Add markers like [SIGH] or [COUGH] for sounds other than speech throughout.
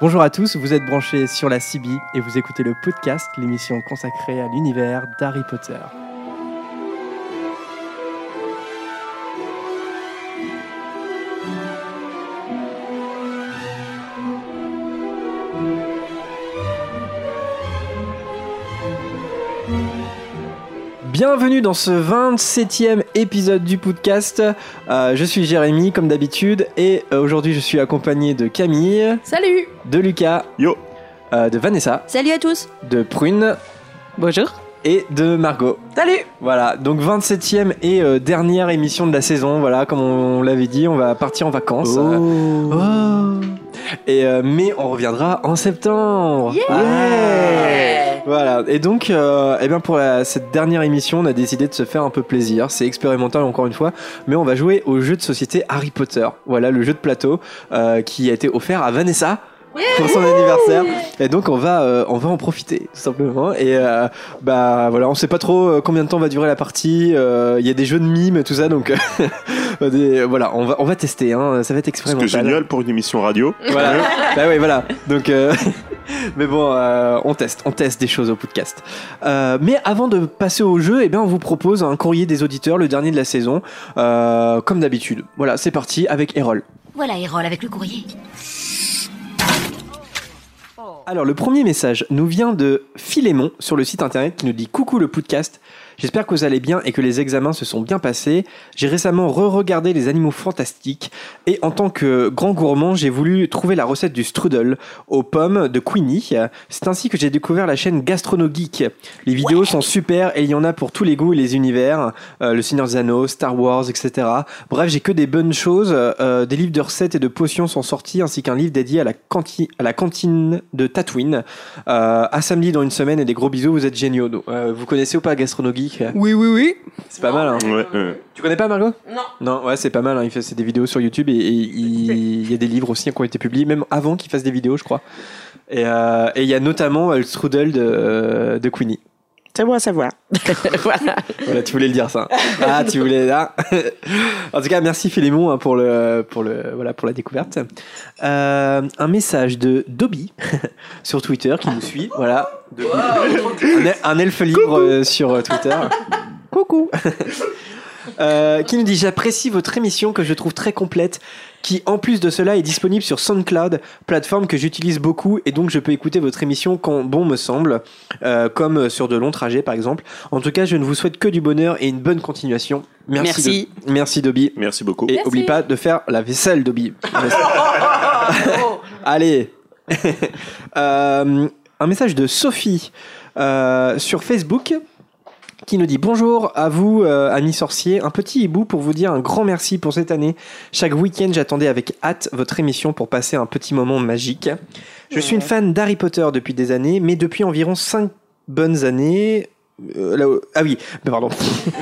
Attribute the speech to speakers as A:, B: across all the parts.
A: Bonjour à tous, vous êtes branchés sur la CB et vous écoutez le podcast, l'émission consacrée à l'univers d'Harry Potter. Bienvenue dans ce 27e épisode du podcast. Euh, je suis Jérémy comme d'habitude et euh, aujourd'hui je suis accompagné de Camille,
B: Salut
A: de Lucas,
C: Yo.
A: euh, de Vanessa,
B: Salut à tous
A: de Prune
B: Bonjour
A: et de Margot.
B: Salut
A: Voilà, donc 27e et euh, dernière émission de la saison. Voilà, comme on, l'avait dit, on va partir en vacances. Euh, oh. Et euh, mais on reviendra en septembre. Ouais. Voilà, et donc, euh, eh bien pour la- cette dernière émission, on a décidé de se faire un peu plaisir. C'est expérimental encore une fois, mais on va jouer au jeu de société Harry Potter. Voilà, le jeu de plateau euh, qui a été offert à Vanessa pour son anniversaire. Et donc, on va, euh, on va en profiter, tout simplement. Et euh, bah voilà, on sait pas trop euh, combien de temps va durer la partie. euh, Il y a des jeux de mimes, tout ça, donc [LAUGHS] euh, des- voilà, on va, on va tester. Hein, ça va être
C: Ce que
A: expérimental.
C: génial pour une émission radio.
A: Voilà. bah oui, voilà. Donc, euh, [LAUGHS] mais bon, euh, on teste, on teste des choses au podcast. Euh, mais avant de passer au jeu, eh bien, on vous propose un courrier des auditeurs, le dernier de la saison, euh, comme d'habitude. Voilà, c'est parti avec Erol.
D: Voilà Erol avec le courrier.
A: Alors, le premier message nous vient de Philémon sur le site internet qui nous dit Coucou le podcast. J'espère que vous allez bien et que les examens se sont bien passés. J'ai récemment re-regardé Les Animaux Fantastiques et en tant que grand gourmand, j'ai voulu trouver la recette du strudel aux pommes de Queenie. C'est ainsi que j'ai découvert la chaîne Gastrono Geek. Les vidéos sont super et il y en a pour tous les goûts et les univers. Euh, le Seigneur des Anneaux, Star Wars, etc. Bref, j'ai que des bonnes choses. Euh, des livres de recettes et de potions sont sortis, ainsi qu'un livre dédié à la, canti- à la cantine de Tatooine. Euh, à samedi dans une semaine et des gros bisous, vous êtes géniaux. Donc, euh, vous connaissez ou pas Gastrono Geek
B: Oui, oui, oui
A: C'est pas mal, hein
C: Ouais, euh, ouais.
A: Tu connais pas Margot
B: Non.
A: Non, ouais, c'est pas mal. hein. Il fait c'est des vidéos sur YouTube et, et il, il y a des livres aussi hein, qui ont été publiés, même avant qu'il fasse des vidéos, je crois. Et euh, et il y a notamment euh, le strudel de, euh, de Queenie.
E: C'est bon à savoir.
B: Voilà
A: Voilà, tu voulais le dire ça. Ah, [LAUGHS] tu voulais là. en tout cas, merci Philémon hein, pour le pour le voilà pour la découverte. Euh, un message de Dobby [LAUGHS] sur Twitter qui nous suit. Voilà, Dobby. un, el- un elfe libre euh, sur euh, Twitter. Coucou. [LAUGHS] Euh, qui nous dit j'apprécie votre émission que je trouve très complète qui en plus de cela est disponible sur SoundCloud plateforme que j'utilise beaucoup et donc je peux écouter votre émission quand bon me semble euh, comme sur de longs trajets par exemple en tout cas, je ne vous souhaite que du bonheur et une bonne continuation. Merci.
E: Merci.
A: Do- Merci, Dobby.
C: Merci beaucoup.
A: Et
B: Merci.
A: oublie pas de faire la vaisselle, Dobby. Allez. [LAUGHS] Euh, un message de Sophie euh, sur Facebook qui nous dit bonjour à vous euh, amis sorciers, un petit hibou pour vous dire un grand merci pour cette année. Chaque week-end j'attendais avec hâte votre émission pour passer un petit moment magique. Je suis une fan d'Harry Potter depuis des années, mais depuis environ 5 bonnes années... euh, là où- ah oui, mais pardon.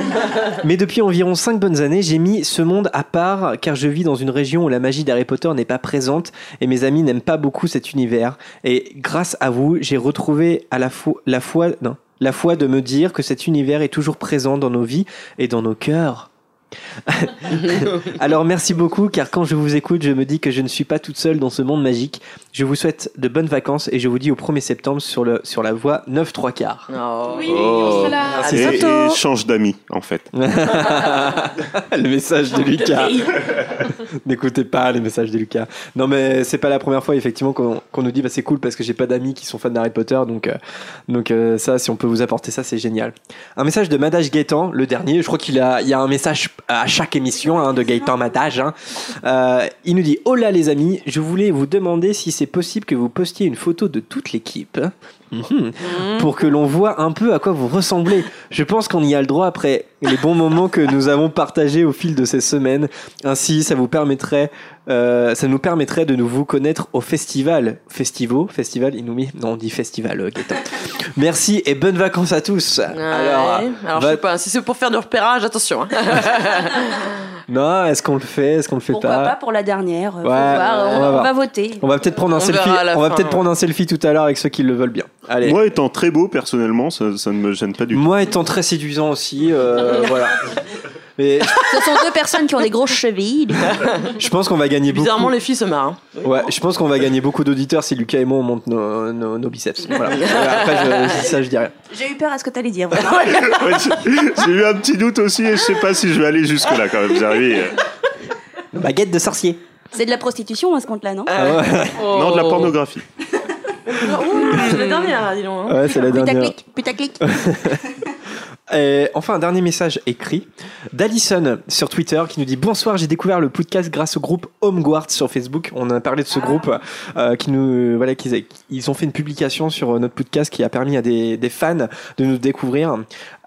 A: [LAUGHS] mais depuis environ 5 bonnes années, j'ai mis ce monde à part car je vis dans une région où la magie d'Harry Potter n'est pas présente et mes amis n'aiment pas beaucoup cet univers. Et grâce à vous, j'ai retrouvé à la, fo- la foi, non, la foi de me dire que cet univers est toujours présent dans nos vies et dans nos cœurs. Alors merci beaucoup car quand je vous écoute, je me dis que je ne suis pas toute seule dans ce monde magique. Je vous souhaite de bonnes vacances et je vous dis au 1er septembre sur, le, sur la voie 9 3 quarts.
B: Oui,
C: Oh.
B: on sera là
D: Ah,
C: Et,
E: À bientôt.
C: et change d'amis, en fait.
A: [LAUGHS] le message de Lucas. [LAUGHS] N'écoutez pas les messages de Lucas. Non, mais c'est pas la première fois, effectivement, qu'on qu'on nous dit bah, c'est cool parce que j'ai pas d'amis qui sont fans d'Harry Potter. Donc, euh, donc euh, ça, si on peut vous apporter ça, c'est génial. Un message de Madage Gaëtan, le dernier. Je crois qu'il a, il y a un message à chaque émission hein, de Gaëtan Madage. hein. Euh, il nous dit Oh là, les amis, je voulais vous demander si c'est possible que vous postiez une photo de toute l'équipe. Mhm [LAUGHS] pour que l'on voit un peu à quoi vous ressemblez. Je pense qu'on y a le droit après les bons moments que nous avons partagés au fil de ces semaines. Ainsi, ça vous permettrait, euh, ça nous permettrait de nous vous connaître au festival. Festivo, festival, Inouï Non, on dit festival, euh, Gaëtan. Merci et bonnes vacances à tous.
B: Alors,
A: euh,
B: alors
A: va-
B: je sais pas, si c'est pour faire du repérage, attention hein.
A: non, est-ce qu'on le fait, est-ce qu'on le fait
F: Pourquoi pas pour la dernière euh, faut
A: Ouais,
F: voir,
A: on
F: on,
A: va
F: on
A: voir.
F: va voter.
A: On va peut-être prendre un
B: On
A: selfie.
B: verra à la
A: On va
B: fin, hein.
A: peut-être
B: ouais.
A: prendre un selfie tout à l'heure avec ceux qui le veulent bien. Allez.
C: Moi, étant
A: Mm.
C: très beau, personnellement, ça, ça ne me gêne pas du tout.
A: Moi étant très séduisant aussi, euh, [LAUGHS] voilà. Mais
D: Ce sont deux personnes qui ont des
A: [LAUGHS]
D: grosses chevilles. du coup.
A: je pense qu'on va gagner beaucoup.
B: Bizarrement, les filles se marrent. hein.
A: Ouais, je pense qu'on va gagner beaucoup d'auditeurs si Lucas et moi on monte nos, nos- nos biceps. Voilà.
B: [LAUGHS]
A: Après, je, ça, je dirais.
D: J'ai eu peur à ce que
A: [LAUGHS]
D: t'allais dire. vraiment.
C: [LAUGHS] Ouais, j'ai j'ai eu un petit doute aussi et je sais pas si je vais aller jusque-là quand même. J'arrive. euh,
A: Baguette de sorcier.
D: C'est de la prostitution à ce compte-là, Oh. non
A: Ah ouais, [LAUGHS]
C: Non, de la pornographie.
D: [LAUGHS]
B: Ouh, c'est la dernière, dis donc. hein.
A: Ouais, c'est la dernière.
D: Putaclic, putaclic.
A: Et Euh, enfin, un dernier message écrit d'Alison sur Twitter qui nous dit Bonsoir, j'ai découvert le podcast grâce au groupe Homeguard sur Facebook. On a parlé de ce groupe euh, qui nous. Voilà, qu'ils ils ont fait une publication sur euh, notre podcast qui a permis à des, des fans de nous découvrir.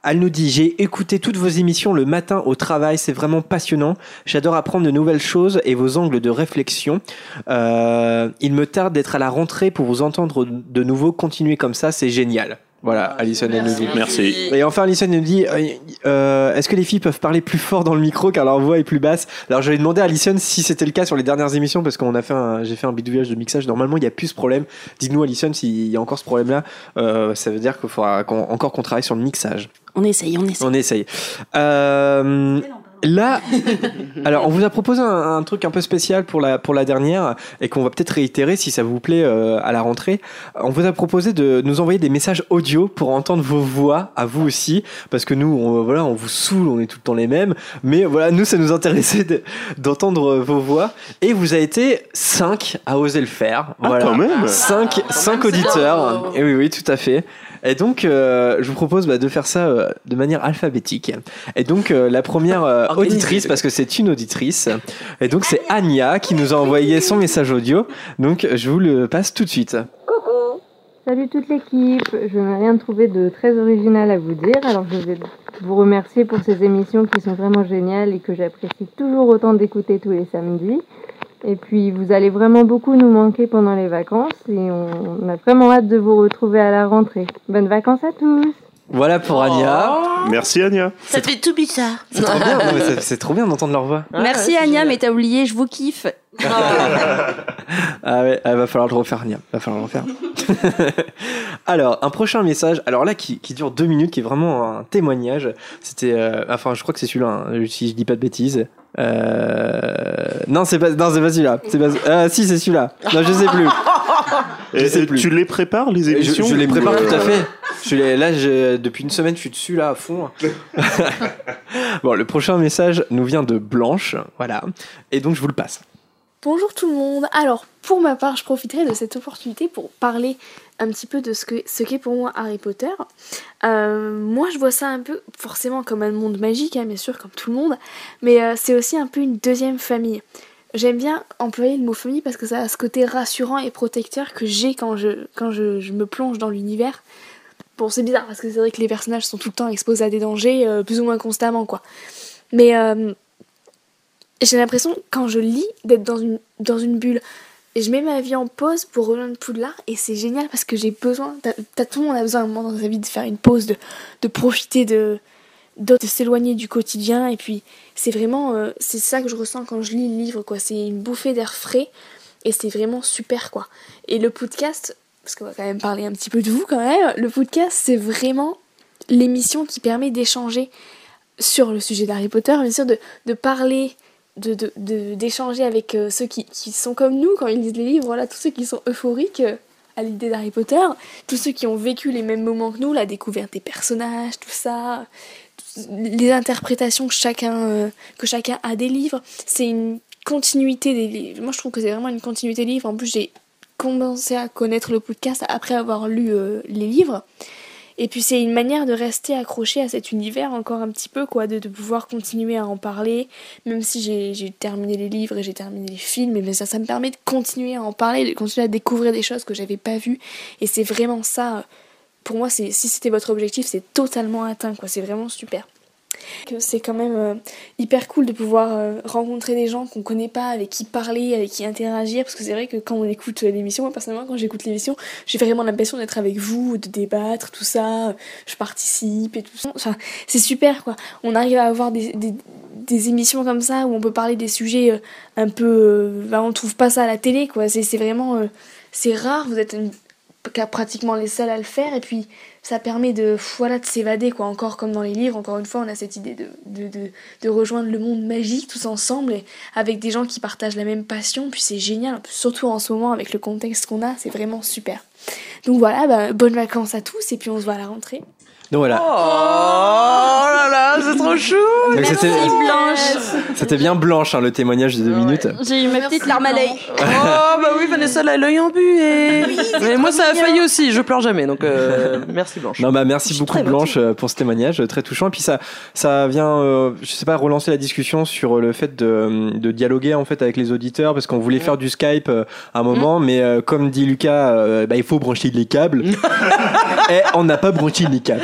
A: Elle nous dit J'ai écouté toutes vos émissions le matin au travail, c'est vraiment passionnant. J'adore apprendre de nouvelles choses et vos angles de réflexion. Euh, il me tarde d'être à la rentrée pour vous entendre de nouveau. Continuer comme ça, c'est génial. Voilà, Alison, elle nous dit.
C: Merci.
A: Et enfin, Alison nous dit euh, euh, Est-ce que les filles peuvent parler plus fort dans le micro car leur voix est plus basse Alors, j'avais demandé à Alison si c'était le cas sur les dernières émissions parce qu'on a fait un- j'ai fait un bidouillage de mixage. Normalement, il n'y a plus ce problème. Dites-nous, Alison, s'il y a encore ce problème-là, euh, ça veut dire qu'il faudra qu'on- encore qu'on travaille sur le mixage.
D: On essaye, on essaye.
A: On essaye. Euh, Là, alors on vous a proposé un, un truc un peu spécial pour la, pour la dernière et qu'on va peut-être réitérer si ça vous plaît euh, à la rentrée. On vous a proposé de nous envoyer des messages audio pour entendre vos voix à vous aussi parce que nous, on, voilà, on vous saoule, on est tout le temps les mêmes. Mais voilà, nous, ça nous intéressait de- d'entendre euh, vos voix et vous avez été 5 à oser le faire.
C: Ah,
A: voilà.
C: quand même.
A: 5,
B: Ah, même, c'est
A: auditeurs.
B: bien. hein.
A: Et oui, oui, tout à fait. Et donc, euh, je vous propose bah, de faire ça euh, de manière alphabétique. Et donc, euh, la première euh,
B: Organisé. Ah,
A: auditrice, parce que c'est une auditrice, et donc c'est Anya qui nous a envoyé son message audio. Donc, je vous le passe tout de suite.
E: Salut toute l'équipe, je n'ai rien trouvé de très original à vous dire, alors je vais vous remercier pour ces émissions qui sont vraiment géniales et que j'apprécie toujours autant d'écouter tous les samedis. Et puis vous allez vraiment beaucoup nous manquer pendant les vacances et on, on a vraiment hâte de vous retrouver à la rentrée. Bonnes vacances à tous
A: Voilà
B: Oh.
A: pour Anya.
C: Merci Ania.
F: Ça fait tout bizarre.
A: C'est trop
B: [LAUGHS]
A: bien, non, mais c'est- c'est trop bien d'entendre leur voix.
B: Ah,
D: Merci
B: ouais, c'est
D: Anya,
B: génial.
D: mais t'as oublié, je vous kiffe.
A: Ah ouais, ah, va falloir le refaire, Nia. Va falloir le refaire. [LAUGHS] alors, un prochain message. Alors là, qui, qui dure deux minutes, qui est vraiment un témoignage. C'était, euh, enfin, je crois que c'est celui-là, hein, si je dis pas de bêtises. Euh, Non, c'est pas, non, c'est pas celui-là. C'est pas, euh, si, c'est celui-là. Non, je sais
C: [LAUGHS]
A: plus. Je
C: Et-
A: sais
C: et
A: plus.
C: tu les prépares les
A: Je,
C: émissions
A: je les
C: ou,
A: prépare
C: euh,
A: tout à fait. Je les- là, je- depuis une semaine, je suis dessus, là, à fond. [LAUGHS] bon, le prochain message nous vient de Blanche. Voilà. Et donc, je vous le passe.
G: Bonjour tout le monde. Alors, pour ma part, je profiterai de cette opportunité pour parler un petit peu de ce que ce qu'est pour moi Harry Potter. Euh, moi, je vois ça un peu forcément comme un monde magique, hein, bien sûr, comme tout le monde, mais euh, c'est aussi un peu une deuxième famille. J'aime bien employer le mot famille parce que ça a ce côté rassurant et protecteur que j'ai quand je quand je, je me plonge dans l'univers. Bon, c'est bizarre parce que c'est vrai que les personnages sont tout le temps exposés à des dangers, euh, plus ou moins constamment, quoi. Mais euh, j'ai l'impression, quand je lis, d'être dans une, dans une bulle. Et je mets ma vie en pause pour rejoindre Poudlard et c'est génial parce que j'ai besoin, t'as- t'as tout le monde a besoin à un moment dans sa vie de faire une pause, de, de profiter, de, de, de s'éloigner du quotidien. Et puis c'est vraiment, euh, c'est ça que je ressens quand je lis le livre, quoi. C'est une bouffée d'air frais et c'est vraiment super, quoi. Et le podcast, parce qu'on va quand même parler un petit peu de vous quand même, le podcast c'est vraiment l'émission qui permet d'échanger sur le sujet d'Harry Potter, bien sûr, de, de parler de- de- de- d'échanger avec euh, ceux qui, qui sont comme nous quand ils lisent les livres, voilà, tous ceux qui sont euphoriques euh, à l'idée d'Harry Potter, tous ceux qui ont vécu les mêmes moments que nous, la découverte des personnages, tout ça, tout- les interprétations que chacun, euh, que chacun a des livres, c'est une continuité des livres. Moi je trouve que c'est vraiment une continuité des livres, en plus j'ai commencé à connaître le podcast après avoir lu euh, les livres. Et puis c'est une manière de rester accroché à cet univers encore un petit peu, quoi, de, de pouvoir continuer à en parler, même si j'ai- j'ai terminé les livres et j'ai terminé les films, mais ça, ça me permet de continuer à en parler, de continuer à découvrir des choses que j'avais pas vues. Et c'est vraiment ça, euh, pour moi, c'est- si c'était votre objectif, c'est totalement atteint, quoi. C'est vraiment super. Que C'est quand même euh, hyper cool de pouvoir euh, rencontrer des gens qu'on connaît pas, avec qui parler, avec qui interagir, parce que c'est vrai que quand on écoute euh, l'émission, moi personnellement, quand j'écoute l'émission, j'ai vraiment l'impression d'être avec vous, de débattre, tout ça, je participe et tout ça. Enfin, c'est super, quoi on arrive à avoir des, des- des émissions comme ça où on peut parler des sujets euh, un peu. euh, bah, on trouve pas ça à la télé, quoi. C'est c'est vraiment. euh, c'est rare, vous êtes une- qu'à pratiquement les seuls à le faire. Et puis, ça permet de, pff, voilà, de s'évader, quoi. Encore comme dans les livres, encore une fois, on a cette idée de, de, de, de rejoindre le monde magique tous ensemble et avec des gens qui partagent la même passion. Puis c'est génial, En plus, surtout en ce moment avec le contexte qu'on a, c'est vraiment super. Donc voilà, bah, bonnes vacances à tous et puis on se voit à la rentrée.
A: Donc
B: Oh,
A: voilà.
B: là là, c'est trop chou.
A: Donc c'était,
D: Blanche.
A: c'était bien blanche hein, le témoignage de deux minutes.
D: J'ai eu ma petite larme à l'œil.
B: Oh bah oui, Vanessa elle a l'œil embué. Mais moi ça a failli aussi, je pleure jamais donc euh, merci Blanche.
A: Non, bah merci
B: suis
A: beaucoup
B: très
A: Blanche euh, pour ce témoignage euh, très touchant. Et puis ça, ça vient, euh, je sais pas, relancer la discussion sur euh, le fait de, euh, de dialoguer en fait avec les auditeurs parce qu'on voulait faire du Skype euh, à un
B: Mm.
A: moment, mais euh, comme dit Lucas, euh, bah, il faut brancher les
B: [LAUGHS]
A: câbles. Et on n'a pas branché les câbles.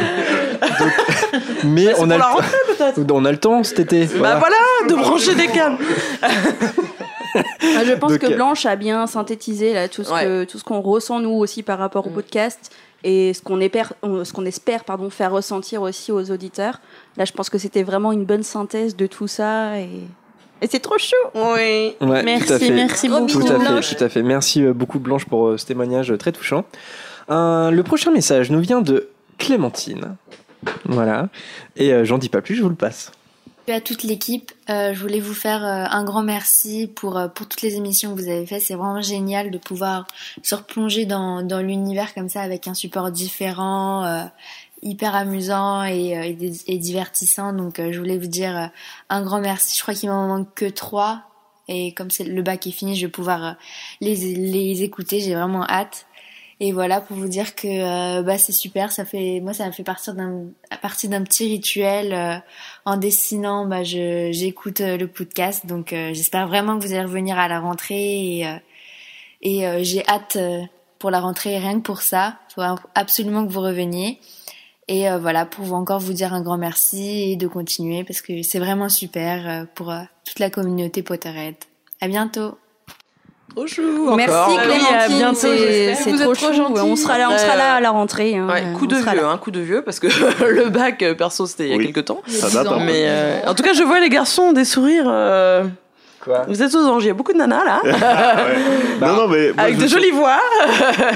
A: Donc, [LAUGHS] mais
B: C'est
A: on a, le
B: pour la
A: temps-
B: rentrée peut-être.
A: on a le temps cet été.
B: Bah voilà, de brancher des câbles.
D: Ah, je pense
A: Donc,
D: que
A: euh,
D: Blanche a bien synthétisé là, tout ce
B: Ouais.
D: que- tout ce qu'on ressent nous aussi par rapport au
B: Mm.
D: podcast et ce qu'on espère, on- ce qu'on espère pardon, faire ressentir aussi aux auditeurs. Là, je pense que c'était vraiment une bonne synthèse de tout ça et, et c'est trop chou.
B: Oui.
A: Ouais, tout à fait.
F: Merci, merci
D: Gros
F: beaucoup.
A: Tout à
D: Blanche.
A: fait, tout à fait. Merci euh, beaucoup Blanche pour euh, ce témoignage euh, très touchant. Euh, le prochain message nous vient de Clémentine. Voilà. Et euh, j'en dis pas plus, je vous le passe.
F: Salut à toute l'équipe. Euh, je voulais vous faire euh, un grand merci pour, euh, pour toutes les émissions que vous avez faites. C'est vraiment génial de pouvoir se replonger dans, dans l'univers comme ça avec un support différent, euh, hyper amusant et, euh, et dé- et divertissant. Donc euh, je voulais vous dire euh, un grand merci. Je crois qu'il m'en manque que trois. Et comme c'est- le bac est fini, je vais pouvoir euh, les, les écouter. J'ai vraiment hâte. Et voilà pour vous dire que euh, bah, c'est super. Ça fait, moi, ça me fait partir d'un, à partir d'un petit rituel. euh, en dessinant, bah, je, j'écoute euh, le podcast. Donc, euh, j'espère vraiment que vous allez revenir à la rentrée. Et, euh, et euh, j'ai hâte euh, pour la rentrée, rien que pour ça. Il faut absolument que vous reveniez. Et euh, voilà, pour vous encore vous dire un grand merci et de continuer parce que c'est vraiment super euh, pour euh, toute la communauté Potterhead. À bientôt!
B: Trop chou. encore.
D: Merci
B: Bah oui, à
D: Clémentine,
B: bientôt,
D: c'est
B: j'espère.
D: c'est
B: Vous
D: trop,
B: êtes
D: chou.
B: gentille.
D: On sera là, on sera là à la rentrée. hein.
B: Ouais,
D: Euh,
B: coup
D: on
B: de
D: sera
B: vieux,
D: là.
B: hein, coup de vieux, parce que [LAUGHS] le bac, euh, perso, c'était il y a
C: Oui.
B: quelques temps.
C: Ça date hein. un peu.
B: Mais euh, en tout cas, je vois les garçons des sourires. euh,
A: Quoi
B: Vous êtes aux anges, il y a beaucoup de nanas là,
A: Bah,
C: Non, non, mais. moi,
B: avec
C: je
B: de
C: veux
B: jolies voix.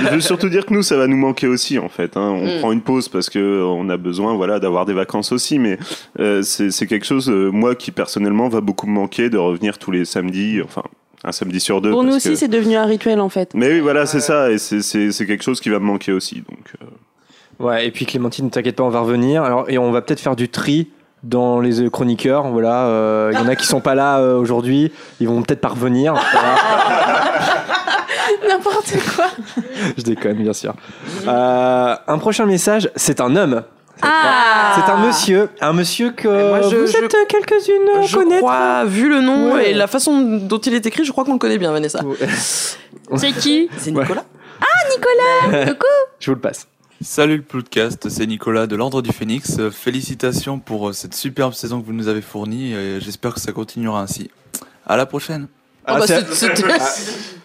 C: je veux surtout dire que nous, ça va nous manquer aussi, en fait. hein. On
B: Mm.
C: prend une pause parce que euh, on a besoin, voilà, d'avoir des vacances aussi. Mais euh, c'est c'est quelque chose, euh, moi, qui personnellement va beaucoup me manquer de revenir tous les samedis, enfin, un samedi sur
H: Euh,
C: deux.
F: Pour nous
C: parce
F: aussi,
C: que-
F: c'est devenu un rituel en fait.
C: Mais oui, voilà, c'est ça, et c'est- c'est c'est quelque chose qui va me manquer aussi. Donc, euh,
A: Ouais, et puis Clémentine, ne t'inquiète pas, on va revenir. Alors, et on va peut-être faire du tri dans les euh, chroniqueurs. Voilà, euh, il y en a qui sont pas là euh, aujourd'hui, ils vont peut-être pas revenir. Voilà,
G: N'importe quoi.
A: je déconne, bien sûr. Euh, un prochain message, c'est un homme.
B: hein,
D: Ah
A: C'est un monsieur, un monsieur que
B: Et moi, je-
A: vous
B: je-
A: êtes quelques-unes à
B: Je
A: connaître.
B: crois, vu le nom
A: Ouais.
B: et la façon dont il est écrit, je crois qu'on le connaît bien, Vanessa.
F: C'est qui?
B: C'est
A: Ouais.
B: Nicolas.
A: Je vous le passe.
H: Salut le podcast, c'est Nicolas de l'Ordre du Phénix. Euh, Félicitations pour euh, cette superbe saison que vous nous avez fournie et j'espère que ça continuera ainsi. À la prochaine.
B: Ah,
A: Ah,
B: bah,
A: c'est-
B: c'est- c'était-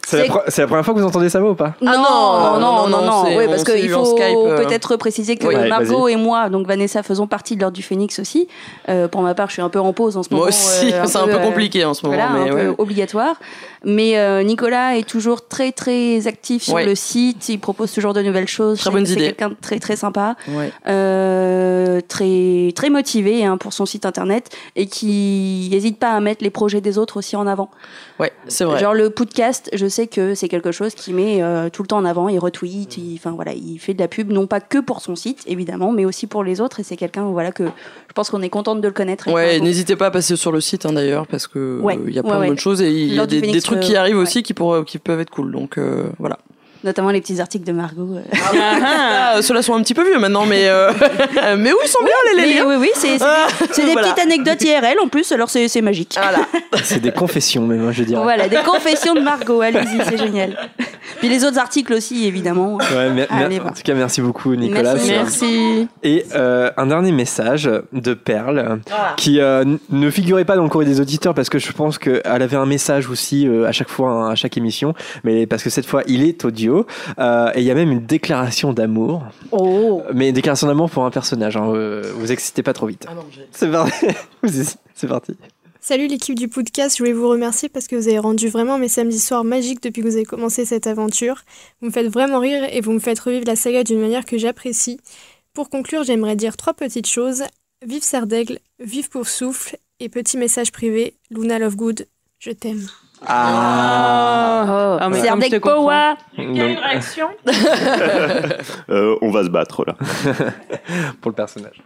A: C'est la,
D: C'est-
A: pre- c'est la première fois que vous entendez sa voix ou pas
D: Non,
B: Ah non,
D: non, non, non,
B: non,
D: non,
B: c'est-
D: oui,
B: on
D: parce
B: s'est
D: qu'il
B: vu en
D: faut
B: Skype, euh.
D: peut-être préciser que
B: Oui.
A: Ouais,
D: Margot et moi, donc Vanessa, faisons partie de l'heure du Phoenix aussi. Euh, pour ma part, je suis un peu en pause en ce
B: [LAUGHS] Moi
D: moment.
B: aussi,
D: euh,
B: [LAUGHS] c'est un peu
D: euh,
B: compliqué en ce moment,
D: Voilà, un
B: mais
D: peu
B: ouais.
D: obligatoire. Mais euh, Nicolas est toujours très très actif sur
B: Ouais.
D: le site. Il propose toujours de nouvelles choses. Je sais
B: Très bonnes
D: que
B: idées.
D: C'est quelqu'un de très très sympa,
B: Ouais.
D: euh, très très motivé hein, pour son site internet et qui n'hésite pas à mettre les projets des autres aussi en avant.
B: Ouais, c'est vrai.
D: Genre le podcast, je sais que c'est quelque chose qu'il met euh, tout le temps en avant, il
B: Mm.
D: retweet, il, enfin voilà, il fait de la pub, non pas que pour son site évidemment, mais aussi pour les autres. Et c'est quelqu'un voilà que je pense qu'on est contente de le connaître. et
B: Ouais,
D: bravo.
B: n'hésitez pas à passer sur le site hein, d'ailleurs parce que
D: Ouais,
B: euh, il y a
D: ouais,
B: plein de
D: ouais.
B: bonnes choses et il y a
D: L'Ordre du
B: des, des
D: Phénix,
B: trucs
D: euh,
B: qui arrivent
D: ouais.
B: aussi qui pourraient qui peuvent être cool. Donc euh, voilà.
D: notamment les petits articles de Margot. euh.
B: [LAUGHS] Ah, ceux-là sont un petit peu vieux maintenant, mais euh, [LAUGHS] mais où ils sont bien les, les
D: Mais
B: liens.
D: oui, oui, c'est c'est-
B: Ah,
D: c'est des
B: voilà. Ah,
D: petites anecdotes IRL en plus, alors c'est c'est magique.
B: Voilà.
A: C'est des confessions même, hein, je dirais.
D: Voilà, des confessions de Margot, allez-y, c'est génial.
B: [LAUGHS]
D: Puis les autres articles aussi,
B: Oh,
D: évidemment.
A: Ouais, mer- mer-
D: Allez,
A: en
D: va.
A: tout cas, merci beaucoup Nicolas.
D: Merci.
A: C'est-
F: Merci.
A: Et euh, un dernier message de Perle
B: Voilà.
A: qui euh, n- ne figurait pas dans le courrier des auditeurs parce que je pense qu'elle avait un message aussi euh, à chaque fois, hein, à chaque émission, mais parce que cette fois il est audio Euh, et il y a même une déclaration d'amour,
D: Oh
A: mais une déclaration d'amour pour un personnage. hein, euh, vous excitez pas trop vite.
B: Ah non, j'ai-
A: C'est parti. [LAUGHS] Vous- C'est parti.
I: Salut l'équipe du podcast, je voulais vous remercier parce que vous avez rendu vraiment mes samedis soirs magiques depuis que vous avez commencé cette aventure. Vous me faites vraiment rire et vous me faites revivre la saga d'une manière que j'apprécie. Pour conclure, j'aimerais dire trois petites choses. Vive Sardaigle, vive pour souffle et petit message privé, Luna Lovegood, je t'aime.
B: Ah, mais comme je te
D: Serdec
B: comprends.
D: Powa
A: Donc,
G: réaction
F: [LAUGHS]
C: Euh, [LAUGHS] on va se battre là.
A: pour le personnage.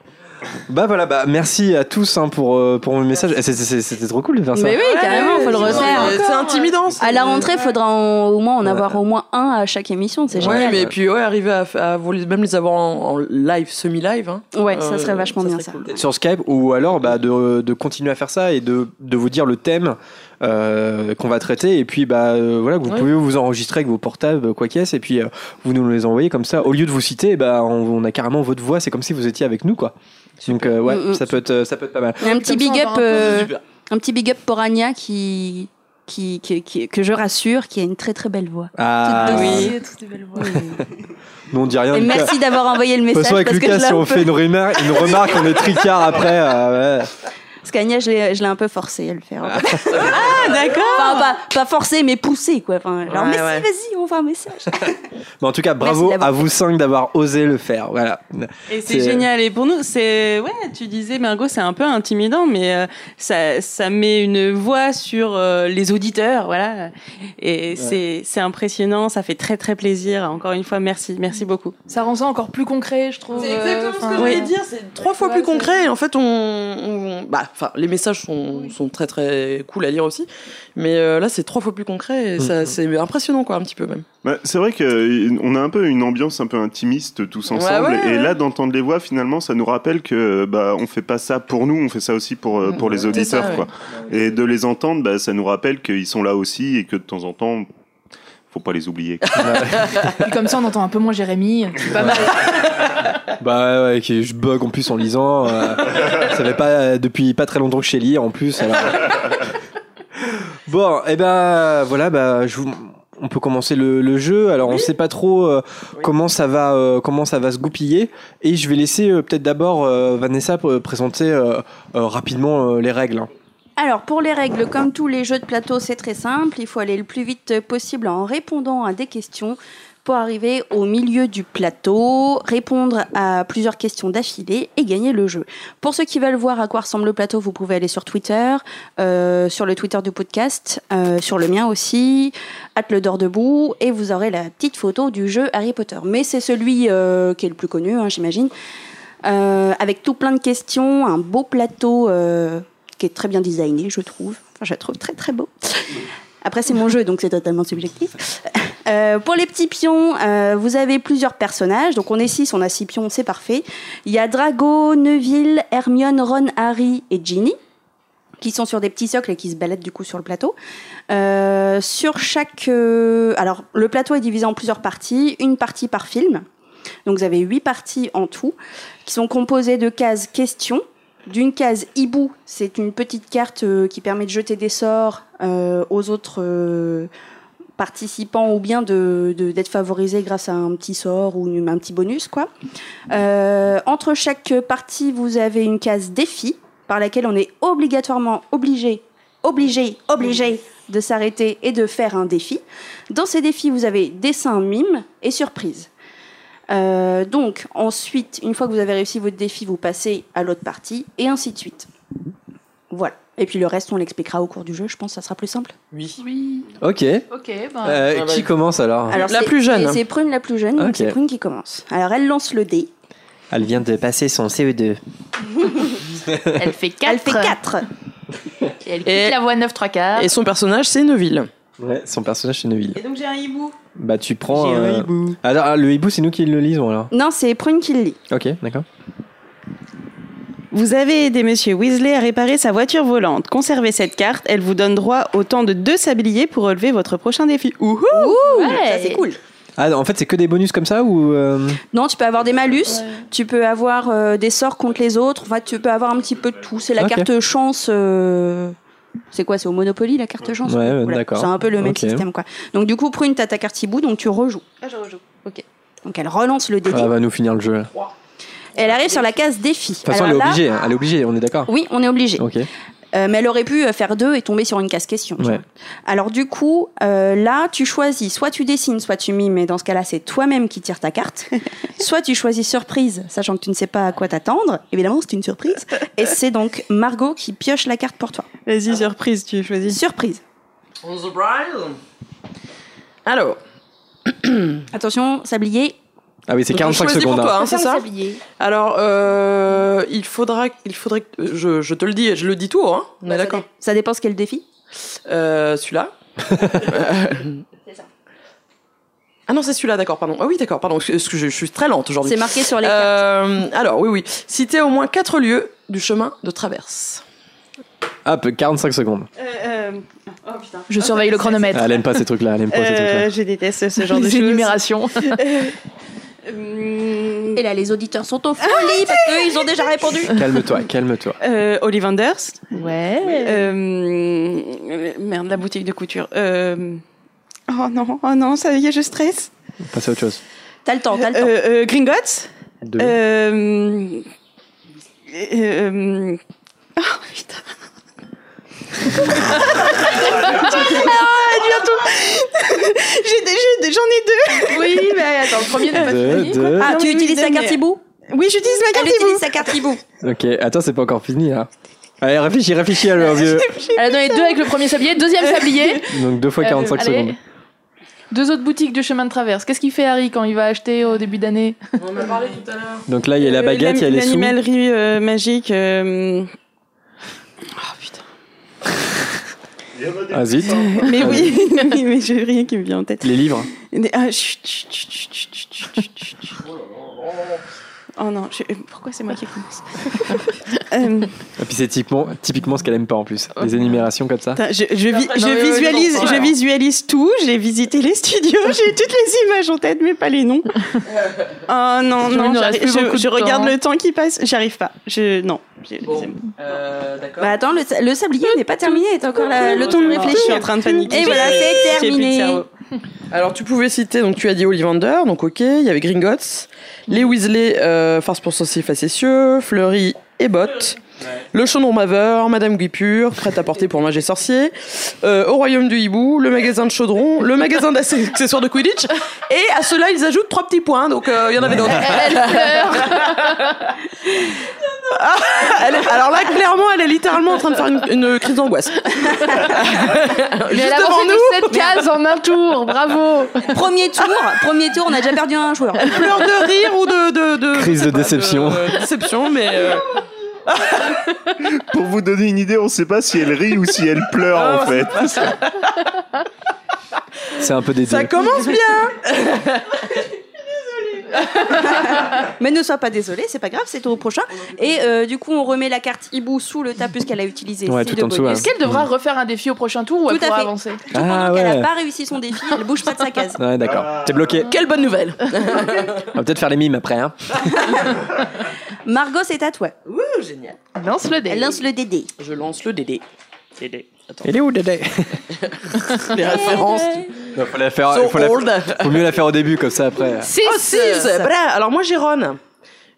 A: Bah voilà, bah merci à tous hein, pour, euh, pour vos messages. Eh, c'est- c'est- C'était trop cool de faire ça.
D: Mais oui, carrément, Ah faut le
B: Ouais,
D: refaire.
B: C'est intimidant.
D: À la rentrée, faudra en- au moins en
A: Ouais.
D: avoir au moins un à chaque émission, c'est
B: Ouais,
D: génial.
B: mais puis ouais, arriver à, à vous- même les avoir en, en live, semi-live. hein.
D: Ouais,
B: Euh,
D: ça serait vachement bien
B: serait
D: ça.
B: cool.
A: Sur Skype ou alors bah, de, de continuer à faire ça et de, de vous dire le thème euh, qu'on va traiter et puis bah euh, voilà que vous
B: Ouais.
A: pouvez vous enregistrer avec vos portables quoi qu'est-ce et puis euh, vous nous les envoyez comme ça au lieu de vous citer bah on, on a carrément votre voix c'est comme si vous étiez avec nous quoi donc euh, ouais
D: Mm, mm.
A: ça peut être ça peut être pas mal
D: Un petit
B: Comme ça,
D: big
B: on
D: up,
B: aura un peu-
D: euh,
B: Super.
D: un petit big up pour Anya qui, qui, qui- qui- que je rassure, qui a une très très belle voix.
A: ah
D: oui.
A: nous on dit rien
D: Et
A: Lucas.
D: merci d'avoir envoyé le
A: De toute
D: message
A: façon, avec
D: parce que
A: Lucas,
D: je l'ai
A: si
D: un
A: on
D: peu-
A: fait une remarque, une remarque, on est tricard après. euh, ouais.
D: parce qu'Agnès, je l'ai je l'ai un peu forcé à le faire. ah d'accord. [LAUGHS] Enfin, pas, pas forcé, mais poussé quoi. Enfin, genre,
B: Ouais,
D: mais si,
B: ouais.
D: vas-y, on voit un message.
A: Mais en tout cas,
D: Merci
A: bravo
D: d'avoir
A: à vous cinq d'avoir osé le faire. [LAUGHS] Voilà.
J: Et
A: C'est-
J: c'est génial. Et pour nous, c'est ouais, tu disais Margot, c'est un peu intimidant, mais euh, ça ça met une voix sur euh, les auditeurs, voilà. Et c'est c'est impressionnant, ça fait très très plaisir. Encore une fois, merci, merci beaucoup.
K: Ça rend ça encore plus concret, je trouve. euh,
B: C'est exactement ce que je
J: oui.
B: voulais dire, c'est trois fois
K: Ouais,
B: plus
K: c'est-
B: concret. Et En fait, on, on- bah, enfin, les messages sont, sont très très cool à lire aussi, mais euh, là, c'est trois fois plus concret. et
A: Mm.
B: ça, c'est impressionnant, quoi, un petit peu même.
C: Bah, c'est vrai qu'on a un peu une ambiance un peu intimiste tous
B: Ouais,
C: ensemble.
B: ouais,
C: et
B: ouais.
C: là, d'entendre les voix, finalement, ça nous rappelle que bah, on fait pas ça pour nous, on fait ça aussi pour, euh, pour les
B: Mm. C'est ça,
C: auditeurs.
B: ouais.
C: quoi. Et de les entendre, bah, ça nous rappelle qu'ils sont là aussi et que de temps en temps, faut pas les oublier.
K: Puis comme ça, on entend un peu moins Jérémy. C'est pas mal.
A: Bah ouais, qui- je bug en plus en lisant. euh, ça fait pas euh, depuis pas très longtemps que je sais lire en plus. alors. bon, et ben voilà, bah je vous- On peut commencer le, le jeu. Alors, on sait pas trop euh, comment ça va, euh, comment ça va se goupiller. Et je vais laisser euh, peut-être d'abord euh, Vanessa euh, présenter euh, euh, rapidement euh, les règles. hein.
D: Alors, pour les règles, comme tous les jeux de plateau, c'est très simple. Il faut aller le plus vite possible en répondant à des questions pour arriver au milieu du plateau, répondre à plusieurs questions d'affilée et gagner le jeu. Pour ceux qui veulent voir à quoi ressemble le plateau, vous pouvez aller sur Twitter, euh, sur le Twitter du podcast, euh, sur le mien aussi, hâte le dehors debout, et vous aurez la petite photo du jeu Harry Potter. Mais c'est celui euh, qui est le plus connu, hein, j'imagine, Euh, avec tout plein de questions, un beau plateau euh, qui est très bien designé, je trouve. Enfin, je le trouve très très beau. Après, c'est mon jeu, donc c'est totalement subjectif. Euh, pour les petits pions, euh, vous avez plusieurs personnages. Donc on est six, on a six pions, c'est parfait. Il y a Drago, Neville, Hermione, Ron, Harry et Ginny qui sont sur des petits socles et qui se baladent du coup sur le plateau. Euh, sur chaque... euh, alors le plateau est divisé en plusieurs parties, une partie par film. Donc vous avez huit parties en tout, qui sont composées de cases questions d'une case hibou, c'est une petite carte euh, qui permet de jeter des sorts euh, aux autres euh, participants ou bien de de- d'être favorisé grâce à un petit sort ou une- un petit bonus quoi. Euh, entre chaque partie, vous avez une case défi par laquelle on est obligatoirement obligé, obligé, obligé de s'arrêter et de faire un défi. Dans ces défis, vous avez dessin, mime et surprise. Euh, donc ensuite, une fois que vous avez réussi votre défi, vous passez à l'autre partie et ainsi de suite. Voilà. Et puis le reste, on l'expliquera au cours du jeu. Je pense que ça sera plus simple.
B: Oui.
K: Oui,
A: Ok.
K: ok. Ben,
A: Euh,
B: Ah bah-
A: qui commence alors
B: La
D: c'est-
B: plus jeune.
D: c'est- C'est Prune la plus jeune. donc
A: Ok.
D: C'est Prune qui commence. Alors elle lance le dé.
A: Elle vient de passer son E CE2.
K: elle fait 4.
D: Elle fait 4
K: Et elle
B: Et-
K: voix 9 3 quarts.
B: Et son personnage, c'est Neville.
A: Ouais, son personnage c'est Neville.
J: Et donc j'ai un hibou.
A: Bah tu prends. euh, Ah, non, ah, le hibou, c'est nous qui le lisons alors.
D: Non, c'est Prune qui le lit.
A: Ok, d'accord.
J: Vous avez aidé Monsieur Weasley à réparer sa voiture volante. Conservez cette carte, elle vous donne droit
B: Euh,
J: au temps de deux sabliers pour relever votre prochain défi. Ouhou
D: Ça c'est cool.
A: Ah, non, en fait, c'est que des bonus comme ça ou. euh,
D: Non, tu peux avoir des malus. Tu peux avoir euh, des sorts contre les autres. Enfin, tu peux avoir un petit peu de tout. C'est la
A: Ok.
D: carte chance. euh, C'est quoi C'est au Monopoly la carte chance
A: Ouais, ouais,
D: Voilà.
A: d'accord.
D: C'est un peu le même
A: Ok.
D: système quoi. Donc du coup, Prune, t'as ta carte hibou, donc tu rejoues.
J: Ah, je rejoue.
D: Donc elle relance le dé.
A: Ah, Elle va nous finir le jeu. là. De
D: Elle arrive sur la case défi.
A: bah. toute façon, elle
D: Alors
A: est
D: là,
A: obligée, hein, elle est obligée, on est d'accord.
D: Oui, on est obligé.
A: Ok.
D: Euh, mais elle aurait pu euh, faire deux et tomber sur une casse question. tu
A: Ouais.
D: vois. Alors du coup, euh, là, tu choisis, soit tu dessines, soit tu mimes, mais dans ce cas-là, c'est toi-même qui tire ta
J: [LAUGHS]
D: carte. soit tu choisis surprise, sachant que tu ne sais pas à quoi t'attendre. Évidemment, c'est une surprise. Et c'est donc Margot qui pioche la carte pour toi.
J: Vas-y, surprise, tu choisis.
D: Surprise.
B: On surprise Alors.
D: Attention, sablier.
A: Ah oui, c'est
B: Donc,
A: 45
B: choisis
A: secondes.
B: pour toi, hein, c'est
D: Ferme
B: ça
D: le sablier.
B: Alors, euh, il faudra, il faudrait, que- je, je te le dis, et je le dis tout, hein. On est d'accord.
D: Bah, Ça dépend ce qu'est le défi.
B: Euh, celui-là. Euh, Ah non, c'est celui-là, d'accord, pardon. Ah oui, d'accord, pardon, parce que je, je suis très lente aujourd'hui.
D: C'est marqué sur les
B: Euh, alors, oui, oui. Citer au moins quatre lieux du chemin de traverse.
A: Hop, 45 secondes.
J: Oh putain.
K: Je surveille le chronomètre. [LAUGHS]
A: Ah, elle aime pas ces trucs-là, elle aime
J: Oh,
A: pas ces
D: Euh,
A: trucs-là.
J: je déteste ce [LAUGHS] genre de
K: Les
J: choses.
K: énumérations.
D: Et là, les auditeurs sont en folie parce qu'ils ont déjà répondu.
A: Calme-toi, calme-toi.
J: Euh, Ollivanders.
K: Ouais.
J: Euh, euh, merde, la boutique de couture. Euh, oh non, oh non, ça y est, je stresse.
A: Passez à autre chose.
D: T'as le temps, t'as le temps.
J: Euh, euh, Gringotts.
A: Deux.
J: Euh, euh, oh [LAUGHS]
B: [LAUGHS]
J: putain. Ah, J'ai des- j'ai des- J'en ai deux.
K: Oui, mais attends, le premier n'est pas
A: Euh, Deux,
K: fini.
A: deux.
D: Ah, tu
J: oui,
D: utilises
J: oui,
D: ta
J: euh, mais-
D: carte hibou
J: Oui, j'utilise ma carte
D: Elle
J: hibou.
D: utilise sa carte hibou.
A: Ok, attends, c'est pas encore fini là. Allez, réfléchis, réfléchis à leur
D: [LAUGHS]
A: vieux.
K: Elle a donné deux avec le premier sablier, deuxième sablier.
A: Donc deux fois
K: Euh,
A: 45
K: allez.
A: secondes.
K: Deux autres boutiques de chemin de traverse. Qu'est-ce qu'il fait Harry quand il va acheter au début d'année
B: On en a parlé tout à l'heure.
A: Donc là, il y a la
J: Euh,
A: baguette, il y a les sous.
J: L'animalerie euh, magique. euh, Oh putain.
A: Ah
C: Euh,
A: zut. [LAUGHS]
J: Mais oui, [LAUGHS] oui, mais j'ai rien qui me vient en tête.
A: Les livres.
J: Des- ah, chut, chut, chut, chut, chut, chut, chut, chut, chut. Oh non, je- euh, pourquoi c'est moi qui commence Euh,
A: Et puis c'est typiquement, typiquement ce qu'elle aime pas en plus. Les énumérations comme ça.
J: putain, je, je, vi-
K: Non, mais oui,
J: je,
K: oui,
J: visualise,
K: non,
J: je
K: alors.
J: visualise tout, j'ai visité les studios, [LAUGHS] j'ai toutes les images en tête, mais pas les [LAUGHS] noms. Oh non,
K: Il nous
J: non,
K: reste
J: j'arrive-
K: plus beaucoup
J: je,
K: de
J: je regarde
K: temps. hein.
J: le temps qui passe, j'arrive pas. Je, non. j'ai- c'est-
B: d'accord.
D: Bah attends, le, sa- le sablier n'est pas terminé, t'as encore la- le temps de
J: Je suis
D: réfléchir.
J: en train de paniquer.
D: Et voilà,
J: J'ai-
D: c'est
J: j'ai plus de
D: terminé.
J: cerveau.
B: Alors, tu pouvais citer, donc tu as dit Ollivander, donc ok, il y avait Gringotts, les Weasley, euh, farce pour sorciers facétieux, Fleury et Bott, le chaudron baveur, Madame Guipure, prête à porter pour manger sorcier, euh, au royaume du hibou, le magasin de chaudron, le magasin d'accessoires de Quidditch, et à cela ils ajoutent trois petits points, donc euh, il y en avait d'autres. [LAUGHS]
K: [LAUGHS]
B: Elle est- alors là, clairement, elle est littéralement en train de faire une, une crise [LAUGHS] d'angoisse.
K: Mais
B: Juste
K: elle a
B: devant
K: avancé
B: nous,
K: de cette case en un tour, bravo
D: Premier tour, [LAUGHS] premier tour, on a déjà perdu un joueur.
B: pleure de rire ou de, de, de-
A: Crise
B: je sais
A: de
B: pas,
A: déception.
B: euh, déception, mais euh,
C: Pour vous donner une idée, on sait pas si elle rit ou si elle pleure
B: Ah,
C: en
B: [LAUGHS]
C: fait.
A: C'est un peu des
B: ça
A: deux.
B: commence bien.
D: Mais ne sois pas désolé, c'est pas grave, c'est au prochain. Et euh, du coup, on remet la carte hibou sous le tapus qu'elle a utilisé.
A: Ouais,
D: C'est
A: tout
D: de
A: en dessous,
D: bonus.
K: Est-ce
J: hein.
K: qu'elle
A: Mmh.
K: devra refaire un défi au prochain tour ou elle
D: Tout à
K: pourra
D: fait.
K: avancer
D: Tout pendant
A: Ah
D: qu'elle
A: ouais.
D: a pas réussi son défi, elle bouge pas de sa case.
A: Ouais, d'accord. T'es bloqué.
B: Quelle bonne nouvelle. [LAUGHS]
A: On va peut-être faire les mimes après. Hein.
D: Margot, c'est à toi.
B: Ouh, Oh, génial.
K: Lance le dé.
D: Elle lance le DD.
B: Je lance le DD. DD. Attends,
A: Elle est où, Dédé
B: les références.
A: Non, faut la faire.
B: So
A: Ah, faut, la-
B: old.
A: faut mieux la faire au début, comme ça après.
B: Six.
K: Ah,
B: Oh, six. Voilà, alors moi, j'ai Ron.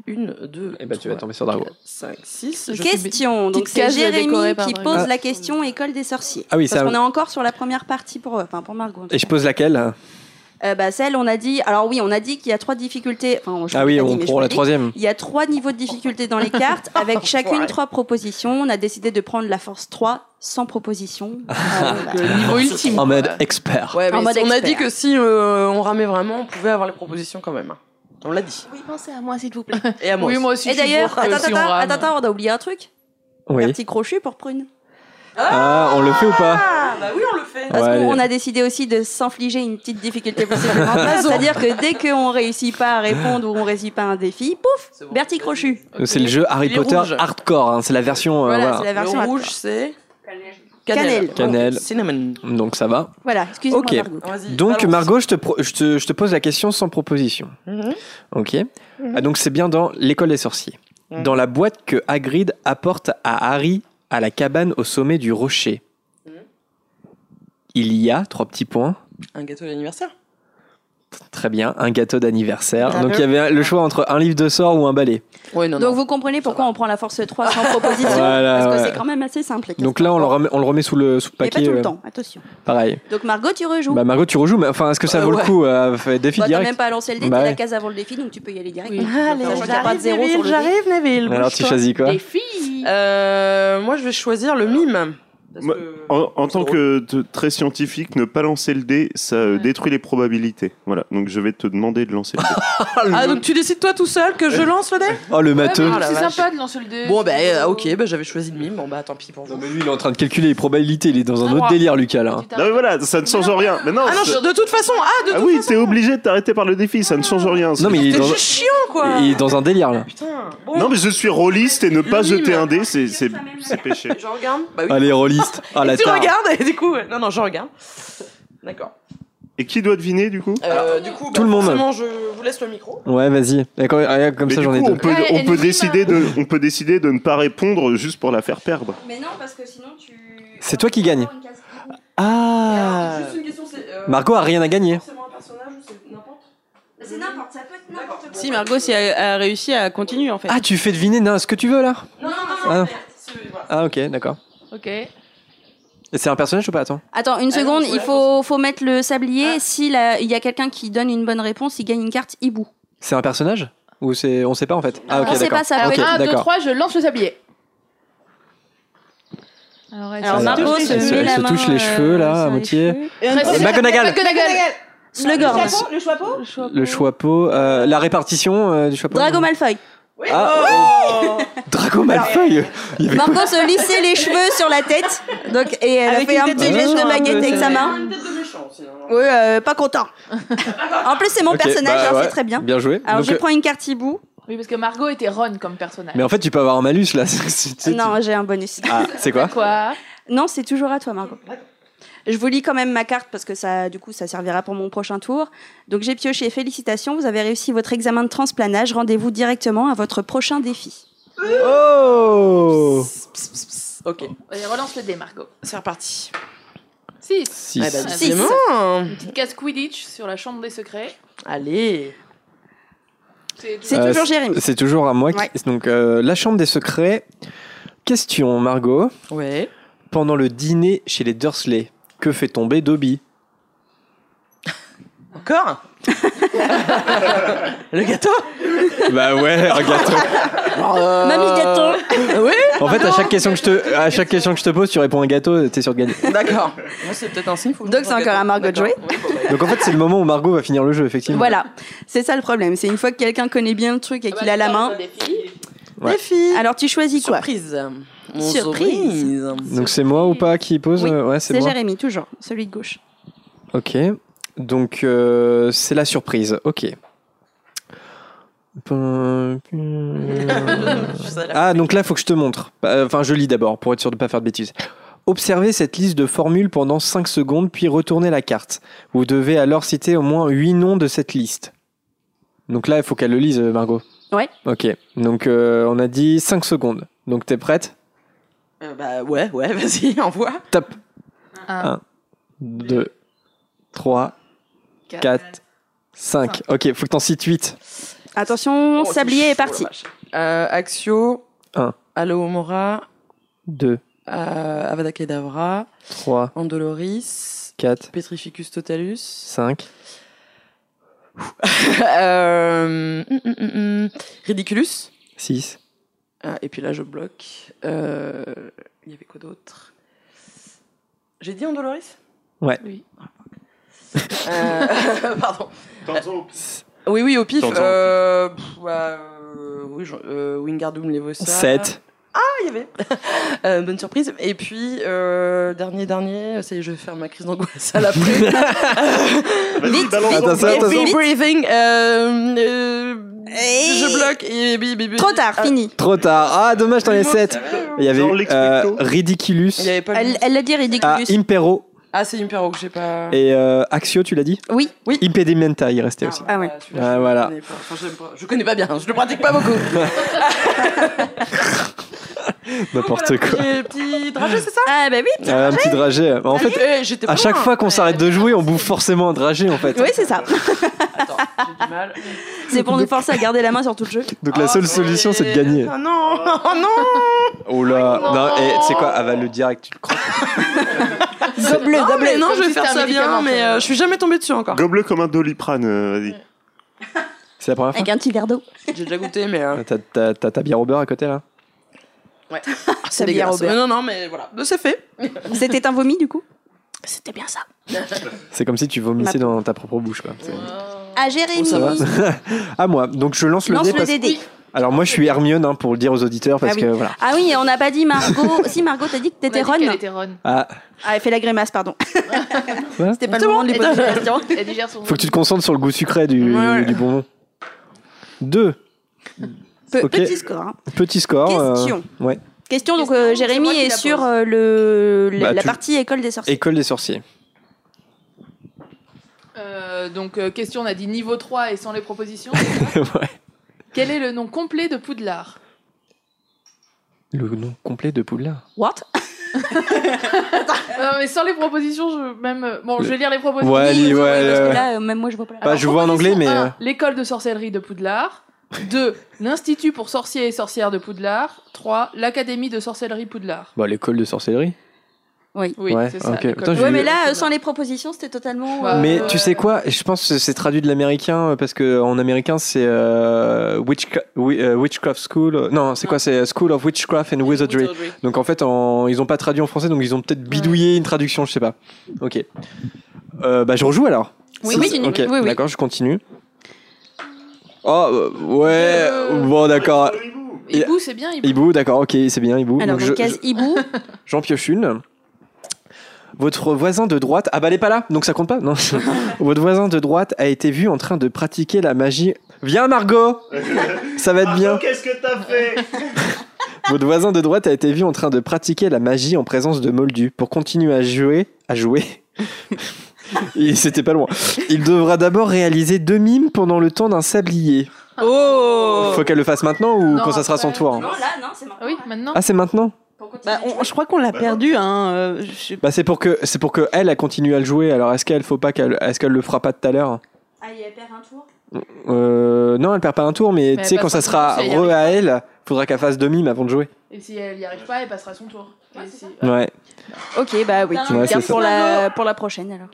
B: Une, deux,
A: Eh ben, tu vas tomber sur Drago.
B: 5, 6.
D: Question. Donc
K: Petite
D: c'est
K: case décorée
D: Jérémy
K: par
D: qui
K: Margot.
D: pose
A: Ah.
D: la question École des sorciers.
A: Ah oui,
D: Parce
A: ça-
D: qu'on est encore sur la première partie pour, enfin, pour Margot.
A: Et je pose laquelle hein
D: Euh, bah, celle, on a dit. Alors oui, on a dit qu'il y a trois difficultés. Enfin, je
A: Ah
D: l'ai
A: oui,
D: pas dit,
A: on
D: mais je
A: prend
D: le
A: la
D: dis.
A: troisième. Oh,
D: Il y a trois niveaux de difficulté
A: [LAUGHS]
D: dans les cartes, avec chacune trois propositions. On a décidé de prendre la force 3
A: [LAUGHS]
D: sans proposition. Ah, bon, bah.
B: Le
K: Niveau ultime.
A: En mode expert.
B: Ouais, mais
D: En mode
B: on a
D: expert.
B: dit que si euh, on ramait vraiment, on pouvait avoir les propositions quand même. hein. On l'a dit.
J: Oui, pensez à moi, s'il vous plaît.
B: Et à moi.
K: Oui,
B: aussi.
K: moi aussi.
D: Et
K: je suis
D: d'ailleurs,
K: pour que
D: attends,
K: si on
D: attends,
K: rame.
D: attends, attends, on a oublié un truc. Un
A: Oui.
D: petit crochet pour prune.
A: Ah, on le fait ou pas
B: Ah, bah oui, on le fait.
D: Parce
A: Ouais,
D: qu'on
A: allez.
D: a décidé aussi de s'infliger une petite
A: [LAUGHS]
D: difficulté possiblement. C'est-à-dire que dès qu'on réussit pas à répondre ou on réussit pas à un défi, pouf,
B: C'est bon.
D: Bertie Crochu.
A: Euh, C'est le jeu Harry
B: Il est
A: Potter
B: rouge.
A: hardcore. hein, C'est la version. euh,
D: Voilà,
A: voilà.
D: c'est la version
B: le
D: hardcore.
B: rouge, c'est
D: Cannelle.
A: Cannelle.
B: Cinnamon.
A: Donc ça va.
D: Voilà, excuse-moi
A: Ok.
D: Margot.
B: Vas-y,
A: Donc
B: balance.
A: Margot, je te, pro- je, te, je te pose la question sans proposition.
B: Mhm.
A: Ok. Ah, donc c'est bien dans l'école des sorciers.
B: Mhm.
A: Dans la boîte que Hagrid apporte à Harry à la cabane au sommet du rocher,
B: Mhm.
A: il y a trois petits points.
B: Un gâteau d'anniversaire.
A: Très bien, un gâteau d'anniversaire.
D: Ah,
A: Donc
D: le-
A: il y avait un- le choix entre un livre de sort ou un ballet.
D: Donc vous comprenez pourquoi on prend la force 3
A: [LAUGHS]
D: sans proposition
A: Voilà,
D: Parce que
A: ouais.
D: c'est quand même assez simple. les
A: Donc là, on le remet, on le remet sous le, sous le
D: Mais
A: paquet.
D: pas tout le
A: euh,
D: temps, attention.
A: Pareil.
D: Donc Margot, tu rejoues.
A: Bah Margot, tu rejoues, mais enfin, est-ce que ça
D: Euh,
A: vaut
D: ouais.
A: le coup euh, fait- Défi
D: Bah, t'as
A: direct.
D: même pas à lancer le dé,
A: Bah
D: t'as
A: ouais.
D: la case avant le défi, donc tu peux y aller direct.
B: Allez,
D: Sachant qu'il y a pas de
B: Ah, j'arrive,
D: zéro sur
B: Neville,
D: le dé.
B: j'arrive, Neville.
A: Alors, tu choisis quoi
B: Les filles. Euh, moi, je vais choisir le mime.
C: Moi, oh, En, en tant que t- très scientifique, ne pas lancer le dé, ça euh, détruit les probabilités. Voilà, donc je vais te demander de lancer le dé.
B: Ah, donc tu décides toi tout seul que je lance le dé
A: Oh, le
K: Ouais,
A: matheux.
K: mais c'est
B: vache.
K: sympa de lancer le dé.
B: Bon, bah, euh, ok, bah, j'avais choisi le mime. Bon, bah, tant pis pour vous.
A: Mais lui, il est en train de calculer les probabilités. Il est
K: Ah,
A: dans un autre
B: Trois.
A: délire, Lucas, là.
C: Non, mais voilà, ça ne change rien. Mais non,
B: Ah non,
C: c'est-
B: je- de toute façon, ah, de
C: Ah
B: toute
C: oui,
B: façon,
C: t'es obligé de t'arrêter par le défi, ça ne change rien.
A: Non, mais il est
B: c'est
A: dans,
B: juste chiant, quoi.
A: il est dans un délire, là.
B: Putain, bon.
C: Non, mais je suis rôliste et ne pas jeter un dé, c'est c'est-
D: Ah,
C: c'est péché.
B: Je regarde. Bah oui.
A: Allez, rôliste. Ah, la
B: tu
A: tarte.
B: regardes et du coup, ouais. non, non, je regarde. D'accord.
C: Et qui doit deviner du coup
B: Euh, du coup,
A: Tout le monde.
B: forcément, je vous laisse le micro.
A: Ouais, vas-y. Et quand- ah, Comme
C: Mais
A: ça,
C: du
A: j'en ai
C: coup,
A: deux.
C: on peut,
K: Ouais,
C: on,
K: elle
C: peut
K: dit,
C: décider de, on peut décider de ne pas répondre juste pour la faire perdre.
D: Mais non, parce que sinon tu.
A: C'est toi qui gagne.
D: Une case.
A: Ah
B: une question, c'est.
D: euh,
A: Margot a rien à gagner.
B: un personnage ou c'est n'importe
D: C'est n'importe, ça peut être n'importe quoi.
J: Si Margot si elle a, réussi à continuer en fait.
A: Ah, tu fais deviner non, ce que tu veux, là
D: Non, non,
A: Ah,
D: non.
A: Ah, ok, d'accord.
K: Ok.
A: Et c'est un personnage ou pas Attends.
D: Attends, une
K: Ah non,
D: seconde,
K: faut
D: il
K: la
D: faut, faut mettre le sablier. S'il a- il y a quelqu'un qui donne une bonne réponse, il gagne une carte hibou.
A: C'est un personnage Ou c'est. On sait pas, en fait Ah, ok,
D: On sait
A: d'accord.
D: pas, ça peut
A: Ok,
D: être-
K: 1, 2,
A: d'accord.
K: 3, je lance le sablier.
J: Alors,
D: Alors, Margot
A: elle
D: se
A: se-
D: met
A: elle
D: la
A: se
D: main,
A: touche les
D: euh,
A: cheveux, là,
D: sur
A: à
D: les
A: moitié.
D: cheveux.
A: Euh, McGonagall.
D: Slughorn.
B: Le chapeau
A: Le chapeau. euh, la répartition euh, du chapeau.
D: Drago Malfoy.
B: Oui.
A: Ah,
B: Oh.
A: Drago Malfoy Il y avait quoi
D: Margot se lissait les cheveux sur la tête. Donc, et elle
J: Avec
D: a fait
J: une
D: un
J: tête
D: petit
J: de
D: geste de
J: méchant,
D: baguette
J: un peu,
D: avec
J: c'est
D: sa
J: vrai.
D: main.
B: Une tête de méchant, sinon.
D: Oui, euh, pas content. en plus, c'est mon
A: Ok,
D: personnage,
A: bah
D: alors
A: ouais.
D: c'est très bien.
A: Bien joué.
D: Alors,
A: Donc,
D: je
A: euh,
D: prends une carte hibou.
K: Oui, parce que Margot était Ron comme personnage.
A: Mais en fait, tu peux avoir un malus là. [LAUGHS] Si tu-
D: Non, j'ai un bonus.
A: Ah, c'est
D: [LAUGHS]
A: quoi
K: Quoi
D: Non, c'est toujours à toi, Margot. Je vous lis quand même ma carte parce que ça, du coup, ça servira pour mon prochain tour. Donc, j'ai pioché. Félicitations, vous avez réussi votre examen de transplanage. Rendez-vous directement à votre prochain défi.
A: Oh
B: Pss, pss, pss. Ok,
K: Allez, relance le dé, Margot.
B: c'est reparti.
K: 6.
A: Six.
B: Eh ben,
K: Six.
B: décidément.
K: Une petite case Quidditch sur la chambre des secrets.
B: Allez.
K: C'est
D: C'est
A: Euh,
D: toujours Jérémy.
A: C'est toujours à moi. qui-
D: Ouais.
A: Donc, euh, la chambre des secrets. Question, Margot.
B: Ouais.
A: Pendant le dîner chez les Dursley, que fait tomber Dobby
B: [LAUGHS] Encore Le gâteau
A: Bah ouais, un gâteau.
D: Mamie gâteau.
B: Oui
A: En fait, à
D: Ah
A: chaque question que je te, à chaque question que je te pose, tu réponds un gâteau, t'es sûr de gagner.
B: D'accord. Moi, c'est peut-être un signe. faut que
D: Donc,
B: je
D: c'est
B: mange
D: encore
B: gâteau.
D: à Margot de
B: D'accord.
D: jouer.
B: Oui, bon, bah,
A: Donc en fait, c'est le moment où Margot va finir le jeu, effectivement.
D: Voilà, c'est ça le problème. C'est une fois que quelqu'un connaît bien le truc et
J: Ah bah,
D: qu'il a la main.
A: Ouais.
B: Les filles.
D: Alors tu choisis quoi
B: Surprise. On
D: Surprise.
B: s'ouvre.
A: Donc c'est moi ou pas qui pose
D: Oui,
A: euh, Ouais, c'est
D: C'est
A: moi.
D: Jérémy, toujours, celui de gauche.
A: Ok. Donc, euh, c'est la surprise. Ok. Ah, donc là, il faut que je te montre. Euh, Enfin, je lis d'abord pour être sûr de ne pas faire de bêtises. Observez cette liste de formules pendant 5 secondes, puis retournez la carte. Vous devez alors citer au moins 8 noms de cette liste. Donc là, il faut qu'elle le lise, euh, Margot.
D: Ouais.
A: Ok. Donc, euh, on a dit 5 secondes. Donc, t'es prête
B: Euh, bah ouais, ouais, [LAUGHS] vas-y, envoie.
A: Top
K: Un.
A: 2, 3,
K: Quatre.
A: 4, 5. Ok, faut que t'en cites 8.
D: Attention,
B: Oh,
D: sablier
B: c'est
D: est,
B: chaud,
D: parti.
B: la vache. Euh, Axio.
A: Un.
B: Allo Mora.
A: 2,
B: Euh, Avada Kedavra.
A: 3,
B: Andoloris.
A: 4,
B: Petrificus Totalus. [LAUGHS]
A: 5.
B: Euh, hum, hum, hum, hum. Ridiculus.
A: 6,
B: Ah, et puis là, je bloque. Euh, Il y avait quoi d'autre J'ai dit Andoloris
A: Ouais.
B: Oui. Ah, fuck. Euh, [LAUGHS] pardon. Oui, oui, au pif.
C: T'entends.
B: Euh, pff, bah, euh, oui, je- euh, Wingardium Levosa.
A: 7.
B: Ah, il y avait. Euh, bonne surprise. Et puis, euh, dernier, dernier, ça y est, je vais faire ma crise d'angoisse à la pré.
C: Vas-y,
A: Attends,
C: balance
A: ça,
B: Heavy
A: attends, ça.
B: breathing. euh, euh,
D: Et-
B: Je bloque. Et, bi- bi- bi-
D: Trop tard,
B: Ah,
D: fini.
A: Trop tard. Ah, dommage, t'en as 7. Il y avait
C: Genre l'explique
A: euh,
C: tout.
A: Ridiculus.
B: Il y avait pas le-
D: Elle elle l'a dit
A: Ah,
D: ridiculus.
A: Impero.
B: Ah, c'est Impero que j'ai pas.
A: Et euh, Axio, tu l'as dit
D: Oui,
B: Oui.
A: Impedimenta, il restait aussi.
D: Ah ouais.
B: celui-là,
A: Ah,
B: bah, je
A: voilà.
B: connais pas. Enfin, j'aime pas. je connais pas bien, je le pratique pas beaucoup.
A: [LAUGHS] N'importe quoi.
B: Petit, petit dragée, c'est ça
D: Ah, bah oui,
A: Ah, un petit dragé. Bah, en fait,
B: Eh, j'étais
A: à
B: pas
A: chaque
B: loin.
A: fois qu'on s'arrête de jouer, on bouffe forcément un dragé en fait.
D: Oui, c'est ça. C'est pour nous forcer à garder la main sur tout [LAUGHS] le jeu.
A: Donc
B: Ah,
A: la seule solution, c'est de gagner.
B: Oh non Oh non
A: Oh là, non, et tu sais quoi, avale le direct, tu le crois.
B: Gobelet,
D: gobelet,
B: Non, je
D: comme
B: vais
D: si
B: faire
D: c'était un
B: ça bien,
D: médicament,
B: mais euh, je suis jamais tombée
A: [LAUGHS]
B: dessus encore.
C: Gobelet comme un doliprane, euh, vas-y.
A: C'est la première fois.
D: Avec un petit verre d'eau.
B: J'ai déjà goûté, mais. euh,
A: T'as- T'as t'as ta bière au beurre à côté là
B: Ouais.
D: C'est bien,
B: Mais
D: Robert.
B: Non, non, mais voilà. C'est fait.
D: C'était un vomi, du coup C'était bien ça.
A: C'est comme si tu vomissais dans ta propre bouche quoi. C'est-
D: À Jérémy.
A: Oh, Ça va [LAUGHS] À moi. Donc je lance le
D: Lance
A: dé.
D: le
A: parce-
D: DD.
A: Alors moi je suis Hermione hein, pour le dire aux auditeurs parce
D: Ah oui.
A: que voilà.
D: Ah oui, on n'a pas dit Margot. [LAUGHS] si Margot, t'as dit que
K: On a
D: t'étais
K: dit
D: Ron.
K: qu'elle était Ron.
A: Ah,
D: Ah, elle fait la grimace, pardon. [LAUGHS]
A: Quoi
D: C'était pas le moment de
K: Elle digère-
D: l'hypothèse.
K: [LAUGHS] elle digère son.
A: faut que tu te concentres sur le goût sucré du,
B: Ouais, ouais.
A: du bonbon. Deux.
D: Pe-
A: Ok.
D: Petit score. hein.
A: Petit score. euh,
D: Question.
A: ouais.
D: Question, donc euh,
K: Question, c'est moi
D: Jérémy
K: qui
D: est
K: la
D: sur
K: pose.
D: euh, le, le-
A: Bah,
D: la
A: tu-
D: partie école des sorciers.
A: École des sorciers.
K: Euh, donc, euh, question, on a dit niveau 3 et sans les
A: [LAUGHS]
K: propositions.
A: [LAUGHS] Ouais.
K: Quel est le nom complet de Poudlard
A: Le nom complet de Poudlard.
D: What Ah,
K: Non, Euh, mais sans les propositions, je, même. euh, Bon, je vais lire les propositions.
A: Ouais,
D: Oui,
A: lis, ouais,
D: oui, oui, parce
A: ouais,
D: que
A: ouais.
D: là, euh, même moi, je vois pas la.
A: Bah, je vois en
K: proposition
A: anglais, mais,
K: un,
A: euh,
K: L'école de sorcellerie de Poudlard. 2. L'Institut pour sorciers et sorcières de Poudlard. 3. L'Académie de sorcellerie Poudlard.
A: Bah l'école de sorcellerie.
K: Oui,
A: Ouais,
K: c'est ça.
A: ok.
K: l'école
A: Attends,
K: de-
A: j'ai
D: Ouais,
A: vu-
D: mais là, euh, sans les propositions, c'était totalement.
K: Bah,
D: euh,
A: Mais
K: Euh,
A: tu sais quoi Je pense que c'est traduit de l'américain euh, parce que en américain c'est euh, witchca- wi- euh, witchcraft school. euh, Non, c'est quoi C'est School of Witchcraft and Wizardry. Donc en fait, en- ils ont pas traduit en français, donc ils ont peut-être bidouillé une traduction, je sais pas. Ok. Euh, bah je rejoue alors.
D: Oui,
A: Six.
D: oui,
A: Ok,
D: oui, oui.
A: D'accord, je continue. Oh euh, ouais,
D: Euh.
A: bon [LAUGHS] d'accord.
K: Hibou, c'est bien, Hibou.
A: Hibou, d'accord, ok, c'est bien Hibou.
D: Alors,
A: Donc,
D: donc,
A: je-
D: case hibou.
A: J'en pioche une. Votre voisin de droite. Ah bah, elle est pas là, donc ça compte
D: [LAUGHS]
A: pas. Non. Votre voisin de droite a été vu en train de pratiquer la magie. Viens, Margot Ça va être bien.
C: Qu'est-ce que t'as fait
A: Votre voisin de droite a été vu en train de pratiquer la magie en présence de Moldu. Pour continuer à jouer, à jouer. [LAUGHS] Il c'était pas loin. Il devra d'abord réaliser deux mimes pendant le temps d'un sablier.
B: Oh
A: Faut qu'elle le fasse maintenant ou
K: Non,
A: quand ça sera son
K: après.
A: tour. hein
D: Non, là, non, c'est marrant.
K: Ah oui, maintenant.
A: Ah, c'est maintenant.
J: Bah, on- je crois qu'on l'a perdu. Hein. euh, je sais pas.
A: Bah c'est pour que c'est pour que elle, elle continue à le jouer. Alors est-ce qu'elle faut pas qu'elle est-ce qu'elle le fera pas tout à l'heure
D: Ah, il perd un tour.
A: Euh, non, elle perd pas un tour, mais,
K: Mais
A: tu sais,
K: elle
A: quand ça
K: passe
A: sera
K: un tour, si elle y
A: re à elle, faudra qu'elle fasse deux mimes avant de jouer.
K: Et si elle y arrive pas, elle passera son tour. Et si-
A: Ouais.
D: Ok, bah oui, tu me
A: Ouais,
D: gardes
A: c'est
D: pour la, pour la prochaine alors.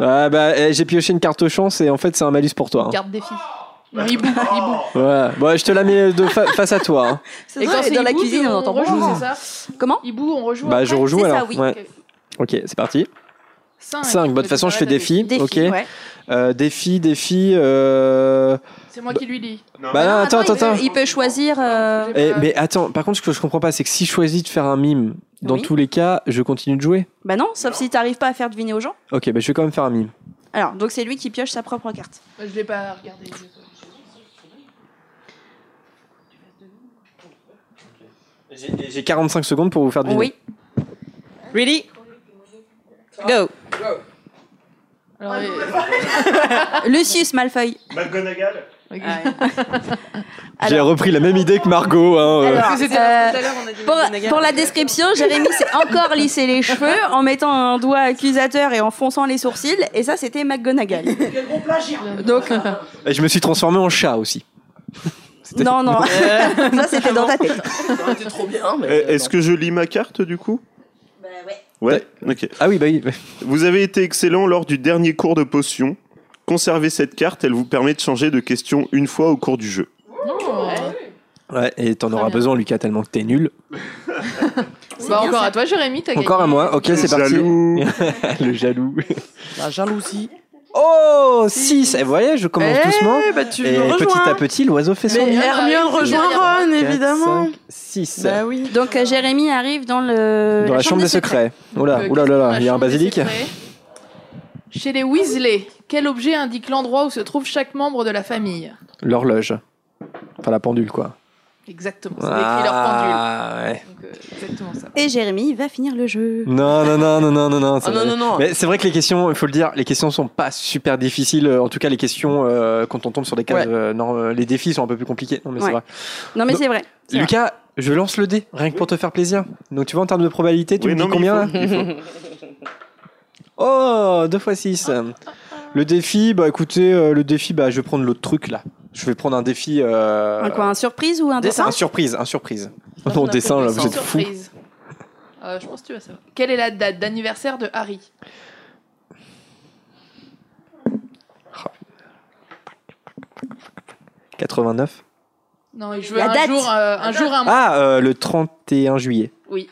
A: Ah, bah, eh, j'ai pioché une carte chance et en fait, c'est un malus pour toi. hein.
K: Carte défi.
D: [LAUGHS]
K: Non, Hibou, Hibou.
A: Ouais. Bon, je te la mets de fa- face à toi. hein.
D: Et quand c'est dans la cuisine, on entend
K: rejoue,
D: bonjour.
K: c'est ça
D: Comment
K: Hibou, on rejoue.
A: Bah, je rejoue
D: c'est ça,
A: alors.
D: oui.
A: Ouais. Ok, c'est parti.
K: 5.
A: 5. Bah, De toute façon, je fais défi.
D: Défi,
A: ok.
D: ouais.
A: Euh, défi, défi. Euh...
K: C'est moi qui lui lis.
A: Bah, non, attends, attends,
D: Ah, il peut-
A: attends.
D: Il peut choisir. euh,
K: J'ai
A: Eh,
K: pas-
A: mais attends, par contre, ce que je comprends pas, c'est que si je choisis de faire un mime, dans
D: Oui.
A: tous les cas, je continue de jouer.
D: Bah non, sauf si t'arrives pas à faire deviner aux gens.
A: Ok, bah, je vais quand même faire un mime.
D: Alors, donc c'est lui qui pioche sa propre carte.
K: Je l'ai pas regardé.
A: J'ai j'ai 45 secondes pour vous faire deviner.
D: Oui. Ready Go. Ah,
K: Alors, euh,
D: Lucius Malfoy.
C: McGonagall
K: ok.
D: Ah,
A: J'ai
D: Alors,
A: repris la même idée que Margot. Hein, euh.
D: alors,
J: Parce que c'était-
D: euh,
J: tout à l'heure, on a dit
D: pour,
J: Madame Nagar.
D: pour la description, Jérémy s'est encore lissé les cheveux en mettant un doigt accusateur et en fonçant les sourcils. Et ça, c'était McGonagall.
K: Donc,
A: Et je me suis transformé en chat aussi. C'était-
D: [LAUGHS] Non, non. [LAUGHS] ça, [LAUGHS] c'était dans ta tête.
B: C'était trop bien, mais.
C: Eh, Est-ce que je lis ma carte du coup Ouais, ok.
A: [LAUGHS] Ah oui, bah oui.
C: Vous avez été excellent lors du dernier cours de potion. Conservez cette carte, elle vous permet de changer de question une fois au cours du jeu.
D: euh,
A: Ouais, et t'en
K: Très
A: auras
K: bien.
A: besoin, Lucas, tellement que t'es nul. [LAUGHS]
K: bah, encore à toi, Jérémy. t'as
A: Encore à
K: gagné.
A: moi, ok, c'est parti.
C: Jaloux.
A: Le
D: [LAUGHS]
A: jaloux.
B: La jalousie.
A: Oh, 6 Et vous voyez, je commence
B: Eh,
A: doucement.
B: bah, tu
A: Et
B: me
A: petit à
B: rejoins.
A: petit, l'oiseau fait son
B: Mais
A: nid.
B: Hermione rejoint Ron, évidemment.
A: 6.
B: Bah oui.
D: Donc, euh, Jérémy arrive dans le.
A: Dans la, chambre des secrets. Oh là,
K: Euh,
A: oh là là, là, il y a un
K: question de la
A: basilic.
K: chambre des secrets. Chez les Weasley, quel objet indique l'endroit où se trouve chaque membre de la famille
A: L'horloge. Enfin, la pendule, quoi. Ah,
K: Exactement, c'est écrit leur
A: ouais.
K: pendule. Donc, euh, exactement ça.
D: Et Jérémy va finir le jeu.
A: Non, non, non, non, non, non, non.
B: Ah
A: ça
B: non,
A: va-
B: non, non.
A: Mais c'est vrai que les questions, il faut le dire, les questions sont pas super difficiles. euh, En tout cas, les questions, euh, quand on tombe sur des cases,
B: Ouais.
A: euh, non, euh, les défis sont un peu plus compliqués. Non, mais c'est
D: Ouais.
A: vrai.
D: Non, mais
A: Donc,
D: c'est vrai. C'est
A: Lucas, Je lance le dé, rien que pour te faire plaisir. Donc tu vois en termes de probabilité, [LAUGHS] tu
C: Oui,
A: me
C: non,
A: dis
C: mais il
A: combien
C: faut-
A: là
C: il
A: Oh, 2 x 6. Le défi, bah écoutez, euh, le défi, bah je vais prendre l'autre truc là. Je vais prendre un défi. euh,
D: Un quoi, un surprise ou un dessin
A: Un surprise, un surprise. Mon dessin là, vous êtes fou.
K: Surprise. Euh, je pense que tu vas savoir. Quelle est la date d'anniversaire de Harry
A: Oh. 89.
K: Non, il joue
D: La
K: un
D: date.
K: jour, euh, un jour, un mois.
A: Ah, euh, le 31 juillet.
K: Oui.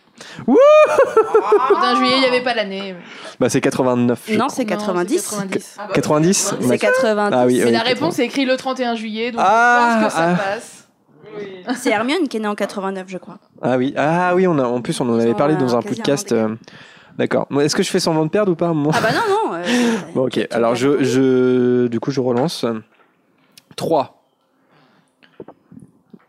A: Wouh
B: Oh,
K: D'un juillet, il n'y avait pas l'année.
A: Bah c'est 89. je
D: Non,
A: crois.
D: c'est 90.
K: 90. Ah bah,
A: 90
D: C'est 90.
A: Ah oui,
K: Mais
A: oui,
K: la
A: 90.
K: réponse est écrite le 31 juillet, donc
A: Ah,
K: je pense que ça
A: ah.
K: passe.
D: C'est Hermione qui est née en 89, je crois.
A: Ah oui, ah oui, on a, en plus on en avait
D: ont,
A: parlé dans
D: euh,
A: un
D: quasi
A: podcast. euh, D'accord. Bon, Est-ce que je fais semblant de perdre ou pas à un moment
D: Ah bah non, non. euh,
A: [LAUGHS] Bon, ok. Alors je, je, du coup, je relance. 3.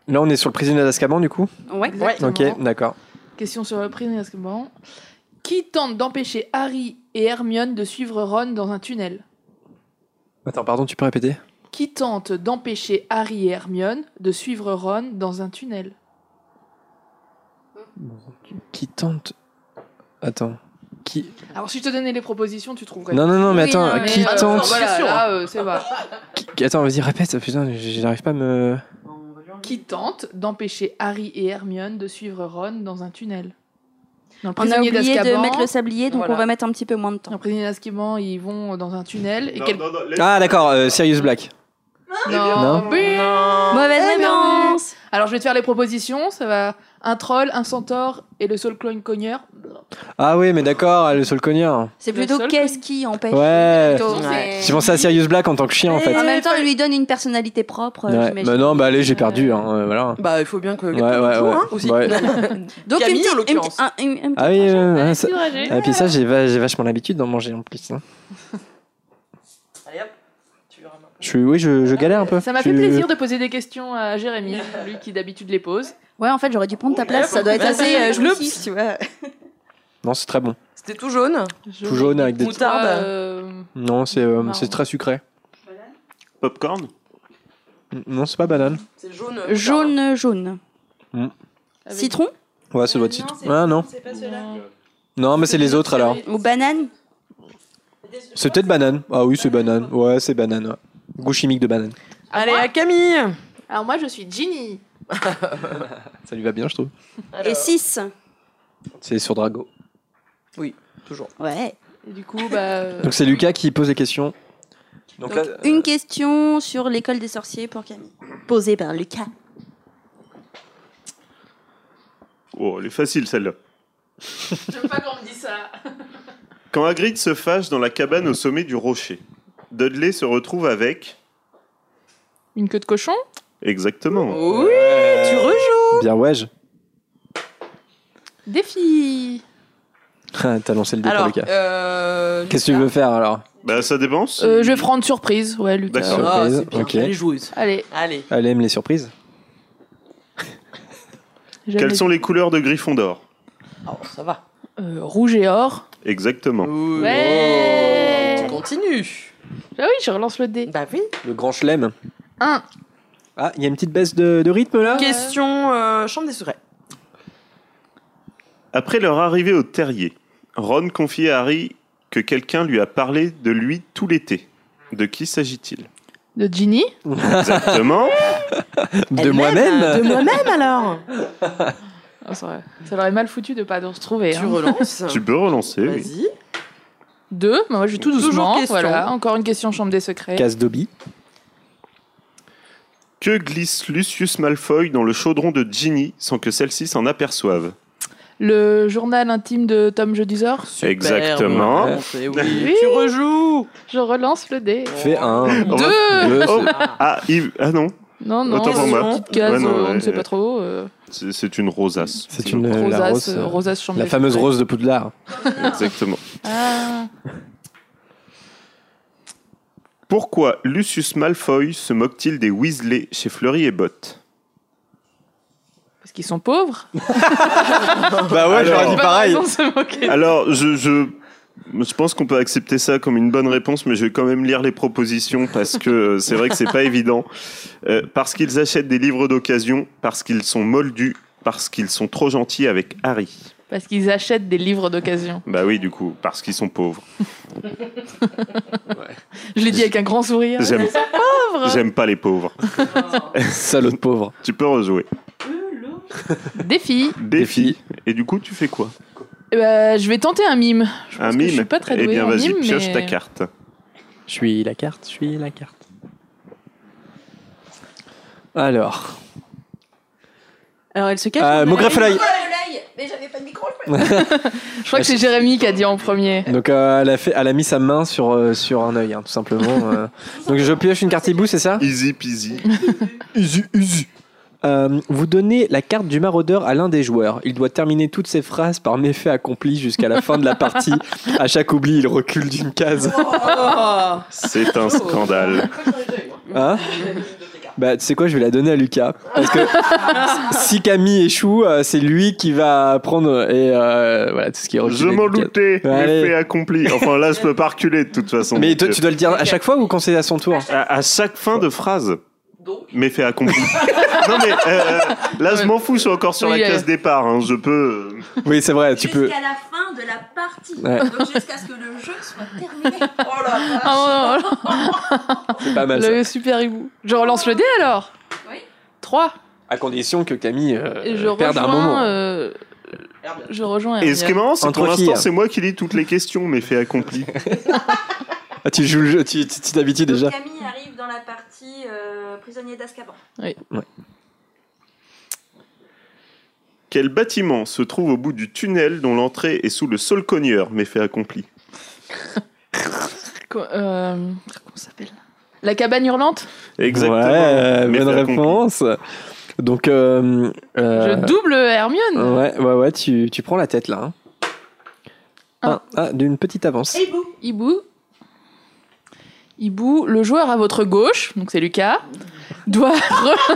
A: Là, on est sur le prisonnier d'Azkaban, du coup.
D: Ouais.
K: Exactement.
A: Ok, d'accord.
K: Question sur le prix de bon. Qui tente d'empêcher Harry et Hermione de suivre Ron dans un tunnel
A: Attends, pardon, tu peux répéter
K: Qui tente d'empêcher Harry et Hermione de suivre Ron dans un tunnel
A: Qui tente Attends. Qui
K: Alors si je te donnais les propositions, tu trouverais.
A: Non, non, non, mais
K: Oui,
A: attends,
K: mais,
A: qui
K: euh,
A: tente
K: voilà, là,
A: hein.
K: euh, c'est pas.
A: qui- Attends, vas-y, répète. Putain, j'arrive pas à me.
K: Qui tente d'empêcher Harry et Hermione de suivre Ron dans un tunnel Dans le
D: On a
K: prisonnier
D: oublié de
K: d'Azkaban,
D: mettre le sablier, donc
K: Voilà.
D: on va mettre un petit peu moins de temps.
K: Dans le prisonnier d'Azkaban, ils vont dans un tunnel et
C: Non,
K: quel-
C: non, non, laisse-
A: Ah, d'accord. euh, Sirius Black. Non.
B: Oh,
K: Bing
D: Mauvaise
K: Eh, bienvenue.
D: réponse
K: Alors je vais te faire les propositions, ça va un troll, un centaure et le soul clone cogneur.
A: Ah oui, mais d'accord, le seul cogneur.
D: C'est
K: Le
D: plutôt
K: seul
D: qu'est-ce qui empêche
A: Ouais.
D: plutôt,
K: Ouais.
D: mais-
A: J'ai pensé à Sirius Black en tant que chien, en fait.
D: En même temps, il lui donne une personnalité propre, euh,
A: Ouais.
D: j'imagine.
A: Bah non, bah allez, j'ai perdu. hein, euh, voilà.
B: Bah, il faut bien que
A: Ouais,
B: quelqu'un
A: ouais,
B: joue,
A: ouais.
B: hein, aussi.
A: Ouais.
D: Donc
B: Camille,
D: une petite-
B: en l'occurrence.
D: une petite- un- un- un petit-
A: Ah oui, euh, ouais, ça-
K: Allez,
A: Ah, puis ça, j'ai va- j'ai vachement l'habitude d'en manger en plus. hein.
B: [LAUGHS] Allez, hop. Tu verras maintenant.
A: Je suis, oui, je, je galère un peu.
K: Ça m'a fait
A: Je-
K: plaisir de poser des questions à [LAUGHS] Jérémy, lui qui d'habitude les pose.
D: Ouais, en fait, j'aurais dû prendre ta place, ça doit être assez euh, jouissif, tu vois.
A: Non, c'est très bon.
B: [LAUGHS] C'était tout jaune.
A: Tout jaune avec des.
B: Moutarde. Moutarde.
K: Euh,
A: Non, c'est euh,
K: Marron.
A: c'est très sucré.
C: Popcorn
A: Non, c'est pas banane.
B: C'est jaune.
D: Jaune, euh, jaune.
A: Mm.
K: avec-
D: Citron
A: Ouais, ça doit être citron. Ah non. Non, mais c'est les autres alors.
D: ou banane
A: C'est peut-être banane. Ah oui, c'est banane. Ouais, c'est banane. ouais. Goût chimique de banane.
B: Allez, à Camille.
K: Alors moi je suis Ginny.
A: Ça lui va bien, je trouve.
D: et 6.
A: C'est sur Drago.
D: Ouais.
K: Et du coup, bah. euh, [LAUGHS]
A: Donc c'est Lucas qui pose les questions. Donc, là, euh,
D: Une question sur l'école des sorciers pour Camille, posée par Lucas.
C: Oh, elle est facile celle-là.
K: J'aime pas quand on me dit ça.
C: Quand Hagrid se fâche dans la cabane au sommet du rocher, Dudley se retrouve avec.
K: Une queue de cochon
C: Exactement.
K: Oh.
B: Oui, tu rejoues.
A: euh, Bien ouais. je- [LAUGHS]
K: Des filles.
A: Ah, T'as lancé le dé pour
B: Alors,
A: Lucas.
B: euh,
A: Qu'est-ce que tu veux faire alors
C: Bah, ça dépense.
K: Euh, je vais prendre surprise, ouais, Lucas.
C: D'accord.
B: Ah,
A: Surprise,
B: c'est bien.
A: ok.
B: Allez, joueuse.
K: Allez,
B: Allez.
A: Elle aime les surprises.
C: Quelles sont les couleurs de Gryffondor
B: Oh, ça va.
K: Euh, Rouge et or.
C: Exactement.
K: Ouais.
B: Oh, Tu continues.
K: Ah oui, je relance le dé.
B: Bah oui.
A: Le grand chelem.
K: Un.
A: Ah, il y a une petite baisse de, de rythme là
B: Question euh, Chambre des secrets.
C: Après leur arrivée au terrier, Ron confie à Harry que quelqu'un lui a parlé de lui tout l'été. De qui s'agit-il
K: De Ginny.
C: Exactement.
A: De
B: Elle-même,
A: moi-même [LAUGHS]
B: De moi-même alors.
K: Ah, c'est vrai. Ça leur est mal foutu de pas de se hein. trouver.
B: Ah, Tu relances.
C: tu peux
A: Eh
C: relancer. oui.
B: Vas-y.
K: Deux, mais moi je vais tout
B: Toujours
K: doucement.
B: question.
K: Voilà, encore une question chambre des secrets.
A: Casse Dobby.
C: Que glisse Lucius Malfoy dans le chaudron de Ginny sans que celle-ci s'en aperçoive
K: Le journal intime de Tom Jedusor.
C: Exactement.
B: Bon, c'est eh oui.
K: Oui.
B: Tu rejoues.
K: Je relance le dé.
A: Fais un.
C: On va-
K: Deux.
A: deux,
C: Oh.
B: [LAUGHS]
C: Ah, Yves- ah non,
K: Non, non.
C: Autant
B: pour moi.
K: Petite case,
C: Ouais, non,
K: euh, on ne
C: ouais,
K: sait
C: ouais.
K: pas trop. euh,
C: c'est c'est une rosace.
A: C'est une euh, la,
K: rosace,
A: rose,
K: euh,
A: euh,
K: rosace chambre
A: la
K: des
A: fameuse
K: secrets.
A: rose de Poudlard.
C: Exactement.
K: Ah.
C: Pourquoi Lucius Malfoy se moque-t-il des Weasley chez Fleury et Bott
K: Parce qu'ils sont pauvres.
A: bah ouais,
C: j'aurais dit
K: Bonne raison de se moquer.
C: Alors, je, je, je pense qu'on peut accepter ça comme une bonne réponse, mais je vais quand même lire les propositions parce que euh, c'est vrai que c'est pas évident. Euh, parce qu'ils achètent des livres d'occasion, parce qu'ils sont moldus, parce qu'ils sont trop gentils avec Harry.
K: Parce qu'ils achètent des livres d'occasion.
C: Bah oui, du coup, parce qu'ils sont pauvres.
K: Je l'ai dit avec un grand sourire.
C: J'aime-
K: Ils sont pauvres
C: J'aime pas les pauvres.
A: Salaud de pauvre.
C: Tu peux rejouer.
K: Des filles.
C: Défi. Et du coup, tu fais quoi
K: Eh ben, je vais tenter un mime. Je pense
C: Un
K: que
C: mime
K: Je suis pas très douée
C: Eh bien,
K: en
C: vas-y,
K: mime,
C: pioche
K: mais-
C: ta carte.
A: Je suis la carte, je suis la carte. Alors.
J: Alors, elle se cache.
A: Ah, Maugrey Folaille.
D: Mais j'avais pas de micro.
K: Je crois que c'est Jérémy qui a dit en premier.
A: Donc euh, elle, a fait, elle a mis sa main sur, euh, sur un œil, hein, tout simplement. euh. Donc je pioche une carte hibou, c'est ça
K: Ah.
C: Easy peasy.
A: Usu, usu. Euh, vous donnez la carte du maraudeur à l'un des joueurs. Il doit terminer toutes ses phrases par méfait accompli jusqu'à la fin de la partie. À chaque oubli, il recule d'une case.
C: C'est
K: [LAUGHS] Oh.
C: un scandale.
A: Hein bah, tu sais quoi, je vais la donner à Lucas. Parce
K: [LAUGHS]
A: que si Camille échoue, euh, c'est lui qui va prendre et euh, voilà tout ce qui est reculé
C: Je m'en
A: d'une case.
C: doutais.
A: Allez.
C: Fait accompli. Enfin, là, je peux pas reculer de toute façon. euh,
A: Mais toi, tu dois le dire à chaque fois ou quand c'est à son tour
C: À, à chaque fin de phrase. Mais fait
K: [LAUGHS]
C: accompli. non mais euh, là je m'en fous, je suis encore sur
K: Oui,
C: la
K: euh.
C: case départ. hein, Je peux. euh,
A: Oui, c'est vrai, tu peux.
D: Jusqu'à la fin de la partie.
A: Ouais.
D: Donc jusqu'à ce que le jeu soit terminé. Oh là là.
K: Ah, non, non,
A: C'est pas
K: non,
A: mal Bah, ça.
K: le super hibou. Je relance le dé alors
D: Oui.
K: 3.
A: À condition que Camille euh,
K: Et je
A: perde un moment.
K: rejoins. euh, Je rejoins.
C: Et ce qui est
K: Hermione.
C: marrant, c'est que pour
A: Entre filles,
C: l'instant
A: hein.
C: c'est moi qui lis toutes les questions, mais fait accompli.
A: Ah, tu joues le jeu, tu tu- tu t'habitues [LAUGHS]
D: Donc
A: déjà.
D: Camille arrive dans la partie euh, prisonnier d'Azkaban.
C: Quel bâtiment se trouve au bout du tunnel dont l'entrée est sous le sol cogneur, mais fait accompli
K: Co- euh, Comment ça s'appelle La cabane hurlante
C: Exactement.
A: Ouais, euh,
C: mais
A: bonne
C: fait accompli.
A: réponse. Donc, euh, euh,
K: Je double Hermione
A: ouais, ouais, ouais, tu, tu prends la tête là. hein.
K: Un.
A: Ah, ah, d'une petite avance.
K: Hibou. Hibou, le joueur à votre gauche, donc c'est Lucas, doit. re-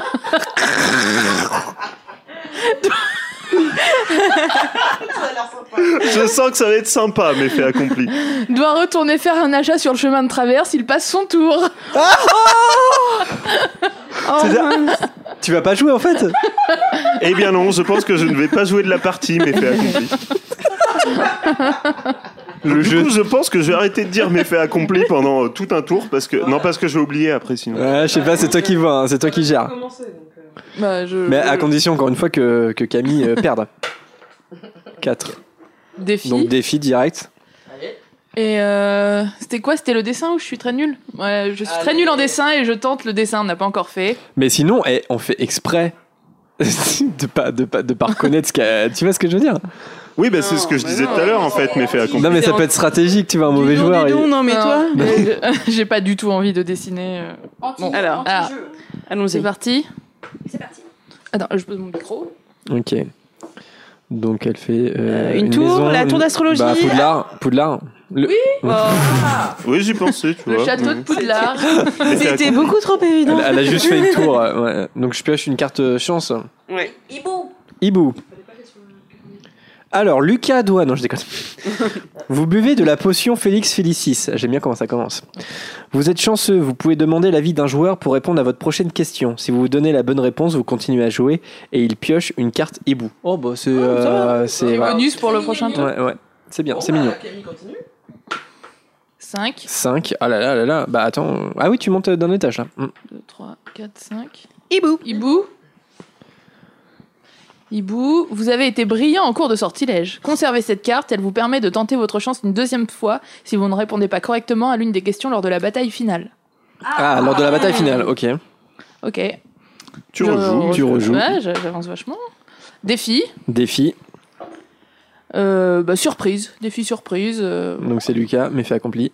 C: [LAUGHS] Je sens que ça va être sympa, mais fait accompli.
K: doit retourner faire un achat sur le chemin de traverse, il passe son tour. Oh,
A: C'est-à-dire- tu vas pas jouer en fait
C: Eh bien non, je pense que je ne vais pas jouer de la partie, mais fait accompli.
A: Le
C: Du coup, je pense que je vais arrêter de dire mes faits accomplis pendant euh, tout un tour parce que non parce que je vais oublier après sinon.
A: Ouais, je sais pas, c'est toi qui vois, hein, c'est toi qui gères.
K: Bah, je,
A: Mais à
K: je-
A: condition, encore une fois, que, que Camille euh, perde. 4.
K: défi.
A: Donc défi direct.
K: Et euh, c'était quoi C'était le dessin ou je suis très nulle Ouais, je suis très nulle en dessin et je tente le dessin, on n'a pas encore fait.
A: Mais sinon, eh, on fait exprès [LAUGHS] de pas, de pas, de pas reconnaître ce qu'a. Tu vois ce que je veux dire
C: Oui, bah, c'est ce que je disais tout à l'heure en fait, mes faits accomplis.
A: Non, mais ça peut être stratégique, tu vois, un mauvais
J: Dis donc,
A: joueur.
J: dis
A: il-
J: donc, non, mais
K: Non,
J: toi
A: [LAUGHS]
K: mais je- [LAUGHS] J'ai pas du tout envie de dessiner. euh. Bon, alors, alors, c'est
A: Ah
J: Allons-y.
K: parti.
D: C'est parti.
K: Attends, je pose mon micro.
A: Ok. Donc elle fait euh,
J: Euh, une tour,
A: maison,
J: la
A: une-
J: tour d'astrologie.
A: Bah, Poudlard, Poudlard. Le-
D: Ah.
A: Ah.
C: Oui, j'y pensais, tu
K: le
C: vois.
K: château de
C: Mmh.
K: Poudlard.
C: Mais faits
J: [LAUGHS]
C: accomplis.
J: C'était beaucoup trop évident.
A: Elle, elle a juste fait une
J: [LAUGHS]
A: tour. euh, ouais. Donc je pioche une carte euh, chance.
D: Hibou.
A: Hibou. Alors Lucas doit. Non, je [LAUGHS] déconne. vous buvez de la potion Félix Félicis. J'aime bien comment ça commence. Vous êtes chanceux, vous pouvez demander l'avis d'un joueur pour répondre à votre prochaine question. Si vous vous donnez la bonne réponse, vous continuez à jouer et il pioche une carte hibou. Oh, bah c'est. euh, c'est-
K: Et
A: voilà.
K: bonus pour le prochain tour.
A: Ouais, ouais. C'est bien, c'est
B: bah,
A: mignon.
B: [LAUGHS]
K: 5,
A: 5. Ah là là là là. Bah attends. Ah oui, tu montes d'un étage là. Mm.
K: 2, 3, 4, 5.
J: Hibou.
K: Hibou. Hibou, vous avez été brillant en cours de sortilège. Conservez cette carte, elle vous permet de tenter votre chance une deuxième fois si vous ne répondez pas correctement à l'une des questions lors de la bataille finale.
A: Ah, lors de la bataille finale, ok.
K: Ok.
C: Tu
K: Je-
C: rejoues.
A: tu rejoues.
K: Ouais, je- j'avance vachement. Défi.
A: Défi,
K: Euh, bah, surprise. Défi surprise. euh,
A: donc c'est Lucas, mais fait accompli.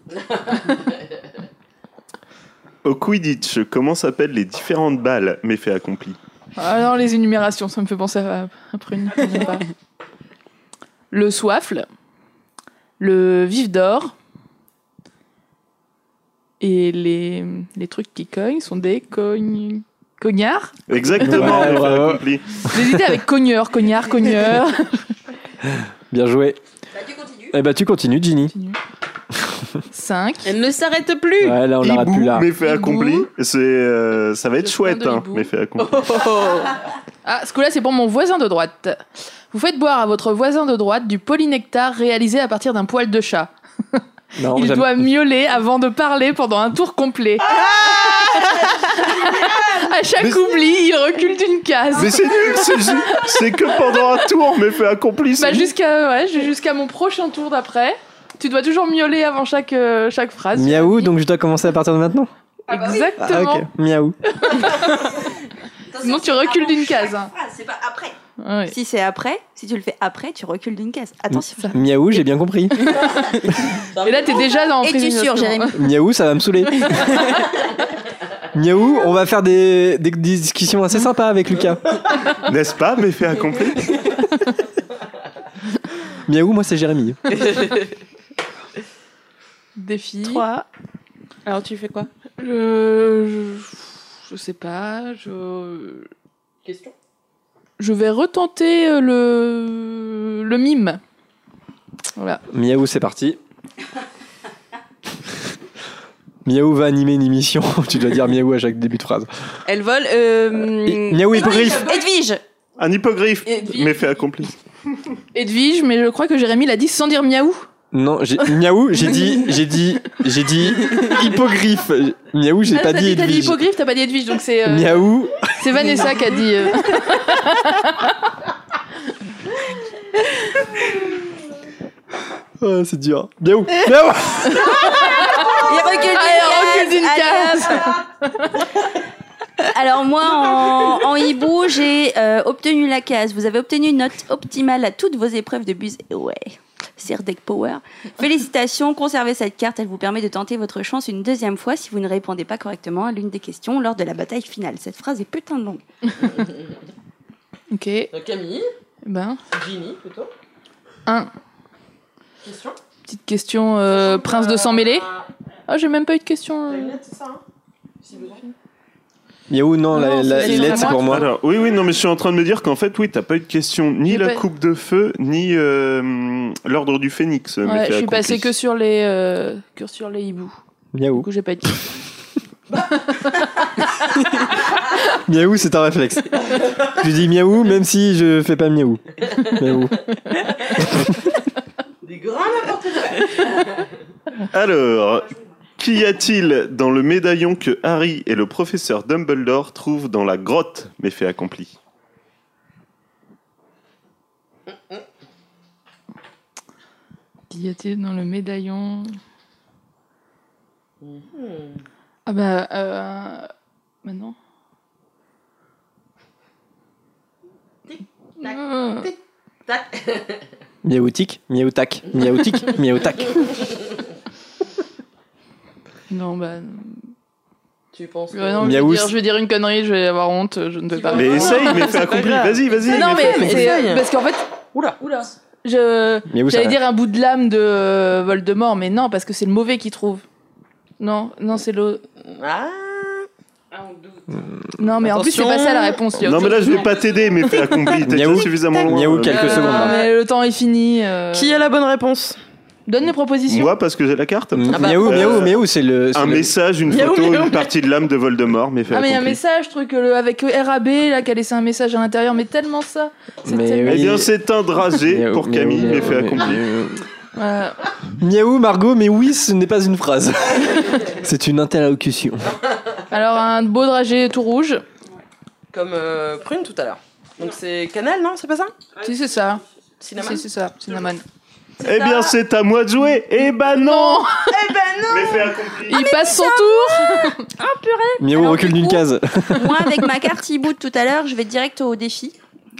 C: Au Quidditch, comment s'appellent les différentes balles, mais faits accompli
K: Ah non, les énumérations, ça me fait penser à, à Prune. j'aime pas. le soifle, le vif d'or, et les, les trucs qui cognent sont des cogn... cognards.
C: Exactement,
A: Ouais,
C: mes faits
A: bravo.
C: accomplis.
K: J'ai hésité avec cogneur, cognard, cogneur.
A: Bien joué.
D: Bah, tu continues.
A: Eh bah tu continues, Ginny.
K: 5.
J: Elle ne s'arrête plus.
A: Ouais, là on l'arrête
C: Hibou,
A: plus là.
C: mes faits
K: Hibou.
C: accomplis. C'est, euh, ça va être
K: Le
C: chouette,
K: point de
C: hein,
K: hibou. Oh.
C: mes faits accomplis.
K: Ah, ce coup-là, c'est pour mon voisin de droite. Vous faites boire à votre voisin de droite du polynectar réalisé à partir d'un poil de chat.
A: Non,
K: Il
A: j'aime-
K: doit miauler avant de parler pendant un tour complet.
D: Ah
K: [LAUGHS] à chaque
C: Mais-
K: oubli, il recule d'une case.
C: Mais c'est nul, c'est ju- c'est que pendant un tour, mais fait accompli.
K: Bah
C: c'est nul.
K: jusqu'à ouais, j'ai- jusqu'à mon prochain tour d'après. Tu dois toujours miauler avant chaque, euh, chaque phrase. bah
A: Miaou, donc je dois commencer à partir de maintenant
K: Exactement.
A: Ah, ok. Miaou.
K: Sinon, tu recules d'une case. hein.
D: C'est pas après.
K: Ouais.
D: Si c'est après, si tu le fais après, tu recules d'une case. Attention.
A: Miaou, j'ai bien
K: [LAUGHS]
A: compris.
K: Et là, t'es déjà dans hein,
D: Es-tu
K: Prise
D: sûr,
K: d'innocence.
D: Jérémy
A: Miaou, ça va me
K: [LAUGHS]
A: saouler. Miaou, on va faire des, des discussions assez sympas avec Lucas.
C: N'est-ce pas, mais fait accompli
A: Miaou, moi c'est Jérémy.
K: Défi.
J: 3. Alors tu fais quoi
K: Euh, je, je sais pas. Je. Question. Je vais retenter euh, le le mime. Voilà.
A: Miaou, c'est parti. Miaou va animer une émission. [LAUGHS] tu dois dire Miaou à chaque début de phrase.
J: Elle vole. Euh,
A: Miaou hypogriffe.
D: Edwige
C: Un hippogriffe,
K: Edwige.
C: mais fait accompli.
K: Edwige, mais je crois que Jérémy l'a dit sans dire miaou.
A: Non, j'ai Miaou, j'ai dit, j'ai dit, j'ai dit hippogriffe. Miaou, j'ai
K: Ah,
A: pas
K: t'as
A: dit
K: T'as dit
A: Edwige.
K: hippogriffe, t'as pas dit Edwige, donc c'est euh,
A: Miaou,
K: c'est Vanessa qui a dit. euh.
A: Ah, c'est dur. Miaou, Miaou.
D: Il [LAUGHS] recule d'une
K: Allez, Ah, recule d'une
D: Allez,
K: case.
D: hop. Alors moi, en, en hibou, j'ai euh, obtenu la case. Vous avez obtenu une note optimale à toutes vos épreuves de bus. Ouais. Sir Deck Power. Félicitations, conservez cette carte, elle vous permet de tenter votre chance une deuxième fois si vous ne répondez pas correctement à l'une des questions lors de la bataille finale. Cette phrase est putain de longue.
K: Ok.
B: Camille,
K: Ben
B: Ginny plutôt.
K: un.
B: Question.
K: Petite question euh, prince de sang mêlé. Ah j'ai même pas eu de question. euh.
B: c'est ça, hein Si besoin.
A: Miaou, non, la, la-
K: Non, c'est-
A: les
K: c'est
A: lettres, c'est
K: moi.
A: pour moi.
C: Alors, oui, oui, non, mais je suis en train de me dire qu'en fait, oui, t'as pas eu de question ni
K: J'ai
C: la
K: pas-
C: coupe de feu, ni euh, l'ordre du phénix. mais
K: Ouais,
C: fait
K: je suis
C: accompli.
K: passée que sur les euh, que sur les hiboux. Du
A: Miaou.
K: coup j'ai pas eu de question.
A: Miaou, c'est un réflexe. je dis miaou, même si je fais pas miaou. Miaou.
B: Des grands n'importe quoi.
C: Alors, qu'y a-t-il dans le médaillon que Harry et le professeur Dumbledore trouvent dans la grotte, mais fait accompli
K: Qu'y a-t-il dans le médaillon Ah bah euh... maintenant.
B: tac,
K: Euh,
B: Tac.
A: Miaoutique, miaoutac, miaoutique, miaoutac.
K: Non bah
B: Tu penses.
K: ouais, Euh, non, je, vais
A: Miaou,
K: dire, je vais dire une connerie, je vais avoir honte, je ne vais pas.
C: Mais
B: Ah,
C: essaye, mais fait
B: c'est pas
C: accompli.
B: grave.
C: Vas-y, vas-y. mais
K: non mais,
C: fais accompli.
K: c'est-
B: essaye.
K: parce qu'en fait
B: Oula.
K: oula je
A: Miaou, ça
K: j'allais
A: va.
K: dire un bout de lame de euh, Voldemort mais non parce que c'est le mauvais qui trouve. Non non c'est le
B: Ah. on doute.
K: non mais en plus c'est
B: Attention.
K: pas ça la réponse. il y a
C: Non,
K: autre
C: mais là, je
K: chose.
C: vais pas t'aider, mais fait accompli. T'es
A: Miaou.
C: déjà suffisamment loin.
A: Miaou,
C: Euh,
A: quelques
K: Euh,
A: secondes. là.
K: mais le temps est fini. euh.
B: Qui a la bonne réponse
K: Donne les propositions.
C: Moi, parce que j'ai la carte.
A: Mm,
B: Ah bah,
A: miaou,
C: euh,
A: miaou, miaou, c'est le. c'est
C: Un
A: le-
C: message, une
B: Miaou,
C: photo,
B: miaou.
C: une partie de l'âme de Voldemort, mais fait
K: Ah mais il y a un
C: accompli.
K: message, je trouve que le avec RAB là qui a laissé un message à l'intérieur, mais tellement ça. C'est
A: Mais
K: tellement-
A: oui.
C: Eh bien, c'est un dragé
A: Miaou,
C: pour
A: miaou,
C: Camille, mais
A: miaou,
C: fait accompli.
A: miaou.
K: Ouais.
A: Miaou, Margot, mais oui, ce n'est pas une phrase. c'est une interlocution.
K: Alors un beau dragé tout rouge.
B: Comme euh, Prune tout à l'heure. Donc c'est Canal, non C'est pas ça
K: Si c'est ça.
B: Cinéma.
K: Si c'est ça. Cinnamon.
C: Eh bien, c'est à moi de jouer. Eh ben non. Mais fait accompli.
K: Il passe son tour.
A: Miaou,
D: Alors,
A: recule
D: du
A: d'une
D: coup-
A: case.
D: Moi, avec ma carte hibou de tout à l'heure, je vais direct au défi.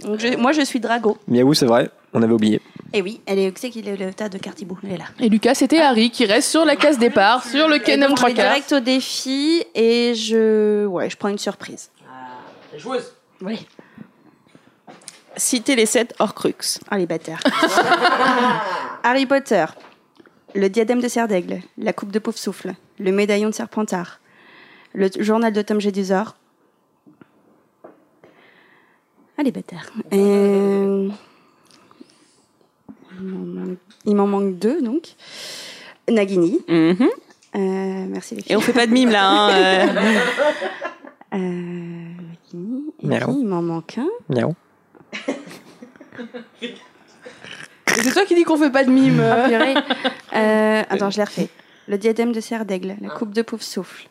D: Donc, je- moi, je suis Drago.
A: Miaou, c'est vrai, on avait oublié.
D: Et oui, elle est, c'est qu'il est le tas de cartes hibou. Elle est là.
K: Et Lucas, c'était Harry qui reste sur la case départ, sur le
D: Et
K: Kenom
D: donc, je
K: 3
D: vais direct au défi et je, ouais, je prends une surprise.
B: La joueuse.
D: Oui.
J: Citer les 7 Horcrux.
D: Ah les bâtards. [LAUGHS] Harry Potter, le diadème de Serre d'Aigle, la coupe de Pouf Souffle, le médaillon de Serpentard, le t- journal de Tom Jedusor. Ah les bâtards. Euh, il m'en manque- Il m'en manque deux donc. Nagini.
J: Mm-hmm.
D: Euh, merci les filles. [LAUGHS]
J: Et on fait pas de mime là. Hein, euh.
D: Euh, Nagini. Et
B: Miaou.
D: puis, il m'en manque un.
A: Miaou.
K: C'est toi qui dis qu'on fait pas de mime.
D: Ah, purée. Euh, attends, je les refais. Le diadème de Serre d'Aigle, la coupe de Pouf Souffle,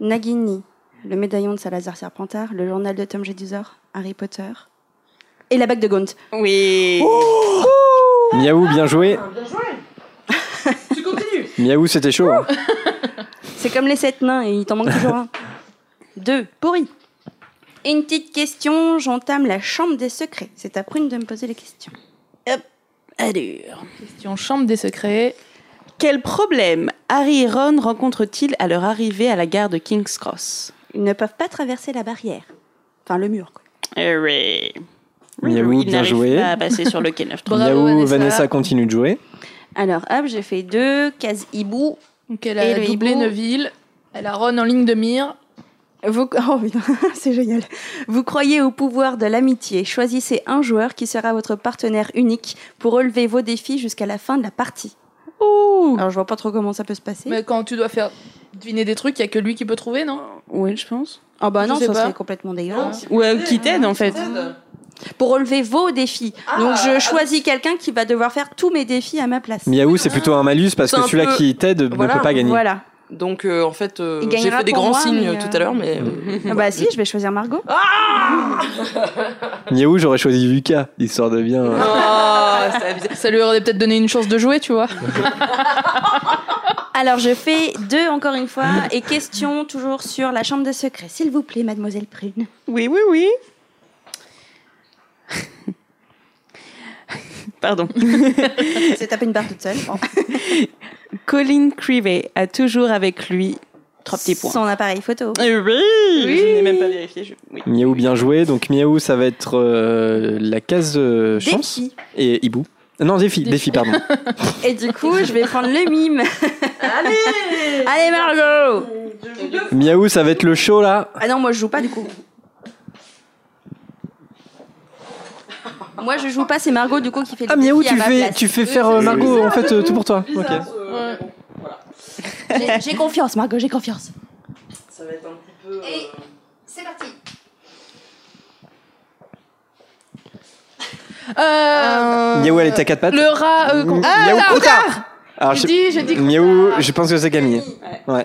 D: Nagini, le médaillon de Salazar Serpentard, le journal de Tom Jedusor, Harry Potter et la bague de Gaunt. Oui.
A: Miaou, Ah, bien joué.
D: tu continues.
A: Miaou, c'était chaud. hein.
D: C'est comme les sept nains et il t'en manque toujours un. Deux, pourri. Et une petite question, j'entame la chambre des secrets. C'est à prune de me poser les questions. Hop, allure.
K: Question chambre des secrets.
J: Quel problème Harry et Ah, Ron rencontrent-ils à leur arrivée à la gare de King's Cross
D: Ils ne peuvent pas traverser la barrière. Enfin, le mur. Quoi.
J: Hurray.
A: Miaou,
J: Il
A: bien
J: n'arrive
A: joué.
J: pas à passer sur le quai neuf.
A: Miaou, Vanessa. continue de jouer.
D: Alors, hop, j'ai fait deux, case hibou.
K: Donc elle a
D: le
K: doublé
D: hibou.
K: Neville. Elle a Ron en ligne de mire.
D: Vous... [LAUGHS] Oh, putain, c'est génial. Vous croyez au pouvoir de l'amitié. Choisissez un joueur qui sera votre partenaire unique pour relever vos défis jusqu'à la fin de la partie. Alors, je vois pas trop comment ça peut se passer.
K: Mais quand tu dois faire deviner des trucs, il y a que lui qui peut trouver, non
J: Oui, je pense.
D: Ah bah
K: Je
D: non,
K: sais
D: ça
K: pas. Ah.
D: serait complètement dégueulasse.
J: Ou euh, qui t'aide en fait
D: Pour relever vos défis.
K: Ah.
D: Donc, je choisis quelqu'un qui va devoir faire tous mes défis à ma place.
A: Miaou, c'est plutôt un malus parce
D: C'est
A: que
D: un
A: celui-là
D: peu-
A: qui t'aide
D: Voilà,
A: ne peut pas gagner.
D: Voilà.
L: Donc euh, en fait, euh,
D: Il
L: j'ai
D: gagnera
L: fait des
D: pour
L: grands
D: moi,
L: signes
D: mais,
L: tout à l'heure, mais.
B: euh,
J: [LAUGHS]
D: Ah bah si, je vais choisir Margot.
A: Miaou, j'aurais choisi Lucas, histoire de bien. euh,
B: Oh,
K: ça lui aurait peut-être donné une chance de jouer, tu vois.
D: Alors, je fais deux encore une fois et question toujours sur la chambre des secrets. S'il vous plaît, mademoiselle Prune.
J: Oui, oui, oui. [LAUGHS] Pardon.
D: C'est tapé une barre toute seule. Bon.
J: Colin Creevey a toujours avec lui trois petits points.
D: Son appareil photo.
J: Eh oui, je n'ai même pas vérifié. je- oui.
A: Miaou, bien joué. Donc Miaou, ça va être euh, la case euh, chance. Et Hibou. Non, défi, défi, pardon. [LAUGHS]
D: Et du coup, je vais prendre le mime. Allez [LAUGHS] Allez, Margot
A: Miaou, ça va être le show là.
D: Ah non, moi je joue pas du coup. Moi je joue pas, c'est Margot du coup qui fait le
A: Ah, Miaou,
D: défi à
A: tu
D: ma
A: fais,
D: place.
A: tu fais faire euh, Margot en fait euh, tout pour toi. Ok.
K: Euh,
D: J'ai- J'ai confiance, Margot, j'ai confiance.
L: Ça va être un petit
B: euh,
L: peu.
D: C'est parti.
K: Euh,
A: Miaou, elle est à quatre pattes.
K: Le rat. euh, con- Ah,
A: Miaou,
K: là,
A: trop
K: retard.
A: tard. Alors,
K: J'ai
A: je-
K: dit- j'ai dit qu'on-
A: Miaou, je pense que c'est Camille. Ouais.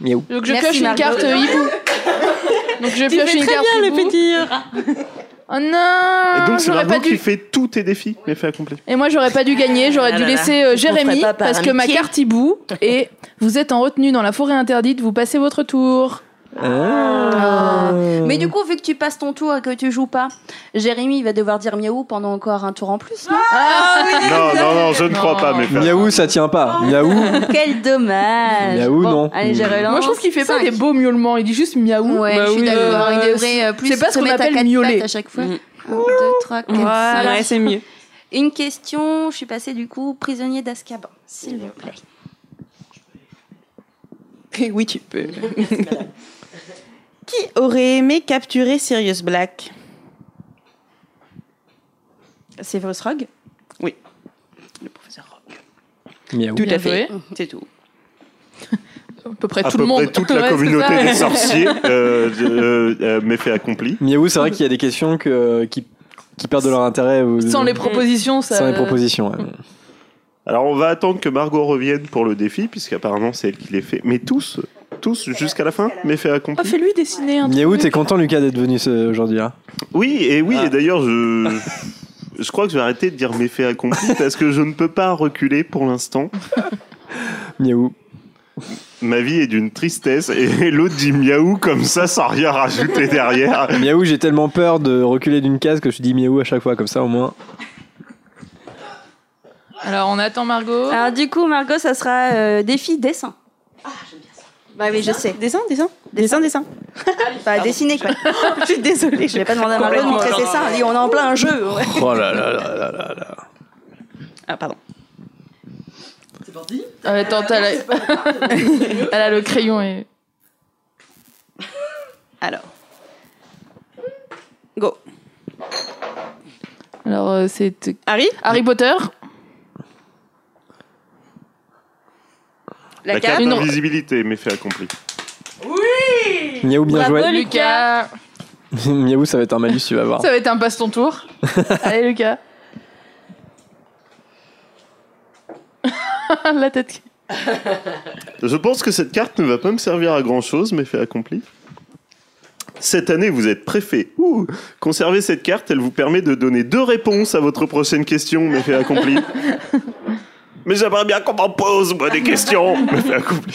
A: Miaou.
K: Donc je
D: Merci,
K: pioche une
D: Margot.
K: carte
D: [LAUGHS]
K: euh, hibou. Donc je
J: Tu
K: pioche
J: fais
K: une
J: très
K: carte
J: bien, le
K: hibou.
J: petit
K: Oh non
C: Et donc, c'est
K: j'aurais
C: Margot
K: pas dû-
C: qui fait tous tes défis, mais fait accompli.
K: Et moi j'aurais pas dû gagner, j'aurais
J: Ah
K: dû
J: là là.
K: laisser euh,
J: Je
K: Jérémy
J: comprends pas par
K: parce que ma
J: amitié.
K: carte hibou et vous êtes en retenue dans la forêt interdite, vous passez votre tour.
D: Ah.
A: Ah.
D: Euh. Mais du coup, vu que tu passes ton tour et que tu joues pas, Jérémy il va devoir dire miaou pendant encore un tour en plus. non
K: Ah,
C: Non, non, non, je ne crois pas, mais fait
A: Miaou, ça tient pas.
D: Ah.
A: Miaou.
D: Quel dommage
A: Miaou,
D: Bon,
A: non.
D: Allez, je relance.
K: Ah. Moi je trouve qu'il fait pas
D: Ah, Cinq.
K: des beaux miaulements, il dit juste miaou.
D: Ouais, je suis
K: oui,
D: d'accord.
K: euh,
D: Il devrait euh, plus
K: c'est pas ce
D: se
K: qu'on
D: mettre à
K: appelle
D: quatre
K: miauler.
D: pattes à chaque fois.
J: Mm.
D: 1, 2, 3, 4,
J: Voilà, ouais, c'est mieux.
D: Une question, je suis passée du coup prisonnier d'Azkaban, s'il vous plaît.
J: Eh oui, tu peux. Qui aurait aimé capturer Sirius Black
D: Severus Rogue
J: Le professeur Rogue.
A: Miaou.
J: Tout
K: Bien
J: à fait. Mhm.
K: joué.
J: C'est tout.
K: À peu près
C: à
K: tout
C: peu
K: le monde.
C: près toute la
K: [LAUGHS] Ouais, c'est ça.
C: communauté des sorciers, euh, euh, euh, mais fait accompli.
A: Miaou, c'est vrai qu'il y a des questions que, qui, qui perdent de leur intérêt. au-
K: [LAUGHS] Sans les propositions, ça. euh,
A: sans les propositions. ouais.
C: Alors on va attendre que Margot revienne pour le défi, puisqu'apparemment c'est elle qui les fait. Mais tous, tous jusqu'à la fin, mais fait
K: Oh,
J: Ah,
C: accompli.
J: fais-lui dessiner un
A: Miaou, t'es
J: truc.
A: content, Lucas, d'être venu ce- aujourd'hui hein
C: Oui, et oui,
A: Ah.
C: et d'ailleurs je... Je crois que je vais arrêter de dire mes faits accomplis parce que je ne peux pas reculer pour l'instant.
A: Miaou.
C: Ma vie est d'une tristesse et l'autre dit miaou comme ça sans rien rajouter derrière.
A: Miaou, j'ai tellement peur de reculer d'une case que je dis miaou à chaque fois, comme ça au moins.
K: Alors on attend Margot.
D: Alors du coup, Margot, ça sera euh, défi dessin. Ah, j'aime bien ça. Bah oui, je sais.
J: Dessin, dessin, dessin, dessin.
D: Bah, dessiner quoi.
J: Je suis désolée,
D: [LAUGHS]
J: je
D: Je vais pas demander à Margot de montrer ses seins. Dis, On est en plein jeu. ouais.
A: Oh là là là là là là.
J: Ah, pardon.
L: C'est parti
K: Ah, attends, t'as la-
D: [LAUGHS]
K: elle a le crayon et.
J: Alors. Go.
K: Alors euh, c'est
J: Harry,
K: Harry Potter.
J: la,
C: La
J: carte.
C: carte
K: Une-
C: invisibilité, mais fait accompli.
A: Miaou, bien
K: Bravo,
A: joué.
K: Lucas.
A: [LAUGHS] Miaou, ça va être un malus, tu vas voir.
K: Ça va être un passe ton [LAUGHS] tour. Allez, Lucas. [LAUGHS] La tête. qui-
C: Je pense que cette carte ne va pas me servir à grand chose, mais fait accompli. Cette année, vous êtes préfet. Ouh Conservez cette carte, elle vous permet de donner deux réponses à votre prochaine question, mais fait accompli. [LAUGHS] mais j'aimerais bien qu'on m'en pose, moi, des questions, [LAUGHS] mais fait accompli.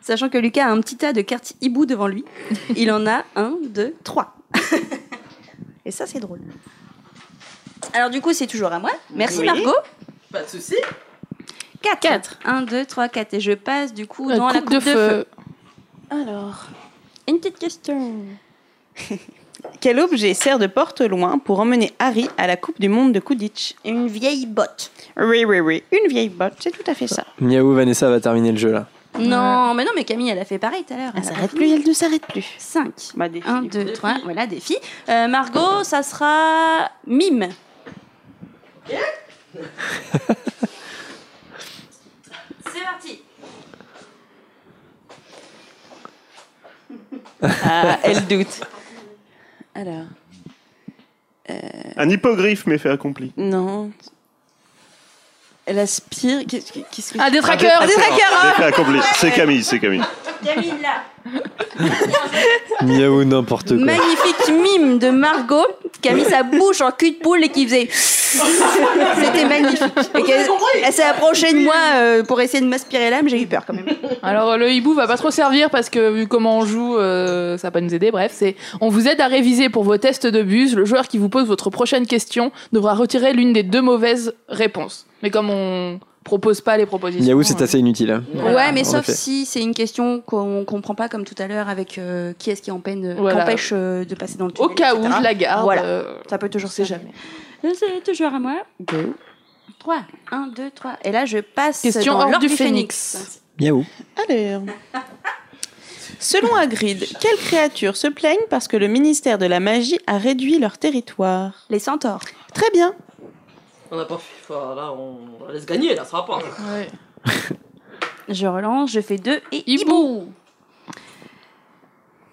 D: Sachant que Lucas a un petit tas de cartes hibou devant [LAUGHS] lui. Il en a un, deux, trois. [LAUGHS] Et ça, c'est drôle. Alors, du coup, c'est toujours à moi. Merci,
L: Oui.
D: Margot.
L: Pas de souci.
D: 4. 1, 2, 3, 4. Et je passe, du coup,
K: La
D: dans la
K: Euh, coupe
D: coupe
K: de
D: de,
K: feu. Ah,
D: feu. Alors, une petite question.
J: Quel objet sert de porte loin pour emmener Harry à la Coupe du Monde de Kudich
D: Une vieille botte.
J: Oui, oui, oui. Une vieille botte, Bah, c'est tout à fait ça.
A: Miaou, Vanessa va terminer le jeu là.
D: Non, mais non, mais Camille, elle a fait pareil tout à l'heure. Elle s'arrête plus, elle
J: ne s'arrête plus. Bah,
D: 5. 1, 2, 3, voilà, défi. Euh, Margot, ça sera [LAUGHS] mime. C'est parti.
J: Ah, elle doute. Alors,
C: Un hippogriffe, mais fait accompli.
J: non. Elle aspire. Qu'est-ce que- qu'est-ce que.
K: Ah, des trackers
J: Ah, des trackers hein
C: Mais fait accompli. C'est Camille, c'est Camille.
D: Camille, là.
A: Miaou, n'importe quoi.
D: Magnifique mime de Margot qui a mis sa bouche en cul de poule et qui [LAUGHS] faisait. C'était magnifique. Et qu'elle- elle s'est approchée de moi euh, pour essayer de m'aspirer là, mais j'ai eu peur quand même.
K: Alors, le hibou va pas trop servir parce que, vu comment on joue, euh, ça va pas nous aider. Bref, c'est on vous aide à réviser pour vos tests de buse. Le joueur qui vous pose votre prochaine question devra retirer l'une des deux mauvaises réponses. Mais comme on propose pas les propositions. euh,
A: Miaou, c'est assez inutile. hein.
D: ouais, mais
A: En
D: sauf
A: effet.
D: si c'est une question qu'on comprend pas comme tout à l'heure avec euh, qui est-ce qui en peine,
K: Voilà.
D: qu'empêche euh, de passer dans le
K: Au
D: tunnel.
K: cas où,
D: etc..
K: je la garde.
D: Voilà.
K: euh,
D: Ça peut toujours se jamais. C'est toujours à moi. 3, 1, 2, 3. Et là, je passe
J: Question
D: dans
J: hors
D: l'ordre
J: du
D: Euh, du phénix.
J: phénix.
A: Miaou.
J: Alors. Selon Hagrid, quelles créatures se plaignent parce que le ministère de la magie a réduit leur territoire
D: Les centaures.
J: Très bien.
L: On n'a pas fait. enfin, Là, on on la laisse gagner, là, ça va pas.
D: Je relance, je fais 2 et hibou.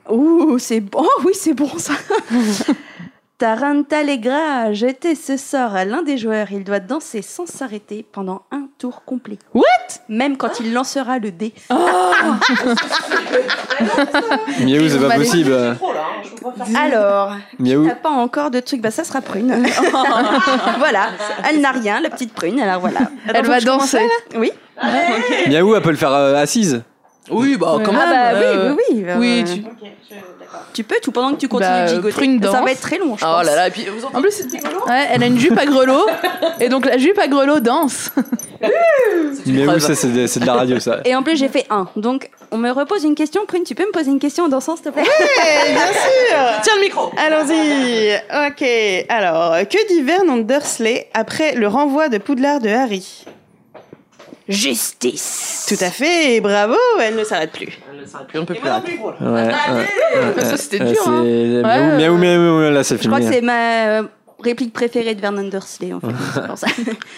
D: Ouh, c'est bon. [LAUGHS] Oh oui, c'est bon ça. Taranta Legra a jeté ce sort à l'un des joueurs. Il doit danser sans s'arrêter pendant un tour complet.
J: What
D: Même quand il lancera le dé.
A: Miaou, c'est pas
L: bah.
A: possible.
L: hein,
D: Alors,
A: Miaou.
D: t'as pas encore de truc, bah ça sera prune. voilà, elle n'a rien, la petite prune. Alors voilà.
K: Elle va
D: faut que je commence,
K: danser.
D: là Oui.
A: Miaou, elle peut le faire euh, assise.
L: Oui, bah
D: quand Ah, même, bah, euh, oui, oui, oui, euh,
L: oui,
D: tu- Tu peux tout pendant que tu continues
K: Bah,
D: de
K: euh,
D: gigoter.
K: prune
D: ça
K: danse.
D: va être très long, je
L: Oh
D: pense.
L: là là, et puis vous
K: En plus, ouais, elle a une jupe à grelot. et donc, la jupe à grelot danse.
A: Miaou, ça, c'est de, c'est de la radio ça.
D: Et en plus, j'ai fait un. Donc, on me repose une question. Prune, tu peux me poser une question en dansant, s'il te plaît
J: Eh, bien sûr
L: Tiens le micro
J: Allons-y Ok, alors, que dit Vernon Dursley après le renvoi de Poudlard de Harry
D: Justice
J: Tout à fait, bravo, elle ne s'arrête plus.
L: Puis on peut plus arrêter.
A: Ouais, ouais, ouais,
J: Ça,
A: ouais.
J: c'était
A: Ouais,
J: dur, hein.
A: c'est-
J: Ouais,
A: Miaou, miaou, miaou, miaou, là, c'est
D: Je
A: fini. hein.
D: crois que c'est ma euh, réplique préférée de Vernon Dursley, en fait. c'est pour ça.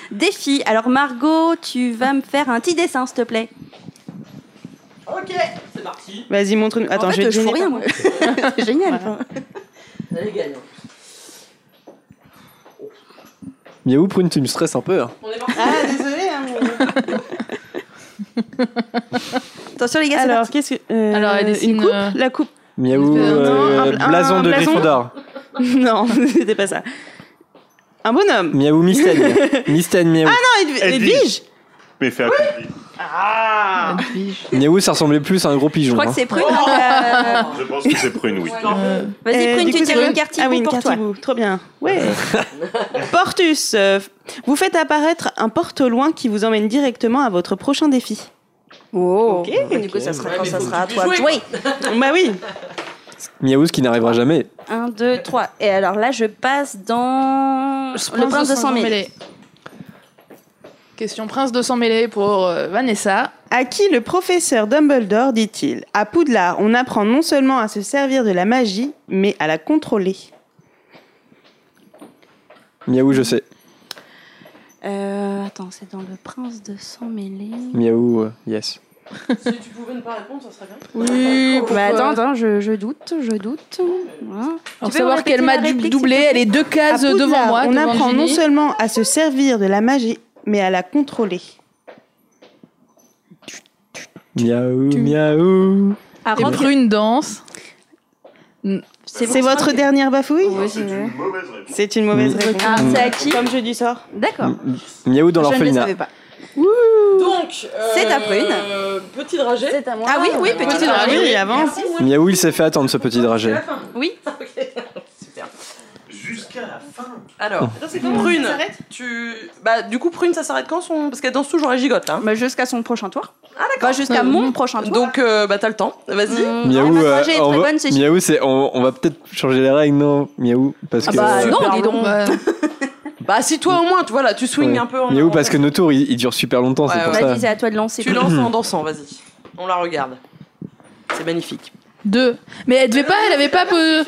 D: Défi. Alors, Margot, tu vas me faire un petit dessin, s'il te plaît.
L: Ok, c'est parti.
J: Vas-y, montre-nous. Attends,
D: en fait,
J: je vais
D: je fais
J: deviner
D: rien,
J: par
D: moi.
J: contre.
D: [LAUGHS] C'est génial.
L: Allez, gagne.
A: Miaou, prune, tu me stresses un peu. hein.
J: Ah, désolé. hein, mais-
D: Attention, les gars,
J: Alors, qu'est-ce que. euh,
K: Alors, elle dessine,
J: Une coupe
K: euh,
J: La coupe [LAUGHS]
A: Miaou,
J: Non,
A: euh,
J: un bla- un
A: blason de
J: blason.
A: Gryffondor.
J: Non, [LAUGHS] c'était pas ça. Un bonhomme.
A: Miaou, Mistène. Mistène, Miaou.
J: Ah non, Ed-
A: Edwige.
J: Edwige
C: Mais fait accompli.
J: Ah
A: Miaou, ça ressemblait plus à un gros pigeon.
D: Je crois que
A: hein.
D: c'est prune. donc, euh,
B: Ah.
C: Je pense que c'est prune, oui.
D: Vas-y,
J: Euh,
D: prune,
J: du
D: tu
J: coup,
D: tires
J: c'est
D: une carte
J: Ah oui, une
D: pour
J: carte
D: toi.
J: hibou, trop bien. Ouais. [LAUGHS] Portus, euh, vous faites apparaître un porte au loin qui vous emmène directement à votre prochain défi.
D: Oh.
J: Ok,
D: Du coup, ça sera
L: Ouais,
D: quand
L: mais
D: ça
L: faut
D: sera à
L: que tu
D: toi de
L: puisses
D: jouer.
J: bah oui.
A: Miaou, ce qui n'arrivera jamais.
D: 1, 2, 3. Et alors là, je passe dans le prince de 100 000.
K: Question prince de 100 mêlés pour euh, Vanessa.
J: À qui le professeur Dumbledore dit-il À Poudlard, on apprend non seulement à se servir de la magie, mais à la contrôler.
A: Miaou, je sais.
D: Euh, attends, c'est dans le prince de sang mêlé.
A: Miaou, euh, yes.
B: si tu pouvais ne pas répondre, ça serait bien.
D: Oui,
B: Pourquoi
D: mais Bah, attends, attends, je, je doute, je doute. Voilà.
K: Pour
D: Tu peux
K: savoir
D: me
K: qu'elle
D: répéter
K: m'a
D: la réplique,
K: doublé,
D: s'il te
K: elle est deux
D: plaît
K: cases.
J: À
K: euh, devant
J: Poudlard,
K: moi,
J: On
K: devant
J: apprend non
K: Julie.
J: seulement à se servir de la magie, mais à la contrôler.
A: Miaou, miaou.
K: Et prune danse.
J: C'est votre dernière bafouille C'est une mauvaise
A: Mm.
J: réponse.
A: Ah, c'est à
J: qui Comme je dis sort.
D: D'accord.
A: Miaou dans
J: Je ne le
A: l'orphelinat.
J: savais pas.
B: Donc,
J: C'est à
B: après
J: Prune.
B: Petit dragé. C'est à moi.
J: Ah
K: euh,
J: oui, oui, petit dragé. Oui, avant.
A: Miaou, il s'est fait attendre ce petit dragé.
B: Oui. Super. Jusqu'à la fin. Alors,
D: Oh.
B: c'est
D: Mmh.
B: Prune,
D: Ça s'arrête
B: tu... Bah, du coup, Prune, ça s'arrête quand son... Parce qu'elle danse toujours, elle gigote. Hein.
D: bah, jusqu'à son prochain tour.
B: Ah, d'accord.
D: Bah, jusqu'à mon prochain tour.
B: Donc, euh, bah, t'as le temps. Vas-y.
D: Mm.
A: Miaou,
D: ma
A: euh,
D: dragée est
A: on,
D: très
A: va-
D: bonne, c'est-
A: Miaou, c'est- on, on va peut-être changer les règles, non Miaou, parce
B: Ah
A: que euh,
B: bah, non, dis donc.
K: Bah,
B: bah, si toi au moins, tu vois, là, tu swings
A: Ouais.
B: un peu en.
A: Miaou, parce que nos tours ils, ils durent super longtemps, c'est pour ça.
B: à toi de lancer. Tu lances en dansant, vas-y. On la regarde. C'est magnifique.
K: Deux. Mais elle devait pas, elle avait pas. peu-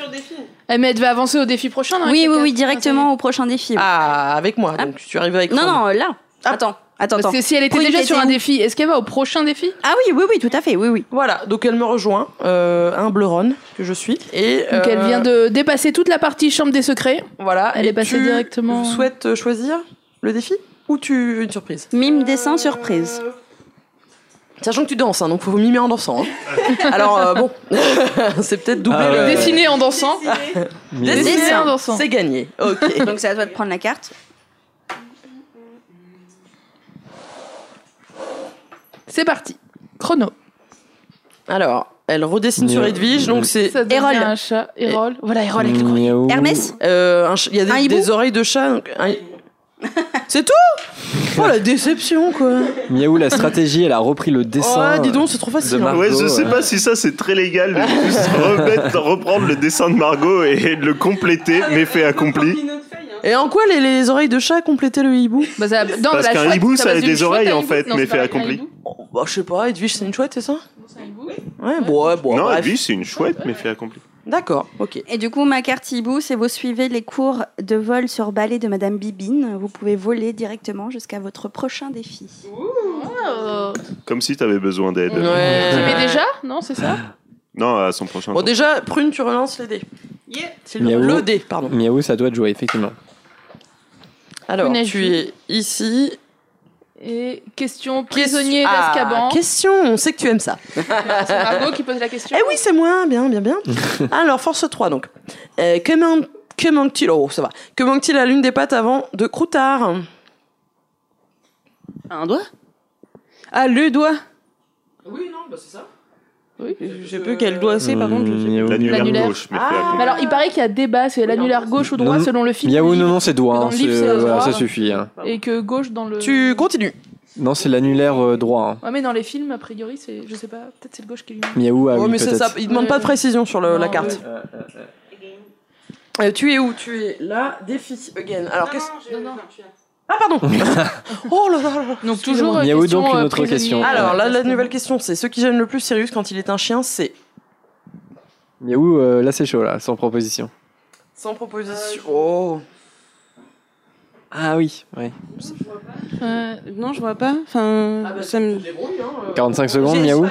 K: Elle- Mais elle devait avancer au défi prochain. non,
D: Oui,
K: avec
D: oui,
K: les
D: oui,
K: quatre.
D: directement au prochain défi.
B: Ah, avec moi, donc tu arrives avec
D: Non,
B: Sandra.
D: non, là. Attends, attends,
K: Parce
D: attends.
K: que si elle était
D: Prune,
K: déjà sur
D: t'étais
K: un
D: où
K: défi, est-ce qu'elle va au prochain défi
D: Ah oui, oui, oui, tout à fait, oui, oui.
B: Voilà, donc elle me rejoint, euh, un bleuron que je suis. Et,
K: Donc elle
B: euh,
K: vient de dépasser toute la partie chambre des secrets.
B: Voilà,
K: Elle
B: et
K: est passée
B: tu
K: directement.
B: souhaites euh, choisir le défi ou tu veux une surprise
D: Mime, dessin, surprise.
B: Sachant que tu danses, hein, donc faut mimer en dansant. hein.
K: [LAUGHS]
B: Alors euh, bon, [LAUGHS] c'est peut-être doubler
A: Ah ouais.
B: le.
K: Dessiner en dansant.
A: Miaou.
B: Dessiner
D: Dessin.
B: en dansant. C'est gagné.
K: [LAUGHS]
B: Ok.
D: Donc c'est à toi de prendre la carte.
K: C'est parti. Chrono.
B: Alors, elle redessine sur
A: Miaou.
B: Edwige, donc c'est.
K: Ça devient
D: Hérole.
K: un chat. Hérole. Voilà, Hérole avec le gros.
A: Miaou.
D: Hermès
B: Euh, un ch- Il y a
D: Un
B: des,
D: hibou
B: des oreilles de chat. donc un-
K: [LAUGHS]
B: C'est tout Oh la déception quoi
A: Miaou, la stratégie, elle a repris le dessin.
B: Ouais, dis donc, c'est trop facile.
A: euh, de
B: hein.
A: Margot,
C: Ouais, je sais
A: ouais.
C: pas si ça c'est très légal de juste remettre, reprendre le dessin de Margot et de le compléter, mais fait accompli.
B: Et en quoi les, les oreilles de chat complétaient le hibou
K: Bah, ça- non,
C: Parce
K: la
C: qu'un
K: chouette,
C: hibou, ça
K: passe
C: a
K: d'une
C: des
K: chouette
C: oreilles,
K: à un
C: en
K: hibou.
C: fait,
K: Non,
C: mais
K: c'est
C: fait
K: pas un
C: accompli.
K: hibou.
B: Oh, Bah je sais pas, Edwige c'est une chouette, c'est ça Ouais, bon, ouais, bon,
C: non,
B: bref.
C: lui c'est une chouette, mais fait accompli.
B: D'accord, ok.
D: Et du coup, ma carte hibou, c'est vous suivez les cours de vol sur balai de Madame Bibine. Vous pouvez voler directement jusqu'à votre prochain défi.
K: Oh.
C: Comme si t'avais besoin d'aide.
K: Tu
B: Mm. Ouais.
K: mets déjà Non, c'est ça
C: Non, à son prochain
B: Bon,
C: tour.
B: déjà, Prune, tu relances les dés. C'est le,
A: Miaou.
B: le dé, pardon.
A: Miaou, ça doit être joué, effectivement.
B: Alors,
K: Prune,
B: tu
K: elle
B: es ici.
K: Et question
B: Question-
K: prisonnier
B: Ah,
K: d'Azkaban.
B: question, on sait que tu aimes ça.
K: C'est Margot qui pose la question.
B: Eh oui, c'est moi, bien, bien, bien. Alors, force 3, donc. Euh, que man- que manque-t-il Oh, ça va. Que manque-t-il à l'une des pattes avant de croutard
J: Un doigt Ah, le doigt
B: Oui, non, bah c'est ça.
K: Oui.
B: Je sais plus quel doigt c'est, par contre, je sais
A: Miaou,
C: L'annulaire
K: L'annulaire.
C: gauche, mais fait
B: Ah.
K: Mais
C: accompli.
K: alors, il paraît qu'il y a débat, c'est l'annulaire gauche ou droit
A: Non.
K: selon le film.
A: Miaou, non, non, c'est doigt.
K: Dans
A: hein,
K: le livre,
A: c'est-
K: c'est le
A: voilà,
K: droit.
A: ça suffit. hein.
K: Et que gauche dans le.
B: Tu continues.
A: Non, c'est l'annulaire euh, droit. hein.
K: Ouais, mais dans les films, a priori, c'est. Je sais pas, peut-être c'est le gauche qui est lui.
A: Miaou, ah
B: Oh,
A: oui,
B: mais c'est
A: peut-être.
B: ça, il demande pas de précision sur le-
K: Non, euh,
B: la
K: oui.
B: carte. Euh, tu es où Tu es là, défi again. Alors, qu'est-ce.
K: non,
B: Ah,
A: [LAUGHS]
B: pardon [LAUGHS] Oh là là là
K: Donc, toujours. euh,
A: Miaou,
K: question,
A: donc, une
K: euh,
A: autre
K: prisonnier.
A: question.
B: Alors, là, la nouvelle question, c'est ce qui gêne le plus Sirius quand il est un chien, c'est.
A: Miaou, euh, là, c'est chaud, là, sans proposition.
B: Sans proposition. Oh
A: Ah oui, ouais.
J: Euh, Non, je vois pas. Enfin,
B: Ah, bah,
J: ça me-
B: hein, euh.
A: 45 secondes,
J: J'ai-
A: Miaou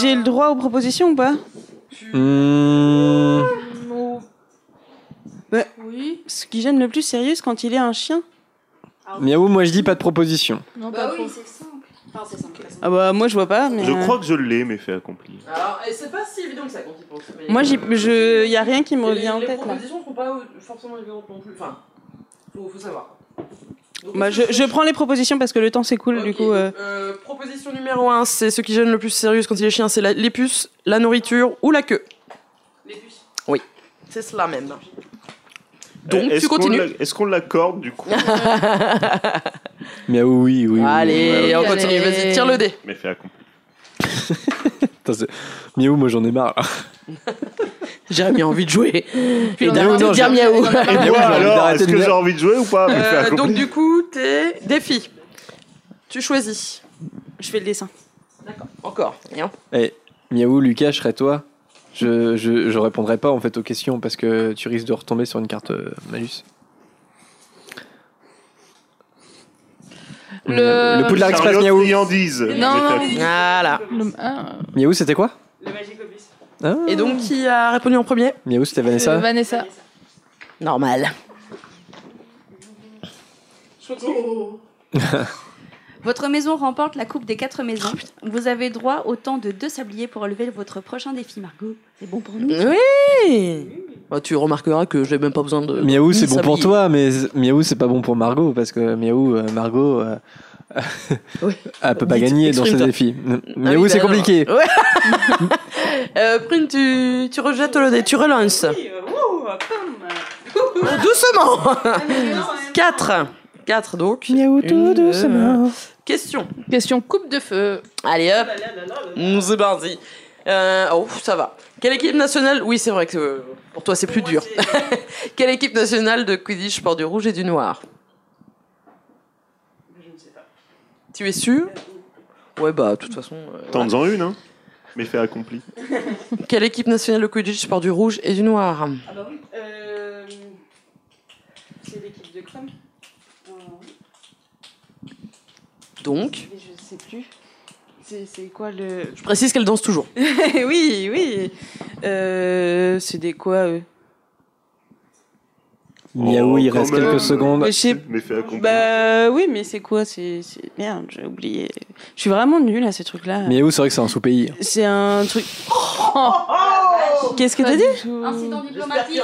J: J'ai le droit aux propositions ou pas
A: Mmh.
K: Oui.
J: Ce qui gêne le plus Sirius quand il est un chien
A: Miaou, moi, je dis pas de proposition.
K: Non, pas trop.
D: Oh, bah c'est simple. Enfin, c'est simple.
J: Ah bah, moi, je vois pas, mais...
C: Je
J: euh,
C: crois que je l'ai, mais fait accompli.
B: Alors, c'est pas si évident que ça quand il pense.
J: Moi, j'y- je... y a rien qui me revient en tête, là.
B: propositions sont pas euh, forcément évidentes non plus. Enfin, faut, savoir.
J: Bah, je, je prends les propositions parce que le temps s'écoule, du coup... euh,
B: proposition numéro 1, c'est ce qui gêne le plus Sirius quand il est chien, c'est la- les puces, la nourriture ou la queue. Les puces Oui. C'est cela même. Donc,
C: Euh, Est-ce
B: tu
C: qu'on
B: continues.
C: l'a- Est-ce qu'on l'accorde du coup
J: [LAUGHS]
A: Miaou, oui, oui. oui.
B: Allez,
C: Ouais,
B: on
K: ok.
B: continue,
K: Allez.
B: vas-y, tire le dé.
C: Mais fait accompli.
A: Putain, c'est- Miaou, moi, j'en ai marre. là.
B: Jérémy a envie de [LAUGHS] jouer.
C: Eh
B: Et
A: on a marre
B: d'arrêter de
A: de
B: dire
A: jouer.
C: [LAUGHS]
B: miaou.
C: Et
A: Miaou,
C: moi
A: j'ai envie
C: alors,
A: d'arrêter
C: est-ce
A: de
C: que
A: dire-
C: j'ai envie de jouer ou pas Mais fait
B: Euh, donc
C: accompli.
B: du coup, t'es défi. Tu choisis.
J: Je fais le dessin.
B: D'accord. Encore. Rien.
A: Eh, Miaou, Lucas, je serais toi. Je, je, je répondrai pas en fait aux questions parce que tu risques de retomber sur une carte euh, malus. Le- le Poudlard Express Miaou.
C: Friandise.
B: Non, non. Voilà.
A: Miaou, c'était quoi Ah.
B: Et donc, qui a répondu en premier
A: Miaou, c'était
K: euh,
A: Vanessa
K: Vanessa.
B: Normal.
D: Votre maison remporte la Coupe des quatre maisons. Vous avez droit au temps de deux sabliers pour relever votre prochain défi, Margot. C'est bon pour nous
B: Oui Bah, Tu remarqueras que j'ai même pas besoin de.
A: Miaou,
B: ni
A: c'est bon pour
B: s'habiller.
A: toi, mais z- Miaou, c'est pas bon pour Margot, parce que Miaou, euh, Margot, euh, [LAUGHS] elle peut pas
B: Dites,
A: gagner dans ce
B: exprime-toi.
A: défi.
B: Ah
A: Miaou,
B: oui,
A: c'est
B: bah, non.
A: compliqué.
B: Ouais. [LAUGHS] Euh, Prune, tu, tu rejettes le dé, tu relances. Oh, doucement [LAUGHS] 4 4 donc. Une, deux.
J: euh,
B: Question.
K: Question coupe de feu.
B: Allez hop, Mmh, c'est parti. Euh, oh, ça va. Quelle équipe nationale Oui, c'est vrai que euh, pour toi c'est plus dur. [LAUGHS] Quelle équipe nationale de Quidditch porte du rouge et du noir Tu es sûr Ouais, bah, de toute façon. euh,
C: Tente-en une, hein. Mais fait accompli.
B: Quelle équipe nationale de Quidditch porte du rouge et du noir
D: Ah bah Euh,
M: C'est l'équipe de Chrome.
B: Donc,
M: Mais je sais plus. C'est c'est quoi le. [LAUGHS]
B: je précise qu'elle danse toujours.
M: Eh oui, oui. Euh, c'est des quoi eux
A: Miaou, il
C: Oh, quand
A: reste
C: même.
A: quelques secondes.
M: Mais je sais-
C: Mais fait accompli.
M: Bah oui, mais c'est quoi C'est c'est- merde, j'ai oublié. Je suis vraiment nulle à ces trucs-là.
A: Miaou, c'est vrai que c'est un sous-pays.
M: C'est un truc. Qu'est-ce que t'as dit
D: Oh
M: Euh,
D: Incident diplomatique.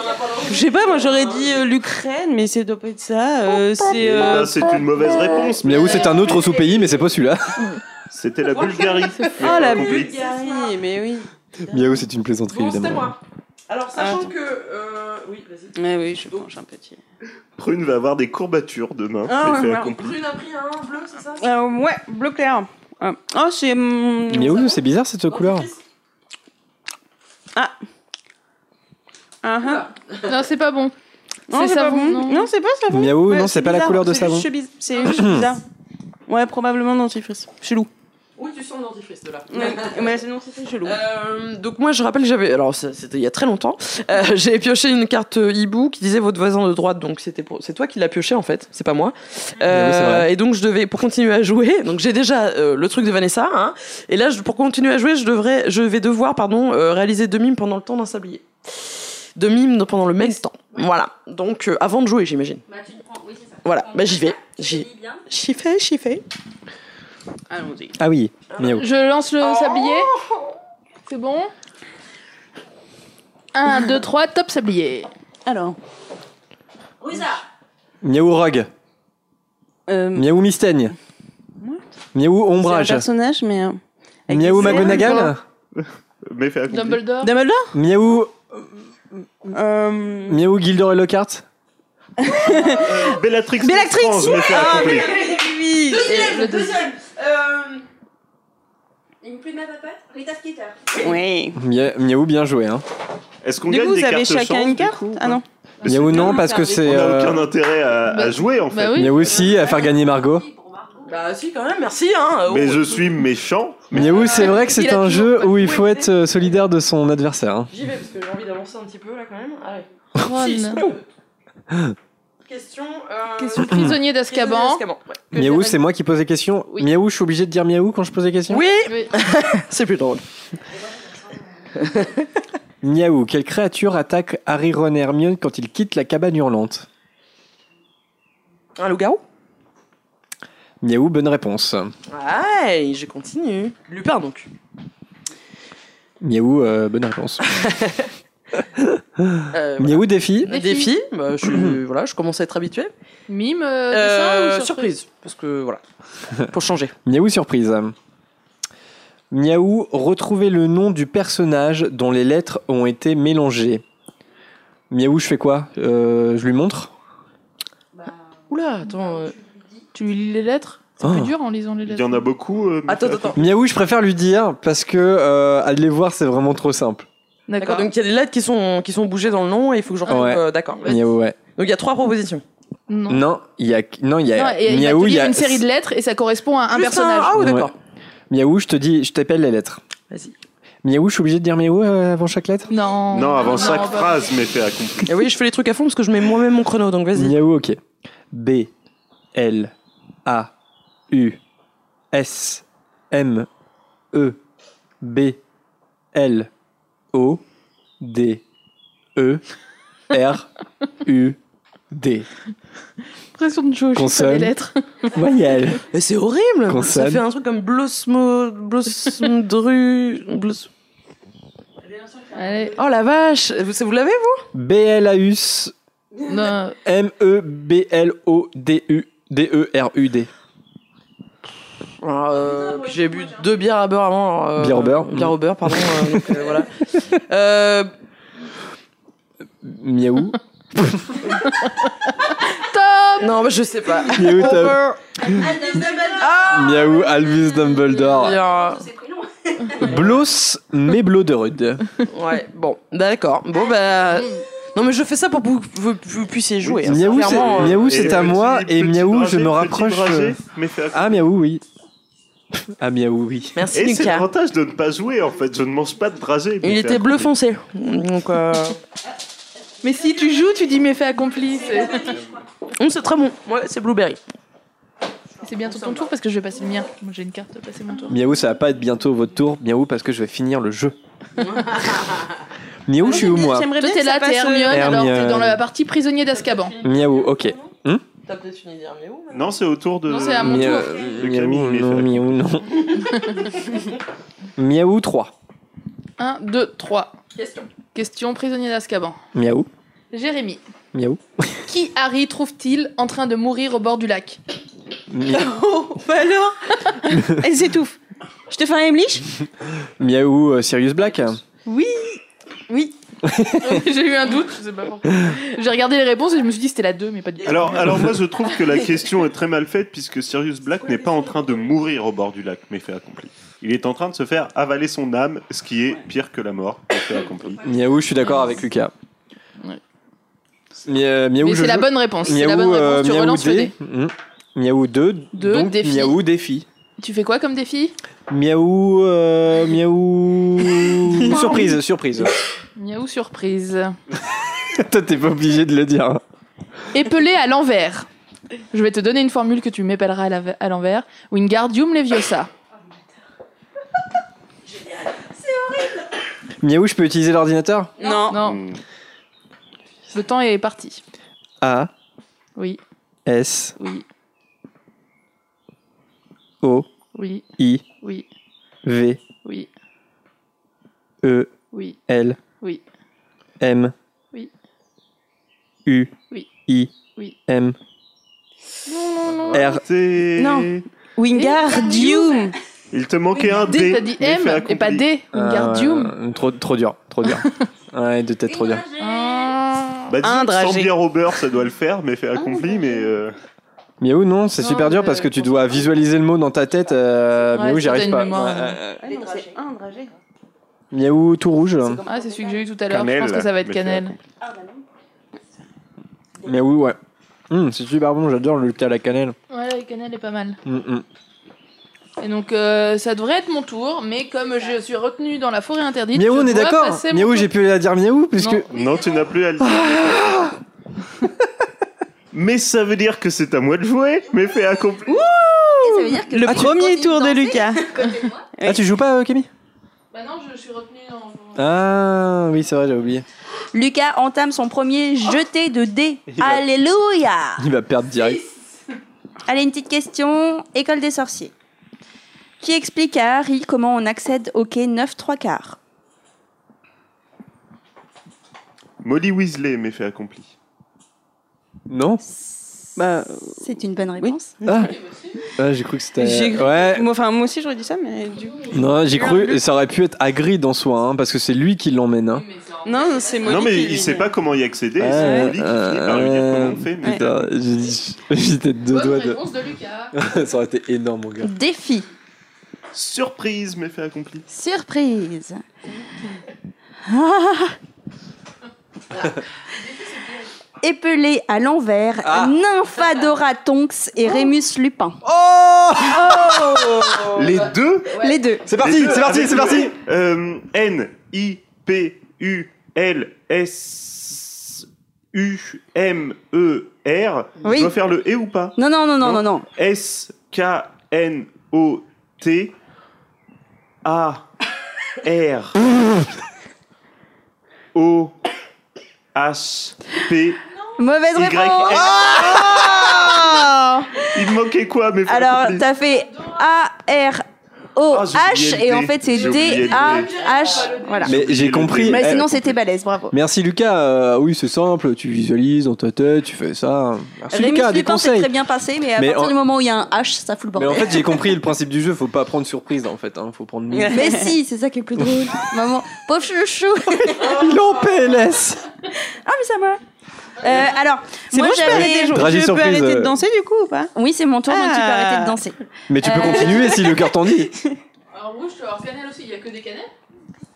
M: Je sais pas, moi j'aurais dit euh, l'Ukraine, mais c'est doit pas être ça. euh, c'est. euh,
C: Ah, c'est une mauvaise réponse.
A: Miaou, c'est un autre sous-pays, mais c'est pas celui-là. [LAUGHS]
C: C'était la Bulgarie.
M: Ah la
C: Mais fait accompli.
M: Bulgarie, mais oui.
A: Miaou, c'est une plaisanterie,
B: Bon, c'était
A: évidemment.
B: moi. Alors, sachant
M: Attends.
B: que. euh, oui, vas-y.
M: Ouais, Eh oui, je mange un petit.
C: Prune va avoir des courbatures demain.
M: Ah,
C: mais fait
M: voilà.
C: accompli.
B: Prune a pris un bleu, hein, c'est ça
M: Euh, ouais, bleu clair. Euh, Oh, c'est. hum,
A: Miaou, c'est bizarre cette couleur.
M: ah, ah.
K: Non, c'est pas bon.
M: Non, c'est pas bon. Non, c'est pas savon.
A: Miaou,
M: Ouais,
A: non, c'est pas la
M: bizarre.
A: couleur de
M: C'est juste
A: savon.
M: chebi- C'est
A: [CLEARS THROAT]
M: juste bizarre. Ouais, probablement dentifrice. Chelou.
B: Oui, tu sens le dentifrice de là.
M: [LAUGHS] Ouais, ouais, sinon, c'était chelou.
B: Euh, donc moi je rappelle que j'avais alors ça, c'était il y a très longtemps euh, [LAUGHS] j'ai pioché une carte euh, hibou qui disait votre voisin de droite donc c'était pour c'est toi qui l'as pioché en fait c'est pas moi Euh,
A: Ah Oui, c'est vrai.
B: et donc je devais pour continuer à jouer donc j'ai déjà euh, le truc de Vanessa hein, et là je- pour continuer à jouer je devrais je vais devoir pardon euh, réaliser deux mimes pendant le temps d'un sablier deux mimes pendant le même temps voilà donc euh, avant de jouer j'imagine
D: Bah, tu le prends, oui, c'est ça.
B: voilà bah j'y vais j'y
D: Lis bien.
B: j'y vais j'y vais
M: Allons-y.
A: Ah oui, Miaou.
K: Je lance
B: Oh
K: le sablier. C'est bon 1, 2, 3, top sablier.
M: Alors.
D: Rusa.
A: Miaou Rogue.
M: Euh,
A: Miaou Mystaigne. Miaou
M: c'est un
A: Ombrage.
M: personnage, mais. euh, avec
A: Miaou
M: des ailes,
A: Magonagal.
C: Mais fait accompli.
M: quoi.
K: Dumbledore.
M: Dumbledore
A: Miaou,
M: euh...
A: Miaou Gilderoy Lockhart.
C: Euh, Bellatrix.
M: Bellatrix
C: Lestrange, Mais fait
M: Ah,
C: accompli.
M: mais oui, oui, oui.
K: Et le
D: Deuxième,
K: deuxième.
D: deuxième. Euh, Une plume à papa Rita Skeeter.
M: Oui.
A: Mia- Miaou, bien joué. Hein.
C: Est-ce qu'on
M: Du
C: gagne
M: coup,
C: des
M: vous
C: cartes
M: avez chacun
C: chance,
M: une
C: du
M: carte
C: coup
M: Ah non.
D: Mais
A: Miaou,
D: c'est
A: non,
D: bien,
A: parce
D: ça
A: que
D: arrive.
A: c'est.
C: On n'a
A: euh,
C: aucun intérêt à, à
K: Bah-
C: jouer en fait.
K: Bah oui.
A: Miaou aussi, à faire gagner Margot.
B: bah si quand même merci hein
C: Mais
B: Oh.
C: je suis méchant.
A: Miaou, c'est vrai que
B: il
A: c'est
B: a
A: un
B: toujours
A: jeu
B: pas
A: où il
B: joué,
A: faut
B: tu
A: être euh, solidaire de son adversaire. hein.
B: J'y vais parce que j'ai envie d'avancer un petit peu là quand même. Allez. Oh. Si,
K: Ron.
B: c'est bon. [LAUGHS] Question. Euh...
K: Question prisonnier
B: prisonnier
K: d'Azkaban.
B: d'Azkaban, ouais.
K: Que
A: Miaou,
K: j'ai-
A: c'est moi qui pose les questions.
K: Oui.
A: Miaou, je suis obligé de dire miaou quand je pose les questions
B: Oui,
K: Oui.
B: c'est plus drôle.
A: Miaou, quelle créature attaque Harry, Ron et Hermione quand ils quittent la cabane hurlante
B: Un loup-garou
A: Miaou, bonne réponse.
B: Ouais, je continue. Lupin donc.
A: Miaou, euh, bonne réponse.
B: Euh, voilà.
A: Miaou, défi
K: Défi.
B: Défi, bah, je, [CLEARS THROAT] suis- voilà, je commence à être habitué.
K: Mime, euh,
B: Euh,
K: dessin ou surprise
B: surprise, parce que [LAUGHS] voilà, pour changer.
A: Miaou, surprise. Miaou, retrouvez le nom du personnage dont les lettres ont été mélangées. Miaou, je fais quoi Euh, Je lui montre
B: Oula,
K: Ah,
B: attends. euh,
K: Tu lis les lettres C'est
A: Oh.
K: plus dur en lisant les
C: Il
K: lettres.
C: y en a beaucoup. euh, mais
B: Attends,
C: fait
B: attends.
A: Miaou, je préfère lui dire parce que euh, à les voir, c'est vraiment trop simple.
K: D'accord.
B: D'accord. Donc il y a des lettres qui sont qui sont bougées dans le nom et il faut que j'en
A: Ouais.
B: euh, d'accord. Donc
A: Miaou, ouais.
B: il y a trois propositions.
K: Non.
A: Non, il y a non, il y
K: Non,
A: a
K: et- et il va te
A: Eh, Miaou, il y
K: lire
A: a
K: une série de lettres et ça correspond à un
B: Juste
K: personnage.
B: Ah oui, d'accord.
A: Miaou, je te dis, je t'appelle les lettres.
B: Vas-y.
A: Miaou, je suis obligé de dire miaou euh, avant chaque lettre
K: Non. bah,
C: Non, avant chaque
M: bah,
K: pas-
C: phrase, mais fait accompli.
B: Et oui, je fais les trucs à fond parce que je mets moi-même mon chrono, donc vas-y.
A: Miaou, ok. B L A U S M E B L O D E R U D.
K: Pression de jauge,
A: Consonne.
K: les lettres.
A: Voyelle.
L: Mais c'est horrible. Ça
A: Consonne.
L: fait un truc comme blosmo, blosmodru, blos.
K: [LAUGHS] Allez.
L: Oh la vache, vous, vous l'avez vous
A: B L A U S
K: Non.
A: M E B L O D U D E R U D.
L: Alors, euh, puis J'ai bu deux bières à beurre avant. alors, euh,
A: Bière au beurre.
L: Bière au beurre, pardon. euh, donc, [LAUGHS] euh, voilà. Euh,
A: Miaou.
K: Top
L: Non, mais je sais pas.
A: Miaou
L: Au
A: top.
L: beurre.
A: Miaou Alvis Dumbledore.
B: Ah,
L: Bien.
A: Bloss Mebloderud.
L: Ouais, bon, d'accord. Bon, bah. Non, mais je fais ça pour que vous, vous- vous puissiez jouer. hein.
A: Miaou, c'est
L: Clairement, euh,
A: Miaou, c'est à moi et Miaou, je me
C: brasier, petit
A: rapproche.
C: brasier,
A: euh,
C: mais fais
A: Ah Miaou, oui. Ah Miaou, oui.
L: Merci,
C: Et c'est
L: Lucas.
C: l'avantage de ne pas jouer en fait, je ne mange pas de dragée. mais
L: Il
C: fais
L: était
C: attention.
L: bleu foncé. Donc, euh,
K: Mais si tu joues, tu dis mes faits accomplis. C'est
L: hum, c'est très bon. Ouais, c'est Blueberry.
K: [LAUGHS] c'est bientôt ton tour parce que je vais passer le mien. Moi j'ai une carte, passer mon tour.
A: Miaou, ça va pas être bientôt votre tour, Miaou, parce que je vais finir le jeu. Miaou, je suis où moi
K: Toi
M: J'aimerais bien
K: t'es
M: que ça
K: là, t'es
M: passe, euh,
K: Hermione, alors t'es
A: Hermione.
K: dans la partie prisonnier d'Azkaban.
A: Miaou, ok. Hum
L: T'as peut-être une idée, mais où
C: Non, c'est au tour de.
K: Non, c'est à mon
A: Mia-
K: tour.
C: De
A: Miaou,
C: Camille, mais
A: non,
C: fais-
A: Miaou, non. Miaou 3.
K: 1, 2, 3. Question. Question prisonnier d'Azkaban.
A: Miaou,
K: Jérémy,
A: miaou.
K: qui Harry trouve-t-il en train de mourir au bord du [LAUGHS] lac
A: Mia-
M: Oh, [LAUGHS] bah alors Elle s'étouffe. Je te fais un Emlich
A: Miaou, euh, Sirius Black.
M: Oui Oui.
K: J'ai eu un doute, je sais pas pourquoi. J'ai regardé les réponses et je me suis dit c'était la 2, mais pas du tout.
C: Alors, alors moi je trouve que la question est très mal faite puisque Sirius Black n'est pas en train de mourir au bord du lac, mais fait accompli. Il est en train de se faire avaler son âme, ce qui est pire que la mort, mais fait accompli.
A: Miaou, je suis d'accord avec Lucas.
K: Ouais.
A: Mi- euh, Miaou,
K: mais
A: je
K: c'est la
A: joue.
K: bonne réponse. C'est
A: Miaou,
K: la bonne réponse.
A: euh,
K: tu
A: miaou
K: relances le
A: dé.
K: dé.
A: Mhm. Miaou 2,
K: Deux,
A: donc
K: défi.
A: Miaou défi.
K: Tu fais quoi comme défi
A: Miaou, euh,
K: [LAUGHS]
A: miaou. surprise, surprise.
K: Miaou surprise.
A: Toi, t'es pas obligé de le dire. hein.
K: Épelé à l'envers. Je vais te donner une formule que tu m'épelleras à la- à l'envers. Wingardium Leviosa.
A: Miaou, je peux utiliser l'ordinateur
M: Non.
K: Non,
C: Hmm.
K: le temps est parti.
A: A,
K: Oui,
A: S,
K: oui,
A: O,
K: oui,
A: I,
K: oui,
A: V,
K: oui,
A: E,
K: oui,
A: L,
K: oui.
A: M,
K: Oui.
A: U,
K: Oui.
A: I,
K: Oui.
A: M, R.
C: C'est-
M: Non. Wingardium.
C: Il te manquait un
K: D,
C: D.
K: t'as dit
C: mais
K: M
C: fais
K: et pas
C: accompli.
K: D. Wingardium.
A: Euh, trop, trop dur, trop
K: [LAUGHS]
A: dur. ouais, de tête trop dur.
K: Ah.
C: Bah, disons
M: Un
C: que sans
M: dragée.
C: bière au beurre, ça doit le faire, mais fait accompli, mais. euh,
A: Miaou, non, c'est
K: Non,
A: super dur
K: mais
A: parce que
K: je
A: tu
K: pense
A: dois visualiser le mot dans ta tête. euh,
K: Ouais,
A: Miaou,
K: si
A: j'y
K: t'as
A: arrive
K: une
A: pas.
K: mémoire,
A: Ouais,
K: euh,
A: euh,
M: Ah non, c'est un dragé.
A: Miaou, tout rouge.
K: Ah, c'est celui que j'ai eu tout à l'heure. Je
C: Cannelle,
K: pense que ça va être
C: mais fais
K: cannelle.
A: Miaou, ouais. Hum, c'est super bon, j'adore le thé à la cannelle.
K: Ouais, la cannelle est pas mal.
A: Hum, hum.
K: Et donc, euh, ça devrait être mon tour, mais comme je suis retenue dans la forêt interdite.
A: Miaou,
K: je
A: on est
K: dois
A: d'accord
K: passer mon
A: Miaou,
K: tour.
A: j'ai pu la dire Miaou, puisque.
K: Non.
C: Non, tu n'as plus à
K: [LAUGHS]
C: le dire. Mais ça veut dire que c'est à moi de jouer, mais fait accompli.
D: Ça veut dire que
M: Le
D: quand tu
M: premier
D: continues
M: tour de
D: de danser,
M: Lucas.
A: Ah, tu joues pas, euh, Camille
K: Bah non, je suis retenue dans.
A: Ah, oui, c'est vrai, j'avais oublié.
D: Lucas entame son premier jeté de dés.
A: Il va-
D: Alléluia
A: Il va perdre direct.
D: Allez, une petite question. École des sorciers. Qui explique à Harry comment on accède au quai 9 3 quarts
C: Molly Weasley, mais fait accompli.
A: Non
M: Bah,
D: C'est une bonne réponse.
A: Ah, Ah, j'ai cru que
M: J'ai
A: c'était.
M: cru-
B: Euh,
A: Ouais,
M: moi, enfin, moi aussi j'aurais dit ça, mais du coup.
A: non, j'ai cru, et ça aurait pu être Hagrid en soi, hein, parce que c'est lui qui l'emmène. hein.
M: Non, c'est moi.
C: non, mais il sait pas comment y accéder,
A: Ouais,
C: c'est Molly qui
A: euh,
C: finit par lui dire comment on fait. Mais
A: Putain, j'ai dit- j'étais de deux
K: Bonne
A: doigts de.
K: réponse de
A: [LAUGHS]
K: Lucas.
A: ça aurait été énorme, mon gars.
D: Défi.
C: Surprise, mais fait accompli.
D: Surprise. Ah. Épelé à l'envers,
A: Ah.
D: Nymphadora Tonks et Rémus Lupin.
A: Oh
C: Les deux
D: Les deux.
A: C'est parti, c'est parti, c'est parti
C: Euh, N, I, P, U, L, S, U, M, E, R.
D: Oui.
C: Je dois faire le E ou pas
D: Non, non, non, non, non, non.
C: S, K, N-O-T-A-R. O H P
D: Mauvaise
C: Y,
D: réponse.
C: N.
D: Oh
C: Il me manquait quoi mais faut
D: Alors,
C: accomplir.
D: t'as fait A R O H
C: oublié le
D: et en
C: D.
D: fait c'est
C: J'ai oublié le
D: D
C: D.
D: A H. Voilà.
A: Mais j'ai compris.
D: Mais
A: Elle-
D: sinon c'était balèze, bravo.
A: Merci Lucas. Euh, oui, c'est simple. Tu visualises dans ta tête, tu fais ça. Merci
D: Rémi
A: Lucas, des
D: Philippin s'est
A: conseils.
D: très bien passé, mais à
A: Mais
D: partir
A: en-
D: du moment où il y a un H, ça fout le
A: Mais
D: bordel.
A: en fait, j'ai compris le principe du jeu. Faut pas prendre surprise en fait. Hein. Faut prendre. mille.
D: Mais si, c'est ça qui est
A: [LAUGHS]
D: plus drôle. Maman, pauvre chouchou.
B: Oh.
D: Il
A: est en PLS.
D: Ah, mais ça va. Euh, alors,
B: C'est
D: moi
B: bon, je peux
D: j'avais.
B: arrêter, je-
A: Dragée
B: je peux
A: surprise,
B: arrêter de
A: euh.
B: danser du coup ou pas
D: Oui, c'est mon tour, donc
A: Ah.
D: tu peux arrêter de danser.
A: Mais tu peux
D: Euh,
A: continuer si le cœur t'en
D: [LAUGHS]
A: dit.
K: Alors, rouge, tu vas avoir cannelle aussi, il y a que des cannelles.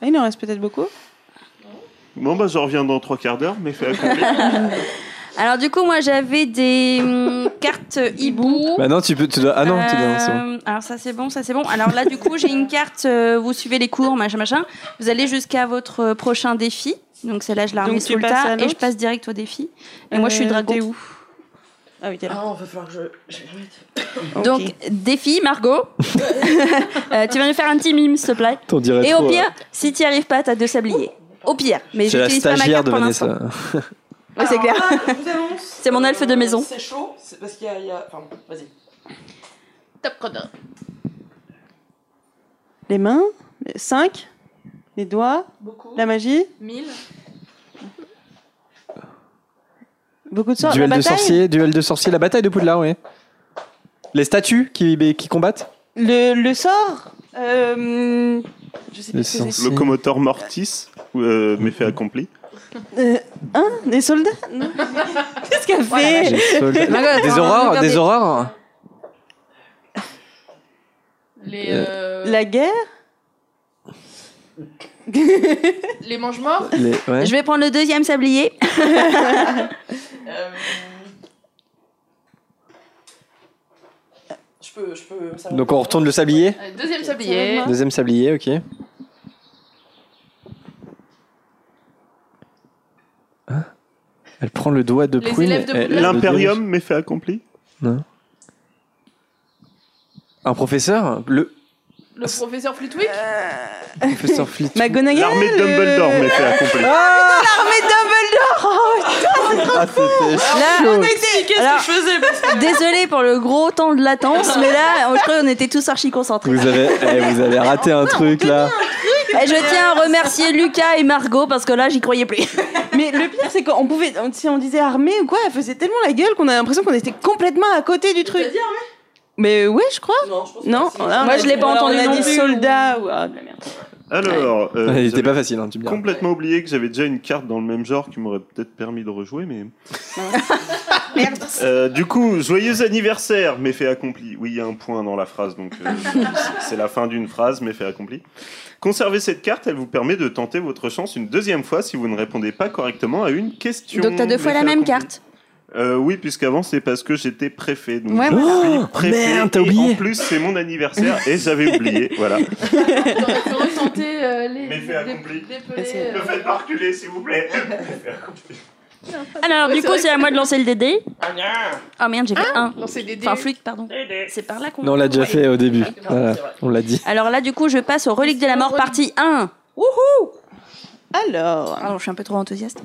B: Ah, Il en reste peut-être beaucoup.
C: Bon bah je reviens dans trois quarts d'heure mais fais accomplir.
D: Alors, du coup, moi j'avais des hum, cartes hibou.
A: Bah non, tu peux. Tu dois. Ah non, tu dois. c'est bon.
D: Euh, alors ça c'est bon, ça c'est bon. Alors là du coup j'ai une carte, euh, vous suivez les cours, machin machin. Vous allez jusqu'à votre euh, prochain défi. Donc celle-là je la remets
B: Donc,
D: sous
B: tu
D: le
B: passes à
D: tas et je
B: l'autre
D: passe direct au défi. Et moi je suis
B: Euh,
D: dragon.
B: t'es où Ah oui, t'es là.
N: on va falloir que je.
D: Donc défi
B: [LAUGHS]
D: Margot. Euh, tu vas nous faire un petit mime s'il te plaît.
A: T'en dirais
D: Et
A: trop,
D: au pire,
A: ouais.
D: si tu arrives pas, t'as deux sabliers. Au pire, mais
A: C'est la
D: j'utilise pas ma
A: stagiaire
D: carte
A: de
D: pour
A: Vanessa.
D: l'instant. Ouais,
N: Ah,
D: c'est clair. C'est mon elfe de maison.
N: C'est chaud, c'est parce qu'il y a. il y a- Enfin, vas-y.
K: Top chrono.
B: Les mains, les cinq, les doigts,
K: Beaucoup.
B: la magie,
K: 1000.
B: beaucoup de sorts.
A: Duel
B: la
A: de
B: bataille,
A: sorciers, duel de sorciers, la bataille de Poudlard, oui. Les statues qui, qui combattent
D: [LAUGHS]
B: Le, le sort. euh, je sais
A: Le
B: plus ce que c'est.
C: Locomotor Mortis euh, mais fait accompli.
B: Euh, hein Des soldats
N: [LAUGHS]
B: Non. Qu'est-ce qu'elle fait
A: Des soldats. Des aurores Des aurores
K: Les,
A: Euh,
K: euh,
B: La guerre
K: les mange-morts.
A: Les- ouais.
D: Je vais prendre le deuxième
B: [LAUGHS]
D: sablier.
N: Je peux. Je peux ça va.
A: Donc on retourne le sablier
K: Allez, Deuxième sablier.
A: Deuxième sablier, ok. Hein Elle prend le doigt de
K: Les
A: prune.
K: élèves de
A: elle-
K: Poudlard.
A: elle le
C: L'Imperium
A: dirige.
C: mais fait accompli.
A: Non. Un professeur Le
K: Le professeur Flitwick.
D: [LAUGHS]
A: professeur Fleetwood.
B: McGonagall
C: L'armée de Dumbledore mais
A: [LAUGHS]
C: fait accompli.
B: L'armée de Dumbledore
A: Ah, c'était
D: Là,
A: chaud.
D: Qu'est-ce que je faisais Désolé pour le gros temps de latence, mais là, [LAUGHS] on- je crois qu'on était tous archi concentrés.
A: Vous avez, eh, vous avez raté un truc
D: [LAUGHS]
A: là.
D: Et je tiens à remercier Lucas et Margot parce que là, j'y croyais plus.
B: Mais le pire, c'est qu'on pouvait. on- Si on disait armée ou quoi, elle faisait tellement la gueule qu'on a l'impression qu'on était complètement à côté du truc. Mais ouais, je crois. Non,
D: Moi, je l'ai pas entendu
B: On a
D: non
B: dit
D: plus.
B: soldats ou. Ah, de la merde.
C: Alors, euh,
A: Il était
C: j'avais
A: pas facile, hein, tu me diras.
C: complètement oublié que j'avais déjà une carte dans le même genre qui m'aurait peut-être permis de
D: [LAUGHS]
C: rejouer mais. Euh, du coup, joyeux anniversaire, mais fait accompli. Oui, il y a un point dans la phrase, donc
D: [LAUGHS]
C: euh, c'est la fin d'une phrase, mais fait accompli. Conservez cette carte, elle vous permet de tenter votre chance une deuxième fois si vous ne répondez pas correctement à une question.
D: Donc, t'as deux fois
C: mais
D: la
C: fait
D: même
C: accompli.
D: carte.
C: Euh, Oui, puisqu'avant c'est parce que j'étais préfet. Donc
D: Ouais,
C: je
A: voilà.
C: suis préfet,
A: Oh, Merde, t'as
C: et
A: oublié.
C: En plus, c'est mon anniversaire et j'avais oublié.
B: [LAUGHS]
C: Voilà.
K: J'aurais pu retenter euh, les.
C: Mais fait accompli.
K: dé- dépeler,
C: Ne
K: euh,
C: faites pas reculer, s'il vous plaît.
D: Alors, du coup, c'est à moi de lancer le DD.
N: Ah, gna.
D: Oh merde, j'ai fait un.
K: Lancer des dés.
D: Enfin, flûte, pardon. C'est par là qu'on.
A: Ah, Non, on l'a déjà fait au début. Voilà,
N: c'est vrai.
A: on l'a dit.
D: Alors là, du coup, je passe aux reliques de la mort, partie 1.
B: Alors.
D: Alors, je suis un peu trop enthousiaste.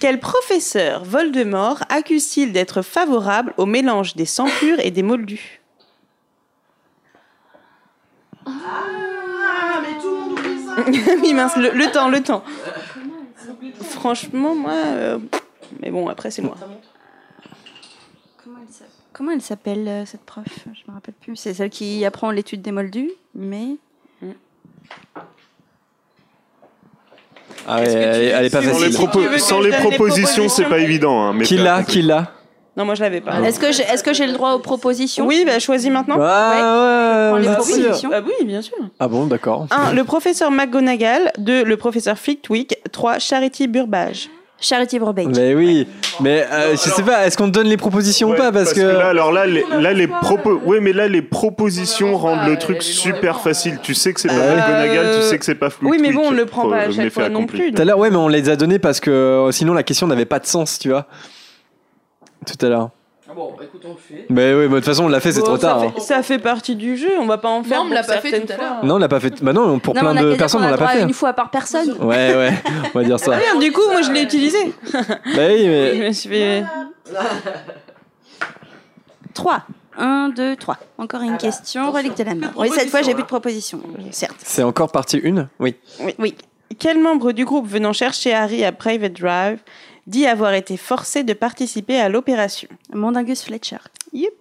B: Quel professeur Voldemort accuse-t-il d'être favorable au mélange des sangs purs et des moldus
N: Ah, mais tout le monde oublie ça.
B: [LAUGHS] Oui, mince, le, le temps, le temps. Franchement, moi. euh, Mais bon, après, c'est moi.
D: Comment elle s'appelle Comment elle s'appelle euh, cette prof Je me rappelle plus. C'est celle qui apprend l'étude des moldus, mais
A: Ah ouais, elle, est- elle est pas
C: Sans les,
A: facile.
C: propos-
B: Tu veux que
C: sans
B: je
C: les
B: donne les
C: propositions, c'est pas évident. hein, mais
A: Qui
C: fait
A: l'a
C: accompli.
A: Qui l'a
B: Non, moi, je l'avais pas.
D: est-ce que j'ai est-ce que j'ai le droit aux propositions
B: Oui, bah, choisis maintenant.
A: Ah
D: Prends
A: ouais,
D: les
A: bien sûr.
D: propositions.
B: Ah oui, bien sûr.
A: Ah bon, d'accord.
B: 1. Le professeur McGonagall. 2. Le professeur Flitwick. 3. Charity Burbage.
D: Charity Brobeck.
A: Mais oui, mais euh, je sais pas, est-ce qu'on donne les propositions ou
C: Ouais,
A: pas parce, que,
C: là, alors là, les, là, les
K: pas,
C: propos,
B: euh
C: ouais, mais là, les propositions rendent
B: bah,
K: ouais,
C: le truc
K: les lois,
C: super
K: les
C: facile. Tu sais que c'est pas
B: Euh,
C: McGonagall, tu sais que c'est pas flou.
B: Oui, mais bon, on ne le prend pas à chaque fois non plus.
A: tout à l'heure, ouais, mais on les a donnés parce que euh, sinon la question n'avait pas de sens, tu vois. Tout à l'heure.
O: Bon, écoute, on le fait.
A: Mais oui, mais de toute façon, on l'a fait, c'est
B: Bon,
A: trop
B: ça
A: tard. hein.
B: fait- ça fait partie du jeu, on va pas en faire.
D: on me l'a
B: pour
D: pas fait
B: certaines
D: tout à
B: fois.
D: l'heure.
A: Non, on l'a pas fait. Bah non, on- pour
D: Non, mais
A: plein
D: on a
A: de
D: qu'à dire
A: personnes,
D: qu'on
A: on
D: a
A: l'a pas
D: droit à
A: fait. hein.
D: Une fois par personne.
A: Ouais, ouais, on va dire [LAUGHS] ça.
B: Ah, Merde, du coup, moi je
A: [LAUGHS]
B: l'ai utilisé.
A: Bah oui, mais.
B: Je me suis fait-
D: 3. 1, 2, 3. Encore une question. Relique de la mort. Oui, cette fois, j'ai plus de propositions. Certes.
A: C'est encore partie 1 Oui.
B: Oui. Quel membre du groupe venant chercher Harry à Private Drive dit avoir été forcé de participer à l'opération
D: Mondingus Fletcher.
B: Yep.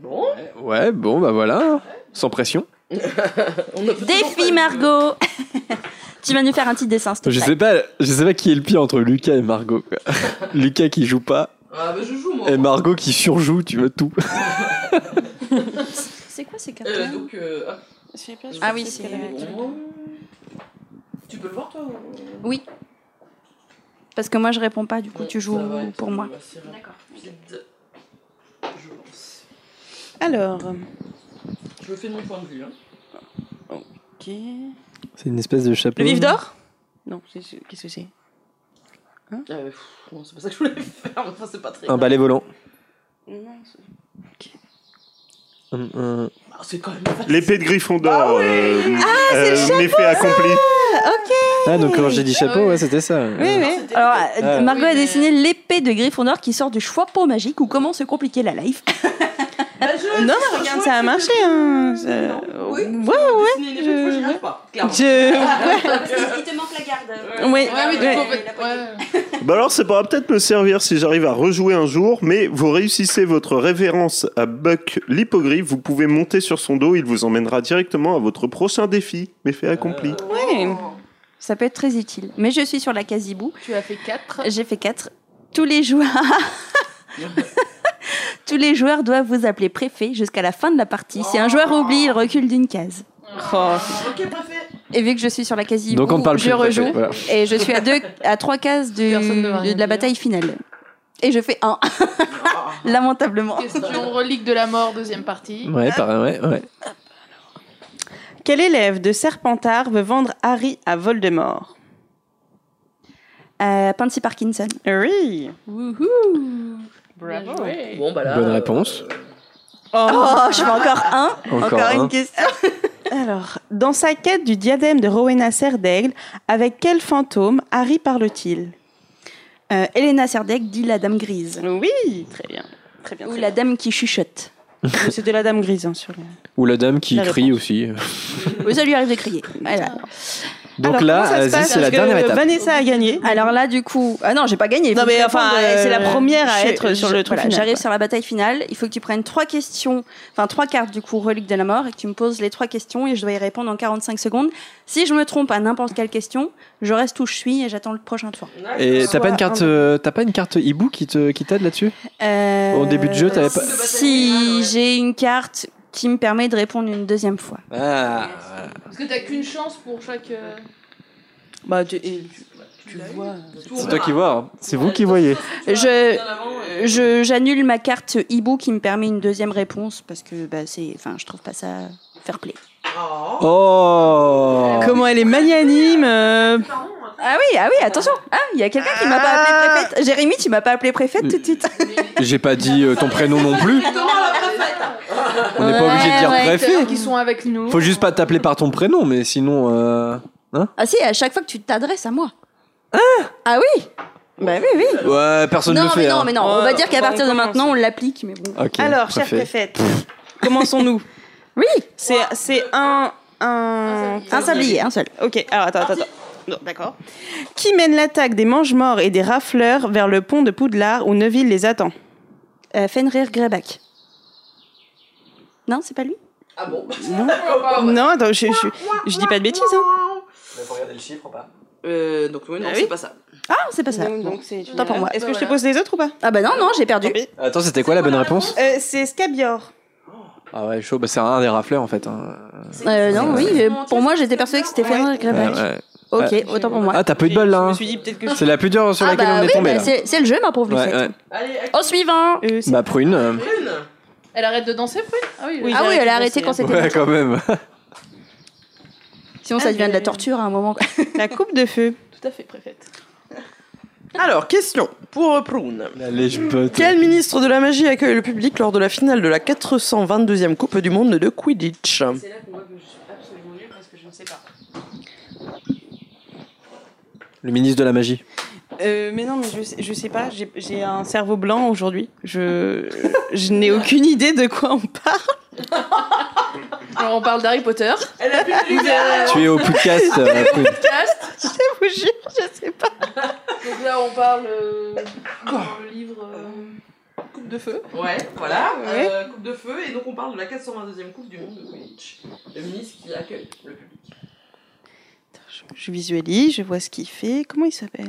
O: Bon.
A: Ouais, bon, bah voilà. Sans pression.
D: Défi Margot. tu vas nous faire un petit dessin, s'il te
A: Je
D: plaît.
A: sais pas, je sais pas qui est le pire entre Lucas et Margot. [LAUGHS] quoi. Lucas qui joue pas
O: Ah, bah, je joue, moi.
A: et Margot qui surjoue, tu veux tout.
D: C'est quoi ces
O: Euh, donc, euh, ah.
D: Ah oui, c'est-
O: Tu peux le voir, toi ou-
D: Oui. Parce que moi, je réponds pas, du coup, tu joues
O: Ça va être
D: pour moi.
O: assez bah, rapide. Je lance.
B: Alors.
O: Je le fais de mon point de vue. Hein.
B: Ok.
A: C'est une espèce de chapeau.
B: Le vif d'or Non, c'est- c'est- qu'est-ce que c'est Hein
O: Ah, mais pff, non, c'est pas ça que je voulais faire, mais enfin, c'est pas très.
A: Un
O: grave.
A: balai volant.
O: Ah, c'est quand même.
C: L'épée de Gryffondor.
B: Bah
C: euh,
D: Ah, c'est le chapeau,
C: Méfait accompli.
D: Ok.
A: Ah, donc quand j'ai dit chapeau, ouais, c'était ça.
D: Oui, oui. Alors, euh,
A: Ah.
D: Margot
A: Oui,
D: a dessiné l'épée de Gryffondor qui sort du choix-pot magique ou comment se compliquer la life.
B: Non, mais regarde, ça a marché. Hein. Ça- Ouais, ouais. je-
O: [LAUGHS] euh,
D: Il
B: Je...
D: te manque la garde.
B: Ouais, Ouais, ouais, ouais. ouais.
C: Bah alors, ça pourra peut-être me servir si j'arrive à rejouer un jour, mais vous réussissez votre révérence à Buck l'hippogriffe, vous pouvez monter sur son dos, il vous emmènera directement à votre prochain défi. Méfait accompli.
A: Euh,
B: Ouais.
D: Ça peut être très utile. Mais je suis sur la Casibou.
K: Tu as fait 4.
D: J'ai fait 4. Tous les joueurs. [LAUGHS] Tous les joueurs doivent vous appeler préfet jusqu'à la fin de la partie. Si un joueur oublie, il recule d'une case.
O: Ok, préfet.
D: Et vu que je suis sur la Casibou,
A: Euh, Donc on ne parle
D: je
A: plus de préfet,
D: rejoue.
A: voilà.
D: Et je suis à, deux, à trois cases du- de, la bataille finale. Et je fais
O: [LAUGHS]
D: 1. Lamentablement.
K: Question relique de la mort, deuxième partie.
A: Ouais, pareil, ouais, ouais.
B: Quel élève de Serpentard veut vendre Harry à Voldemort
D: Euh, Pansy Parkinson.
B: Oui.
K: Bravo.
O: Bon, bah là.
A: Bonne réponse.
B: Oh,
D: je fais encore un.
A: Encore un. [LAUGHS]
B: question. Alors, dans sa quête du diadème de Rowena Serdaigle, avec quel fantôme Harry parle-t-il
D: Euh, Elena Serdaigle dit la dame grise.
B: Oui, très bien. Très bien.
D: Ou la dame qui chuchote.
B: C'était la dame grise hein, sur le-
A: Ou la dame qui
B: La
A: crie
B: réponse.
A: aussi.
D: Oui, ça lui arrive de crier. Voilà.
A: Donc là,
B: comment ça se
A: vas-y,
B: passe
A: c'est la
B: Parce que
A: dernière étape.
B: Vanessa a gagné.
D: Alors là, du coup, ah non, j'ai pas gagné.
B: Non,
D: Faut que
B: mais
D: je
B: enfin,
D: réponde, euh,
B: c'est la première à
D: je-
B: être sur
D: je-
B: le truc
D: voilà,
B: final,
D: J'arrive
B: quoi.
D: sur la bataille finale. Il faut que tu prennes trois questions, enfin trois cartes du coup relique de la mort, et que tu me poses les trois questions et je dois y répondre en 45 secondes. Si je me trompe à n'importe quelle question, je reste où je suis et j'attends le prochain tour.
A: Et t'as pas une
D: Soit
A: carte,
D: un-
A: euh, t'as pas une carte hibou qui te, qui t'aide là-dessus
D: Euh,
A: Au début de jeu, t'avais pas-
D: Si j'ai une carte qui me permet de répondre une deuxième fois.
A: Ah.
K: Parce que t'as qu'une chance pour chaque. euh,
B: Bah, tu, et tu- tu le vois. euh,
A: C'est toi qui vois. hein. C'est vous qui voyez.
D: Je je- j'annule ma carte hibou qui me permet une deuxième réponse parce que bah, c'est enfin je trouve pas ça fair play.
A: Oh.
B: Comment elle est magnanime euh,
D: Ah oui, ah oui, attention. Ah, il y a quelqu'un qui m'a pas appelé préfète. Jérémy, tu m'as pas appelé préfète tout de suite.
A: J'ai pas dit euh, ton prénom non plus. On n'est pas obligé de dire
K: ouais, ceux
A: préfet.
K: qui sont avec nous.
A: Faut juste pas t'appeler par ton prénom, mais sinon. euh, Hein
D: Ah si, à chaque fois que tu t'adresses à moi. Ah oui. Bah oui, Oh, oui.
A: Ouais, personne ne
D: non,
A: le fait.
D: mais non,
A: hein.
D: mais non. on va dire qu'à partir de maintenant, on l'applique, mais bon.
A: Ok,
B: Alors, chère
A: préfet.
B: préfète,
J: [LAUGHS]
B: commençons-nous.
D: Oui.
B: C'est c'est un, un...
D: Un sablier, un seul.
B: Ok, alors attends, attends, attends. Non, D'accord. Qui mène l'attaque des mange-morts et des rafleurs vers le pont de Poudlard où Neville les attend
D: Euh, Fenrir Greyback. Non, c'est pas lui.
O: Ah bon
B: Non, non attends, je, je, je dis pas de bêtises. Hein.
A: Faut regarder le chiffre ou pas
O: Euh, donc, oui, non,
B: Ah oui.
O: c'est pas ça.
D: Ah, c'est pas ça.
B: Donc,
D: Bon.
B: donc c'est-
D: Tant pour moi.
B: Est-ce que je te pose les autres ou pas
D: Ah bah non, non, j'ai perdu.
A: Attends, c'était quoi la bonne réponse
B: Euh, C'est Scabior.
A: Ah ouais, chaud. Bah, c'est un des rafleurs en fait. hein.
D: Euh, non, oui, mais pour moi, j'étais persuadée que c'était Fenrir
A: Ouais,
D: Greyback.
A: ouais.
D: Ok,
A: Ouais.
D: autant pour moi.
A: Ah, t'as pas eu de bol là. hein.
B: Je me suis dit peut-être que je-
A: C'est la plus dure sur
D: Ah
A: laquelle
D: bah
A: on est
D: oui,
A: tombé
D: bah
A: là.
D: c'est c'est le jeu, ma pauvre
A: Ouais,
D: Lucette.
A: ouais.
D: Au suivant.
B: Euh, c'est-
A: Ma prune. euh,
K: Elle arrête de danser, Prune Ah oui,
B: Oui,
D: Ah oui, elle a arrêté quand c'était.
A: Ouais, quand même.
D: Ah, Sinon, ça devient de la torture à un moment.
B: La coupe de feu.
K: tout à fait, préfète.
B: Alors, question pour Prune.
A: La lèche botte.
B: Quel ministre de la magie accueille le public lors de la finale de la 422e Coupe du Monde de Quidditch
J: là qu'on voit que je suis absolument nulle parce que je ne sais pas.
A: Le ministre de la magie.
J: Euh, mais non, mais je, sais- je sais pas, j'ai- j'ai un cerveau blanc aujourd'hui. Je, je n'ai aucune idée de quoi on parle.
K: Alors on parle d'Harry Potter. Elle a plus
A: Tu es au podcast, euh, Prune.
K: podcast. [LAUGHS] Je vous jure, je sais pas. Donc là on parle euh, dans le livre euh,
B: Coupe de feu. Ouais, voilà. euh, coupe de feu. Et donc, on parle de la 422e Coupe du Monde de Quidditch. Le ministre qui accueille le public.
J: Je visualise, je vois ce qu'il fait. Comment il s'appelle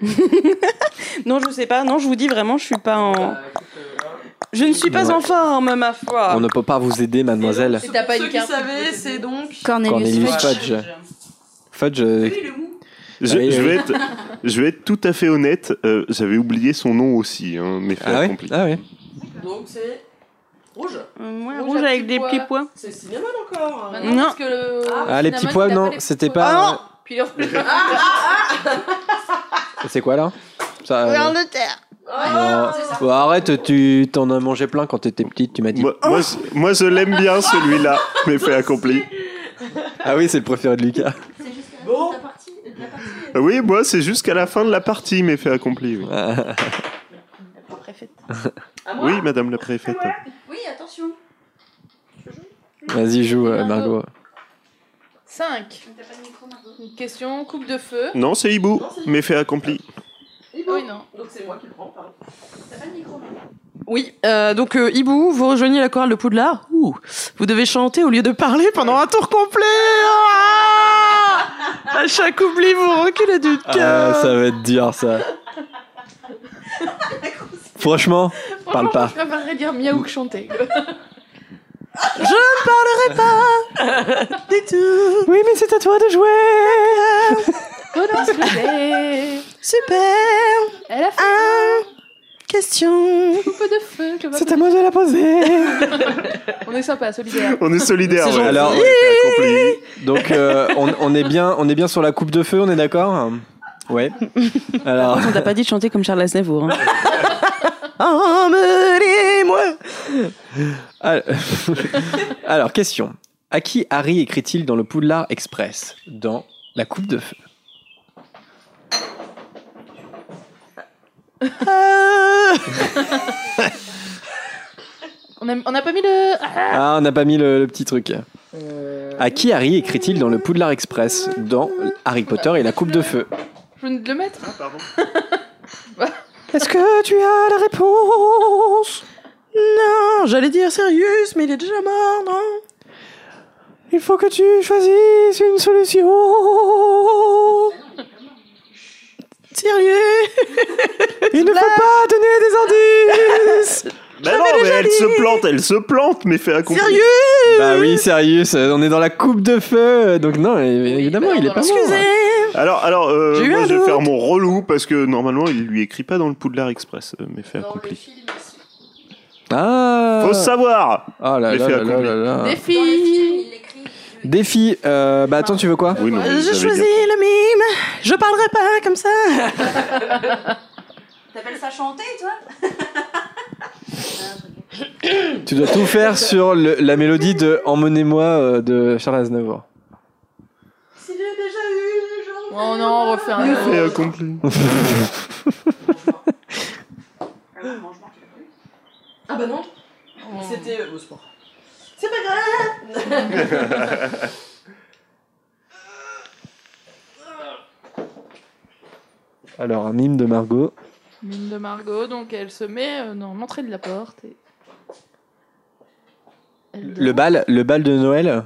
J: [LAUGHS] Non, je sais pas. Non, je vous dis vraiment, je suis pas en.
B: Bah, euh,
J: Je ne suis pas
A: Ouais.
J: en forme, ma
B: Ah.
J: foi.
A: On ne peut pas vous aider, mademoiselle.
L: Et t'as pas une carte.
J: c'est donc.
A: Cornelius Fudge. Fudge. euh,
C: Je,
A: Ah, il-
C: je vais être, je vais être tout à fait honnête, euh, j'avais oublié son nom aussi, hein, mais fait
A: Ah ouais
C: accompli.
A: Ah ouais.
L: Donc, c'est rouge.
J: ouais, rouge avec des petits pois.
L: C'est cinéma encore.
J: Euh,
K: Maintenant, parce que le-
A: Ah, les petits
K: finalement,
A: pois,
K: il a
A: non,
K: les petits
A: c'était
K: pois.
A: pas-
K: Ah non [LAUGHS] Puis le-
A: euh, C'est quoi là Ça, euh,
J: Vers le terre.
A: non. Bon, arrête, tu t'en as mangé plein quand t'étais petite, tu m'as dit.
C: Moi, moi, je- moi, je l'aime bien celui-là, mais fait accompli.
A: Ah oui, c'est le préféré de Lucas.
L: Bon.
C: Ah Oui, moi, c'est jusqu'à la fin de la partie, mais fait accompli. Oui,
K: Ah,
C: Oui, madame la préfète.
D: Oui, attention.
A: Vas-y, joue, euh, Margot.
K: 5. Une question, coupe de feu.
C: Non, c'est hibou,
K: Non, c'est hibou.
C: mais fait accompli.
K: Oui, non.
L: Donc c'est moi qui le prends, pardon.
B: Oui, euh, donc euh, Hibou, vous rejoignez la chorale de Poudlard. Ouh, vous devez chanter au lieu de parler pendant un tour complet. Ah à chaque oubli, vous reculez du
A: Ah,
B: cœur.
A: ça va être dur
K: [LAUGHS]
A: ça. Franchement, parle
K: Franchement,
A: pas.
K: Je préférerais dire miaou que [LAUGHS] chanter.
B: Je ne parlerai pas du tout. Oui, mais c'est à toi de jouer. Super.
K: Elle a fait.
A: Ah.
B: question.
K: Coupe de feu. je vois
B: C'est
K: pas.
B: à moi de la poser.
K: On est sympa, solidaire.
C: On est solidaires.
A: C'est
C: ouais.
A: gentil.
C: Alors, fait accompli.
A: Donc euh, on, on est bien, on est bien sur la coupe de feu, on est d'accord Ouais. Alors,
J: On t'a pas dit de chanter comme Charles
A: [LAUGHS]
J: Aznavour. hein.
B: Emmenez-moi.
A: al- [LAUGHS] alors question. À qui Harry écrit-il dans le Poudlard Express dans la coupe de feu
B: Euh,
K: On a, on a pas mis le. Ah
A: Ah, on n'a pas mis le, le petit truc. À qui Harry écrit-il dans le Poudlard Express dans Harry Potter et la coupe de feu
K: Je venais de le mettre. Ah,
C: pardon.
B: Est-ce que tu as la réponse Non, j'allais dire Sirius, mais il est déjà mort, non Il faut que tu choisisses une solution. Sirius Il ne faut pas donner des indices
C: Bah non, mais elle se plante, elle se plante, mais fait accompli.
B: Sérieux
A: Bah oui, sérieux, euh, on est dans la coupe de feu, donc non, é- évidemment, il est pas mort.
C: Alors, alors euh,
A: J'ai eu
C: moi,
A: un
C: je vais
A: doute.
C: faire mon relou parce que normalement, il lui écrit pas dans le Poudlard Express, euh, mais fait accompli.
A: Ah
C: Faut savoir.
A: Ah là
C: mais
A: là
C: fait
A: là là
C: accompli.
A: là là.
K: Défi
A: Défi, euh, bah attends, tu veux quoi
C: Oui, non, vous
B: Je
C: avez
B: choisis le mime, je parlerai pas comme ça
D: T'appelles ça chanter, toi
A: Tu dois tout faire sur le- la mélodie de Emmenez-moi euh, de Charles Aznavour.
K: Oh non, on refait un.
C: Fait accompli.
L: Ah bah non. C'était euh, au sport. C'est pas grave.
A: Alors, un mime de Margot.
K: Mine de Margot, donc elle se met euh, dans l'entrée de la porte. et- Elle
A: Le bal, le bal de Noël.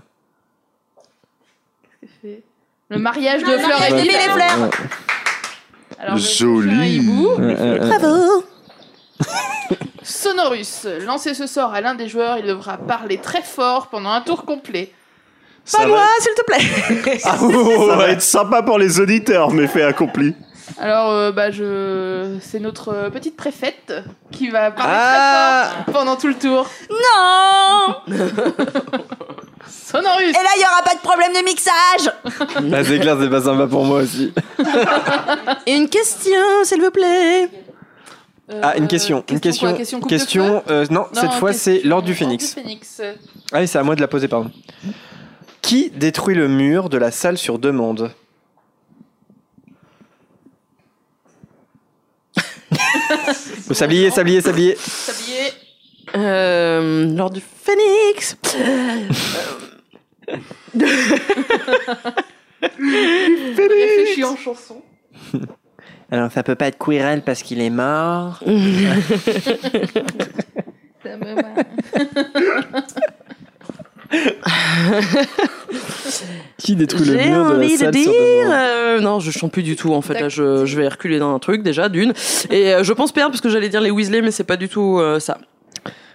K: fait Le mariage de
L: Le
K: fleurs
L: mariage
K: et
L: de
K: d'hiver.
L: Mille et Fleurs.
K: Alors, je vais faire un
C: Joli.
K: hibou.
A: Ouais, ouais, ouais.
B: Bravo
K: Sonorus, lancez ce sort à l'un des joueurs, il devra parler très fort pendant un tour complet.
C: Ça va
L: Ah,
C: être-
B: s'il te plaît
C: [LAUGHS] Ah, oh, oh, ça va être sympa pour les auditeurs, mais fait accompli.
K: Alors, euh, bah, je... c'est notre euh, petite préfète qui va
A: Ah
K: parler très fort pendant tout le tour.
D: Non
K: Sonorus. Et
M: là, il y aura pas de problème de mixage.
A: Là, Ah, c'est clair, c'est pas sympa pour moi aussi.
C: oh.
L: [LAUGHS]
M: Une question, s'il vous plaît.
A: ah, une question. Une
K: euh, question
A: question.
K: quoi, question coupe de
A: question euh, non,
K: Non,
A: cette fois,
K: question
A: c'est l'ordre du
K: L'Ordre du
A: phénix.
K: Phénix.
A: Ah oui, c'est à moi de la poser, pardon. Qui détruit le mur de la salle sur demande Le sablier, sablier, sablier.
K: Sablier.
L: Euh, L'ordre du phénix.
K: Réfléchis en chanson.
A: Alors, ça peut pas être Quirrell parce qu'il est mort. Qui détruit le
L: J'ai
A: mur de la
L: envie de
A: salle
L: dire.
A: sur demande
L: euh, non, je chante plus du tout en fait. Là, je, je vais reculer dans un truc déjà d'une. Et euh, je pense perdre parce que j'allais dire les Weasley, mais c'est pas du tout euh, ça.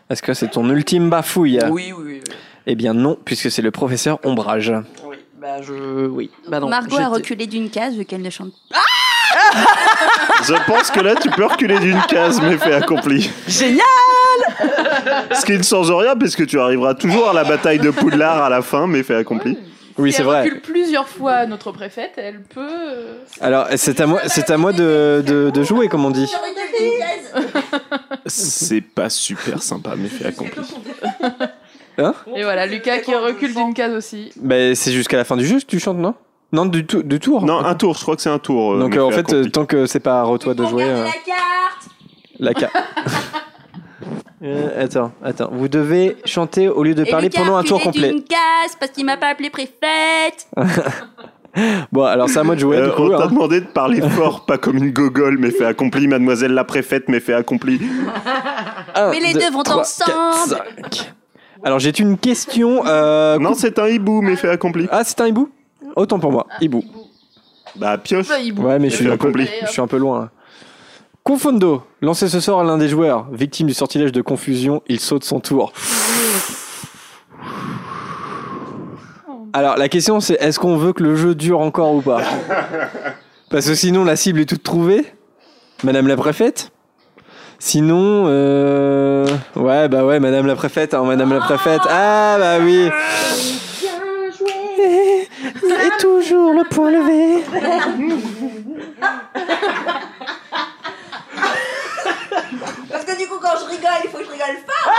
A: Est-ce que c'est ton ultime bafouille
L: Oui, oui, oui.
A: Eh bien non, puisque c'est le professeur Ombrage.
L: Bah, je. Oui. Bah, non.
D: Margot
L: j'étais-
D: a reculé d'une case vu qu'elle ne chante pas.
C: Je pense que là, tu peux reculer d'une case, mais fait accompli.
L: Génial
C: Ce qui ne change rien, puisque tu arriveras toujours à la bataille de Poudlard à la fin, mais fait accompli.
A: Oui,
K: Si elle recule plusieurs fois notre préfète, elle peut. euh,
A: Alors, c'est à moi, c'est à moi de, de, de jouer, comme on dit.
C: C'est pas super sympa, mais fait accompli.
A: Hein
K: Et voilà, Lucas qui recule d'une case aussi.
A: Bah, c'est jusqu'à la fin du jeu que tu chantes, non Non, du, tou- du tour
C: Non, un tour, je crois que c'est un tour. euh,
A: Donc,
C: mais
A: euh, en
C: fait
A: fait, euh, tant que c'est pas à re- toi de jouer... euh,
D: carte
A: La carte.
D: [LAUGHS]
A: attends, attends. Vous devez chanter au lieu de
D: Et
A: parler
D: Lucas a
A: pendant un tour complet.
D: reculé d'une case parce qu'il m'a pas appelé préfète.
A: bon, alors c'est à moi de jouer,
C: Euh,
A: du coup.
C: on t'a
A: hein.
C: demandé de parler
A: [LAUGHS]
C: fort, pas comme une gogole, mais fait accompli, mademoiselle la préfète, mais fait accompli.
A: Un,
D: Mais les
A: deux,
D: deux vont
A: trois,
D: ensemble.
A: quatre, cinq. Alors, j'ai une question... euh,
C: Non, c'est un hibou, mais fait accompli.
A: Ah, c'est un hibou Autant pour moi, hibou.
C: Bah, pioche.
K: Bah, Ah, hibou.
A: Ouais, mais
C: Mais
A: je suis,
C: fait
A: un peu,
C: accompli.
A: je suis un peu loin. là. Confondo, lancez ce sort à l'un des joueurs. Victime du sortilège de confusion, il saute son tour. Alors, la question c'est est-ce qu'on veut que le jeu dure encore ou pas Parce que sinon, la cible est toute trouvée. Madame la préfète Sinon, euh... ouais, bah ouais, Madame la préfète, hein, Madame la préfète. Ah, bah oui. Et toujours le point levé.
M: Parce que du coup, quand je rigole, il faut que je rigole fort.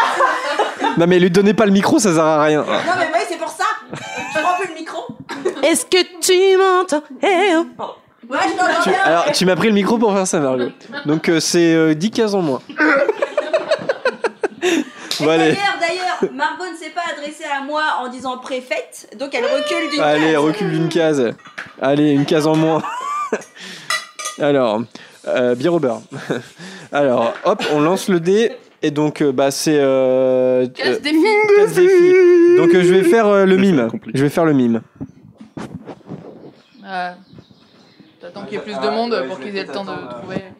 A: Non mais lui donnez pas le micro, ça sert à rien.
D: Ah
M: non, mais oui, c'est pour ça. Je prends plus le micro.
L: Est-ce que tu m'entends Eh, oh.
M: Ouais, je t'entends
A: Tu-
M: bien.
A: alors tu m'as pris le micro pour faire ça Margot. Donc euh, c'est euh, 10 cases en moins. bon allez,
D: D'ailleurs, d'ailleurs, Margot ne s'est pas adressée à moi en disant préfète, donc elle recule d'une
A: allez
D: case.
A: recule d'une case. Allez une case en moins. [LAUGHS] Alors, euh, bien Robert. [LAUGHS] Alors hop, on lance le dé et donc euh, bah c'est euh, euh,
K: défi.
A: case défi. Donc euh, je vais faire euh, le mime. Je vais faire le mime.
K: Ah. T'attends qu'il y ait plus
D: Ah,
K: de monde pour qu'ils aient le temps de trouver.
D: euh.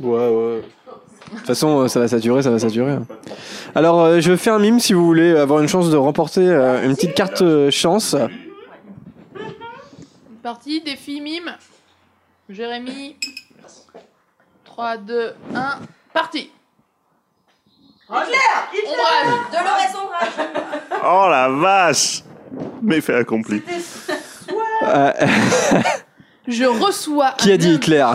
A: Ouais ouais. De toute façon, euh, ça va saturer, ça va saturer. Alors, euh, je fais un mime si vous voulez avoir une chance de remporter euh, une petite carte euh, chance.
K: Une partie, défi, mime. Jérémy. 3, 2, 1. Parti
D: Hitler
K: Ombrage.
D: Dolores Ombrage
C: Oh la vache Mais fait accompli.
A: Euh,
K: Je reçois.
A: qui a dit Hitler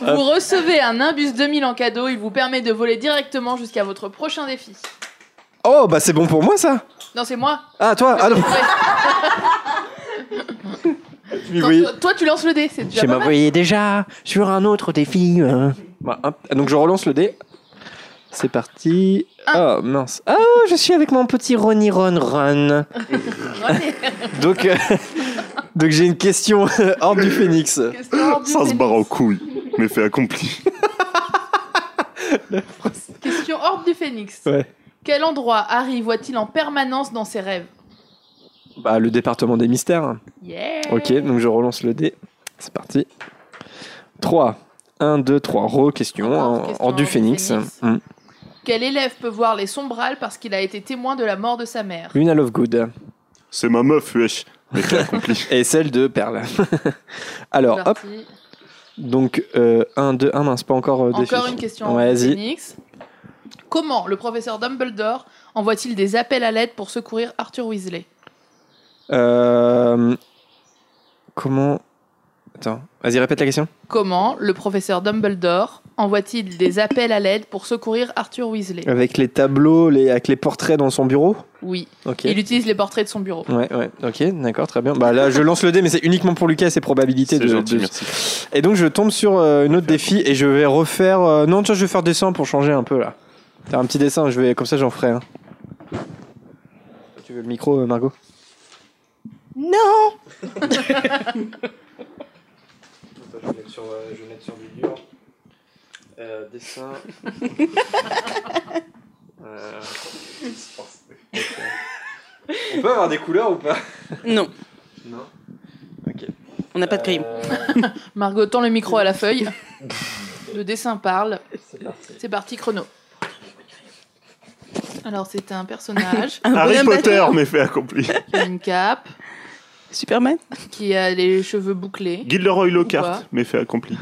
K: Vous recevez un Imbus 2000 en cadeau. Il vous permet de voler directement jusqu'à votre prochain défi.
A: Oh, bah c'est bon pour moi ça
K: Non, c'est moi.
A: Ah, toi Ah non
K: Quand
A: Oui.
K: toi, toi, tu lances le dé. C'est déjà
A: Je
K: pas mal.
A: m'envoyais déjà sur un autre défi. hein. Bah, hop. Donc, je relance le dé. C'est parti. Oh mince. Oh, je suis avec mon petit Ronny Ron Ron. Donc, euh, [LAUGHS] donc j'ai une question [LAUGHS] hors du phénix.
K: [LAUGHS]
C: Ça se barre en couille, mais fait accompli.
K: Question Orbe du Phénix.
A: Ouais.
K: Quel endroit Harry voit-il en permanence dans ses rêves
A: Bah, le département des mystères. hein.
K: Yeah
A: Ok, donc je relance le dé. C'est parti. 3. 1, 2, 3. Re, question. hein,
K: question,
A: hors du
K: hors du
A: phénix.
K: phénix.
A: Mm.
K: Quel élève peut voir les sombrales parce qu'il a été témoin de la mort de sa mère
A: Luna Lovegood.
C: C'est ma meuf, wesh. Mais fait accompli.
A: Et celle de Perle. [LAUGHS] Alors, hop.
K: Parti.
A: Donc, 1, 2, 1, mince, pas encore. euh,
K: Encore
A: défi.
K: une question
A: Ouais, vas-y.
K: Phoenix. Comment le professeur Dumbledore envoie-t-il des appels à l'aide pour secourir Arthur Weasley
A: Euh, Comment. Attends, vas-y, répète la question.
K: Comment le professeur Dumbledore envoie-t-il des appels à l'aide pour secourir Arthur Weasley
A: Avec les tableaux, les... avec les portraits dans son bureau
K: Oui.
A: Ok.
K: Il utilise les portraits de son bureau.
A: Ouais, ouais, ok, d'accord, très bien. Bah là, je lance le dé, mais c'est uniquement pour Lucas et ses probabilités.
C: C'est
A: de,
C: gentil,
A: de-
C: merci.
A: [LAUGHS] Et donc, je tombe sur euh, une autre défi et je vais refaire. euh, Non, tiens, je vais faire dessin pour changer un peu là. Faire un petit dessin, je vais... comme ça, j'en ferai un. Tu veux le micro, euh, Margot
M: Non
A: Je vais mettre sur, du dur. dessin. On peut avoir des couleurs ou pas
J: Non.
A: Non.
J: On n'a pas de crayon.
A: Euh,
K: Margot tend le micro à la feuille. Le dessin parle. C'est parti, chrono. Alors, c'est un personnage.
C: Harry Potter, mais fait accompli.
K: Qui a une cape.
J: Superman.
K: Qui a les cheveux bouclés.
C: Gilderoy
K: Ou
C: Lockhart,
K: pas.
C: mais fait accompli.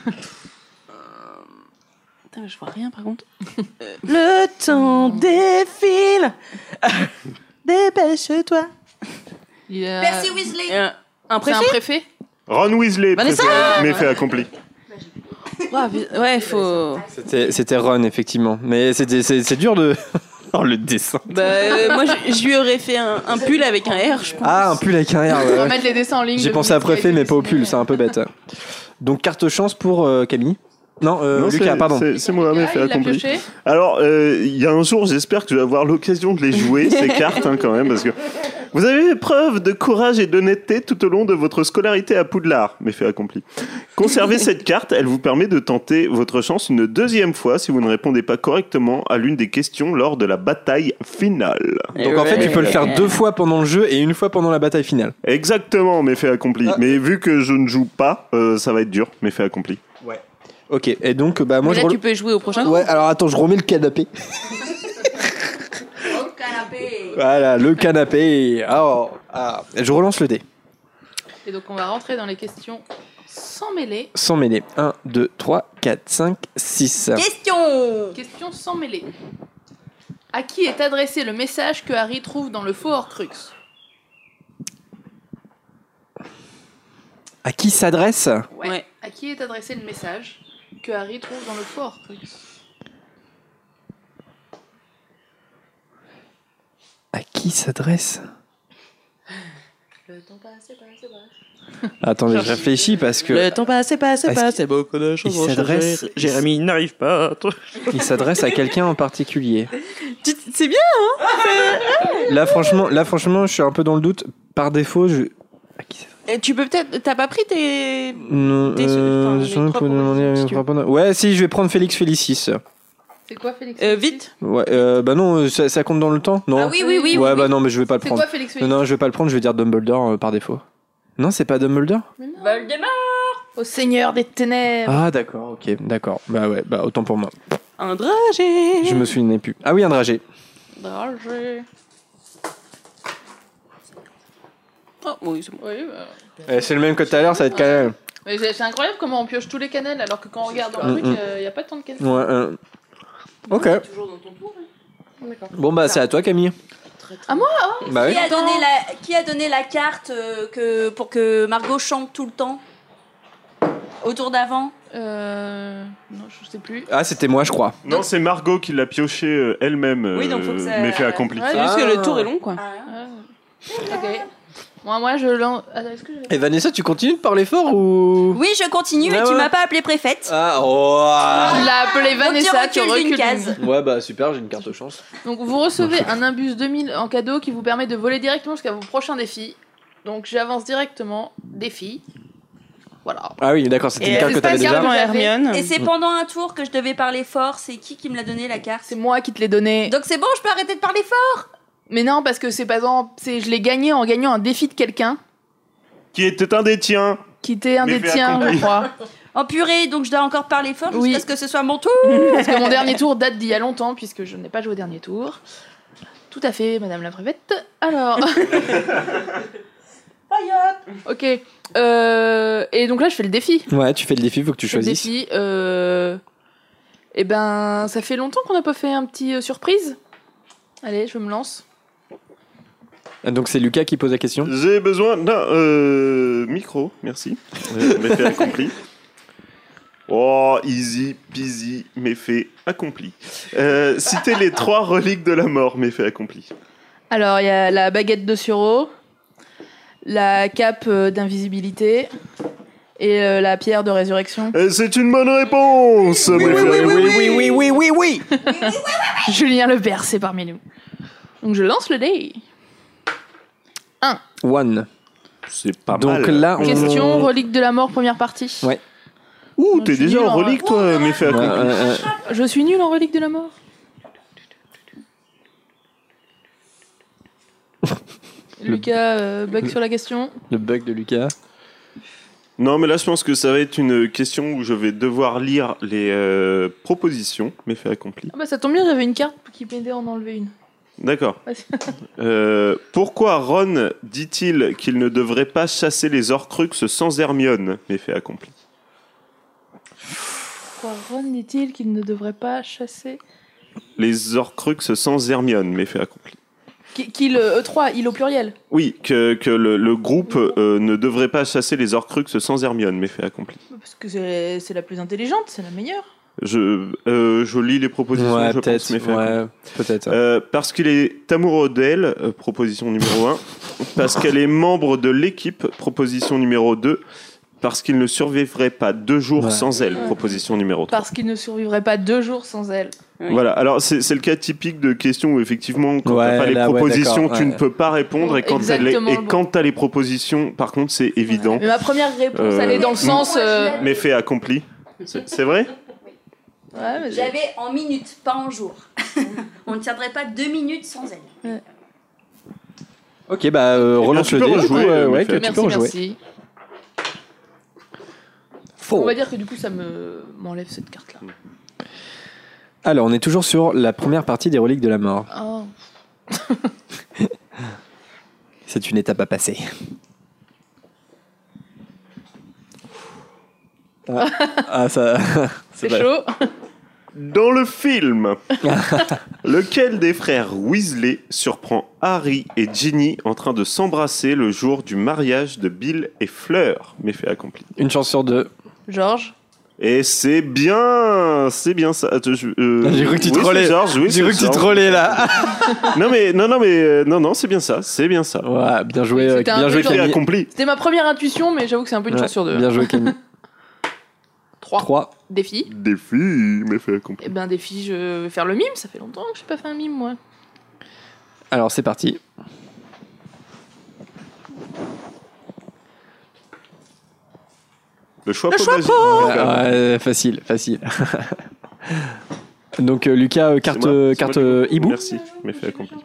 J: Putain, je vois rien par
A: [LAUGHS]
J: contre. Euh, le
A: [LAUGHS]
J: temps défile. Dépêche-toi.
K: Il
D: Euh,
K: a-
J: Percy
D: Weasley.
J: euh, un
K: C'est
J: préfet.
K: un préfet
C: Ron Weasley,
J: Vanessa
C: préféré, mais fait accompli.
J: Ah, pu- ouais, faut.
A: C'était c'était Ron, effectivement. Mais c'était- c'est c'est dur de. [LAUGHS] Oh, le dessin.
J: Bah, euh, [LAUGHS] moi, je je lui aurais fait un, un pull avec un R, je pense.
A: Ah, un pull avec un R.
K: On
A: ouais,
K: va
A: ouais.
K: mettre les dessins en ligne.
A: J'ai
K: de
A: pensé à
K: Wizkid.
A: préfet, mais pas au pull, c'est un peu bête. Donc, carte chance pour euh, Camille. Non, euh,
C: Non,
A: Lucas,
C: c'est-
A: pardon.
C: c'est- C'est Mohamed fait
K: Ah, il l'a
C: accompli.
K: pioché.
C: Alors, euh, il y a un jour, j'espère que je vais avoir l'occasion de les jouer,
K: [LAUGHS]
C: ces cartes, hein, quand même, parce que. Vous avez fait preuve de courage et d'honnêteté tout au long de votre scolarité à Poudlard, mais fait accompli.
K: [LAUGHS]
C: Conservez cette carte, elle vous permet de tenter votre chance une deuxième fois si vous ne répondez pas correctement à l'une des questions lors de la bataille finale.
A: Ah, Donc, en fait, tu peux le faire deux fois pendant le jeu et une fois pendant la bataille finale.
C: Exactement, mais fait accompli. Mais vu que je ne joue pas, euh, ça va être dur, mais fait accompli.
A: Ouais. Ok, et donc, bah, moi,
J: Mais
A: je
J: là,
A: rel-
J: tu peux jouer au prochain.
A: Ouais, alors attends, je remets le canapé.
D: canapé.
A: Voilà, le canapé. Ah, oh, ah. Je relance le dé.
K: Et donc, on va rentrer dans les questions sans mêler.
A: Sans mêler. 1, 2, 3, 4, 5, 6.
K: Question Question sans mêler. À qui est adressé le message que Harry trouve dans le faux Horcrux
A: À qui s'adresse
K: Ouais. À qui est adressé le message que Harry trouve dans le faux Horcrux
A: À qui s'adresse
K: Le temps passe, passe, passe.
A: [LAUGHS] Attendez, je réfléchis parce que.
L: Le temps passe, passe,
A: Est-ce
L: passe. C'est
B: Bah,
L: beaucoup de choses.
A: il s'adresse-
L: recherchées. Jérémy n'arrive pas.
J: [LAUGHS]
L: à trouver.
A: Il s'adresse à quelqu'un en particulier.
L: Tu- C'est bien, hein
A: Là, franchement, là, franchement, je suis un peu dans le doute. Par défaut, je.
J: Et tu peux peut-être. T'as pas pris tes.
A: Non,
J: T'es sûr- enfin,
A: euh, j'en
J: les
A: ai
J: trois
A: pas demandé- pas- Ouais, si, je vais prendre Félix Félicis.
K: C'est quoi Félix
J: Euh, Vite
A: Ouais, euh, bah non, euh, ça, ça compte dans le temps, non
K: Ah oui, oui, oui,
A: Ouais,
K: oui,
A: bah
K: oui.
A: non, mais je vais pas le
K: C'est
A: prendre.
K: quoi, Félix
A: non, non, je vais pas le prendre, je vais dire Dumbledore euh, par défaut. Non, c'est pas Dumbledore
K: Voldemort Au Seigneur des Ténèbres
A: Ah, d'accord, ok, d'accord. Bah ouais, bah autant pour moi.
J: Un dragé
A: Je me souvenais plus. Ah oui, un dragé.
J: Ah.
K: Dragé.
J: Oh, oui, c'est bon.
K: Oui, bah.
A: Eh, c'est le même que tout à l'heure, ça va être quand même.
K: Mais c'est c'est incroyable comment on pioche tous les cannelles alors que quand on regarde dans le
A: Mm,
K: truc,
A: mm.
K: il n'y a pas tant de cannelles.
A: Ouais, euh, Ok. Bon, bah c'est à toi, Camille.
K: À moi hein.
A: Bah oui.
D: qui, a donné la, qui a donné la carte euh, que, pour que Margot chante tout le temps Au tour d'avant
K: Euh. Non, je sais plus.
A: Ah, c'était moi, je crois.
C: Non, c'est Margot qui l'a pioché euh, elle-même,
K: Oui, donc faut que
C: euh,
K: ça-
C: mais fait accompli.
K: Ouais, c'est juste que
A: Ah.
K: le tour est long.
J: quoi.
K: Ah. Ok. Moi, moi, je lance. Attends, est-ce que je-
A: Et Eh, Vanessa, tu continues de parler fort ou.
D: Oui, je continue, mais
A: Ah
D: tu
A: ouais.
D: m'as pas appelé préfète.
A: Ah, oh
K: Tu l'as appelée
D: Donc tu
K: Vanessa, tu
D: recules d'une
K: recules.
D: case.
A: Ouais, bah super, j'ai une carte chance.
K: Donc, vous recevez un Imbus 2000 en cadeau qui vous permet de voler directement jusqu'à vos prochains défis. Donc, j'avance directement. Défi. Voilà.
A: Ah oui, d'accord, c'était une carte que t'avais déjà. Ah.
D: Et c'est pendant un tour que je devais parler fort. C'est qui qui me l'a donné la carte C'est
K: moi qui te l'ai donnée.
D: Donc c'est bon, je peux arrêter de parler fort
K: Mais non, parce que c'est pas en... c'est je l'ai gagné en gagnant un défi de quelqu'un
C: Qui était un des tiens.
K: qui était un
C: Mais
K: des
C: fais
K: tiens, je
C: accompli.
K: crois.
D: En purée, donc je dois encore parler fort
K: Oui.
D: jusqu'à ce que ce soit mon tour.
K: Parce que mon dernier tour date d'il y a longtemps, puisque je n'ai pas joué au dernier tour. Tout à fait, madame la préfète. Alors. ok. euh, Euh, et donc là, je fais le défi.
A: Ouais, tu fais le défi, faut que tu
K: Je fais le
A: choisisses.
K: défi. Euh... Eh ben, ça fait longtemps qu'on n'a pas fait un petit euh, surprise. Allez, je me lance.
A: Donc c'est Lucas qui pose la question.
C: J'ai besoin d'un euh, micro, merci. Euh, Méfait accompli. Oh, easy peasy, méfait accompli. Euh, citez les trois reliques de la mort, méfait accompli.
K: Alors, il y a la baguette de Suro, la cape euh, d'invisibilité et euh, la pierre de résurrection. [LAUGHS]
C: Et Euh, c'est une bonne réponse, méfait accompli.
K: oui, oui, oui, Julien Lepers, c'est parmi nous. Donc, je lance le dé.
A: One. C'est pas Donc
C: mal.
A: là, on...
K: Question, relique de la mort, première partie.
A: Ouais.
C: Ouh,
K: t'es déjà en relique,
C: toi, méfait accompli. [LAUGHS]
K: Je suis nul en relique de
A: [LAUGHS]
K: la mort. Lucas, euh, bug sur la question.
A: Le bug de Lucas.
C: Non, mais là, je pense que ça va être une question où je vais devoir lire les euh, propositions, méfait accompli.
K: Ah bah ça tombe bien, j'avais une carte qui m'aidait à en enlever une.
C: D'accord.
K: Vas-y.
C: Euh, pourquoi Ron dit-il qu'il ne devrait pas chasser les Horcruxes sans Hermione Méfait accompli.
K: Pourquoi Ron dit-il qu'il ne devrait pas chasser
C: Les Horcruxes sans Hermione, méfait accompli.
K: Qui- Qu'il, euh, eux trois, il au pluriel.
C: Oui, que, que le, le groupe euh, ne devrait pas chasser les Horcruxes sans Hermione, méfait accompli.
K: Parce que c'est c'est la plus intelligente, c'est la meilleure.
C: Je, euh, je lis les propositions,
A: Ouais,
C: je
A: peut-être,
C: pense, méfait
A: ouais,
C: accompli.
A: peut-être.
C: Euh, parce qu'il est amoureux d'elle, euh, proposition numéro 1. Parce qu'elle est membre de l'équipe, proposition numéro 2. Parce qu'il ne survivrait pas deux jours
K: Ouais.
C: sans elle,
K: Ouais.
C: proposition numéro 3.
K: Parce qu'il ne survivrait pas deux jours sans elle.
C: Voilà, alors c'est c'est le cas typique de question où effectivement, quand t'as
A: Ouais,
C: pas les
A: là, ouais,
C: propositions,
A: d'accord,
C: tu
A: ouais.
C: ne peux pas répondre. Et quand t'as les,
K: Exactement.
C: et quand t'as les propositions, par contre, c'est évident.
K: Mais ma première réponse, elle est dans le sens. euh,
C: Mais fait accompli. C'est c'est vrai
D: J'avais en minutes, pas en jours. [LAUGHS] On ne tiendrait pas deux minutes sans elle.
A: Ok, bah euh, relance
C: Eh tu
A: le
C: peux
A: dé. du
C: rejouer,
A: coup, euh,
C: euh,
A: ouais,
C: Méfait.
A: que tu peux
K: Merci,
A: rejouer.
K: merci.
A: Faux.
K: On va dire que du coup, ça me m'enlève cette carte-là.
A: Alors, on est toujours sur la première partie des reliques de la mort.
K: Oh.
A: C'est une étape à
K: [LAUGHS]
A: passer. Ah, ah, ça. [LAUGHS]
K: C'est
C: pas-
K: chaud.
C: Dans
A: [LAUGHS]
C: le film, lequel des frères Weasley surprend Harry et Ginny en train de s'embrasser le jour du mariage de Bill et Fleur Méfait accompli.
A: Une chance sur deux.
K: Georges
C: Et c'est bien, c'est bien ça. Attends, je- euh,
A: J'ai cru que tu
C: oui, c'est
A: trollais.
C: Georges, oui,
A: J'ai
C: c'est
A: cru que tu
C: Georges.
A: trollais là. [LAUGHS]
C: non mais non non mais euh, non non c'est bien ça, c'est bien ça.
A: Ouais, bien joué, euh,
K: C'était un
A: bien
K: peu
A: joué
K: genre-
A: Camille.
C: accompli.
K: C'était ma première intuition, mais j'avoue que c'est un peu une
A: Ouais,
K: chance sur deux.
A: Bien joué Camille.
K: 3.
A: 3.
K: Défi.
C: Des filles, méfait accompli.
K: Eh ben, défi, je vais faire le mime. Ça fait longtemps que j'ai pas fait un mime, moi.
A: Alors c'est parti.
C: Le choix
K: Le
C: pas
K: choix
C: magique.
A: Ah, ouais, facile, facile. [LAUGHS] Donc euh, Lucas, euh, carte,
C: C'est moi,
A: euh,
C: c'est
A: carte
C: moi qui-
A: euh, hibou.
C: Merci, méfait accompli.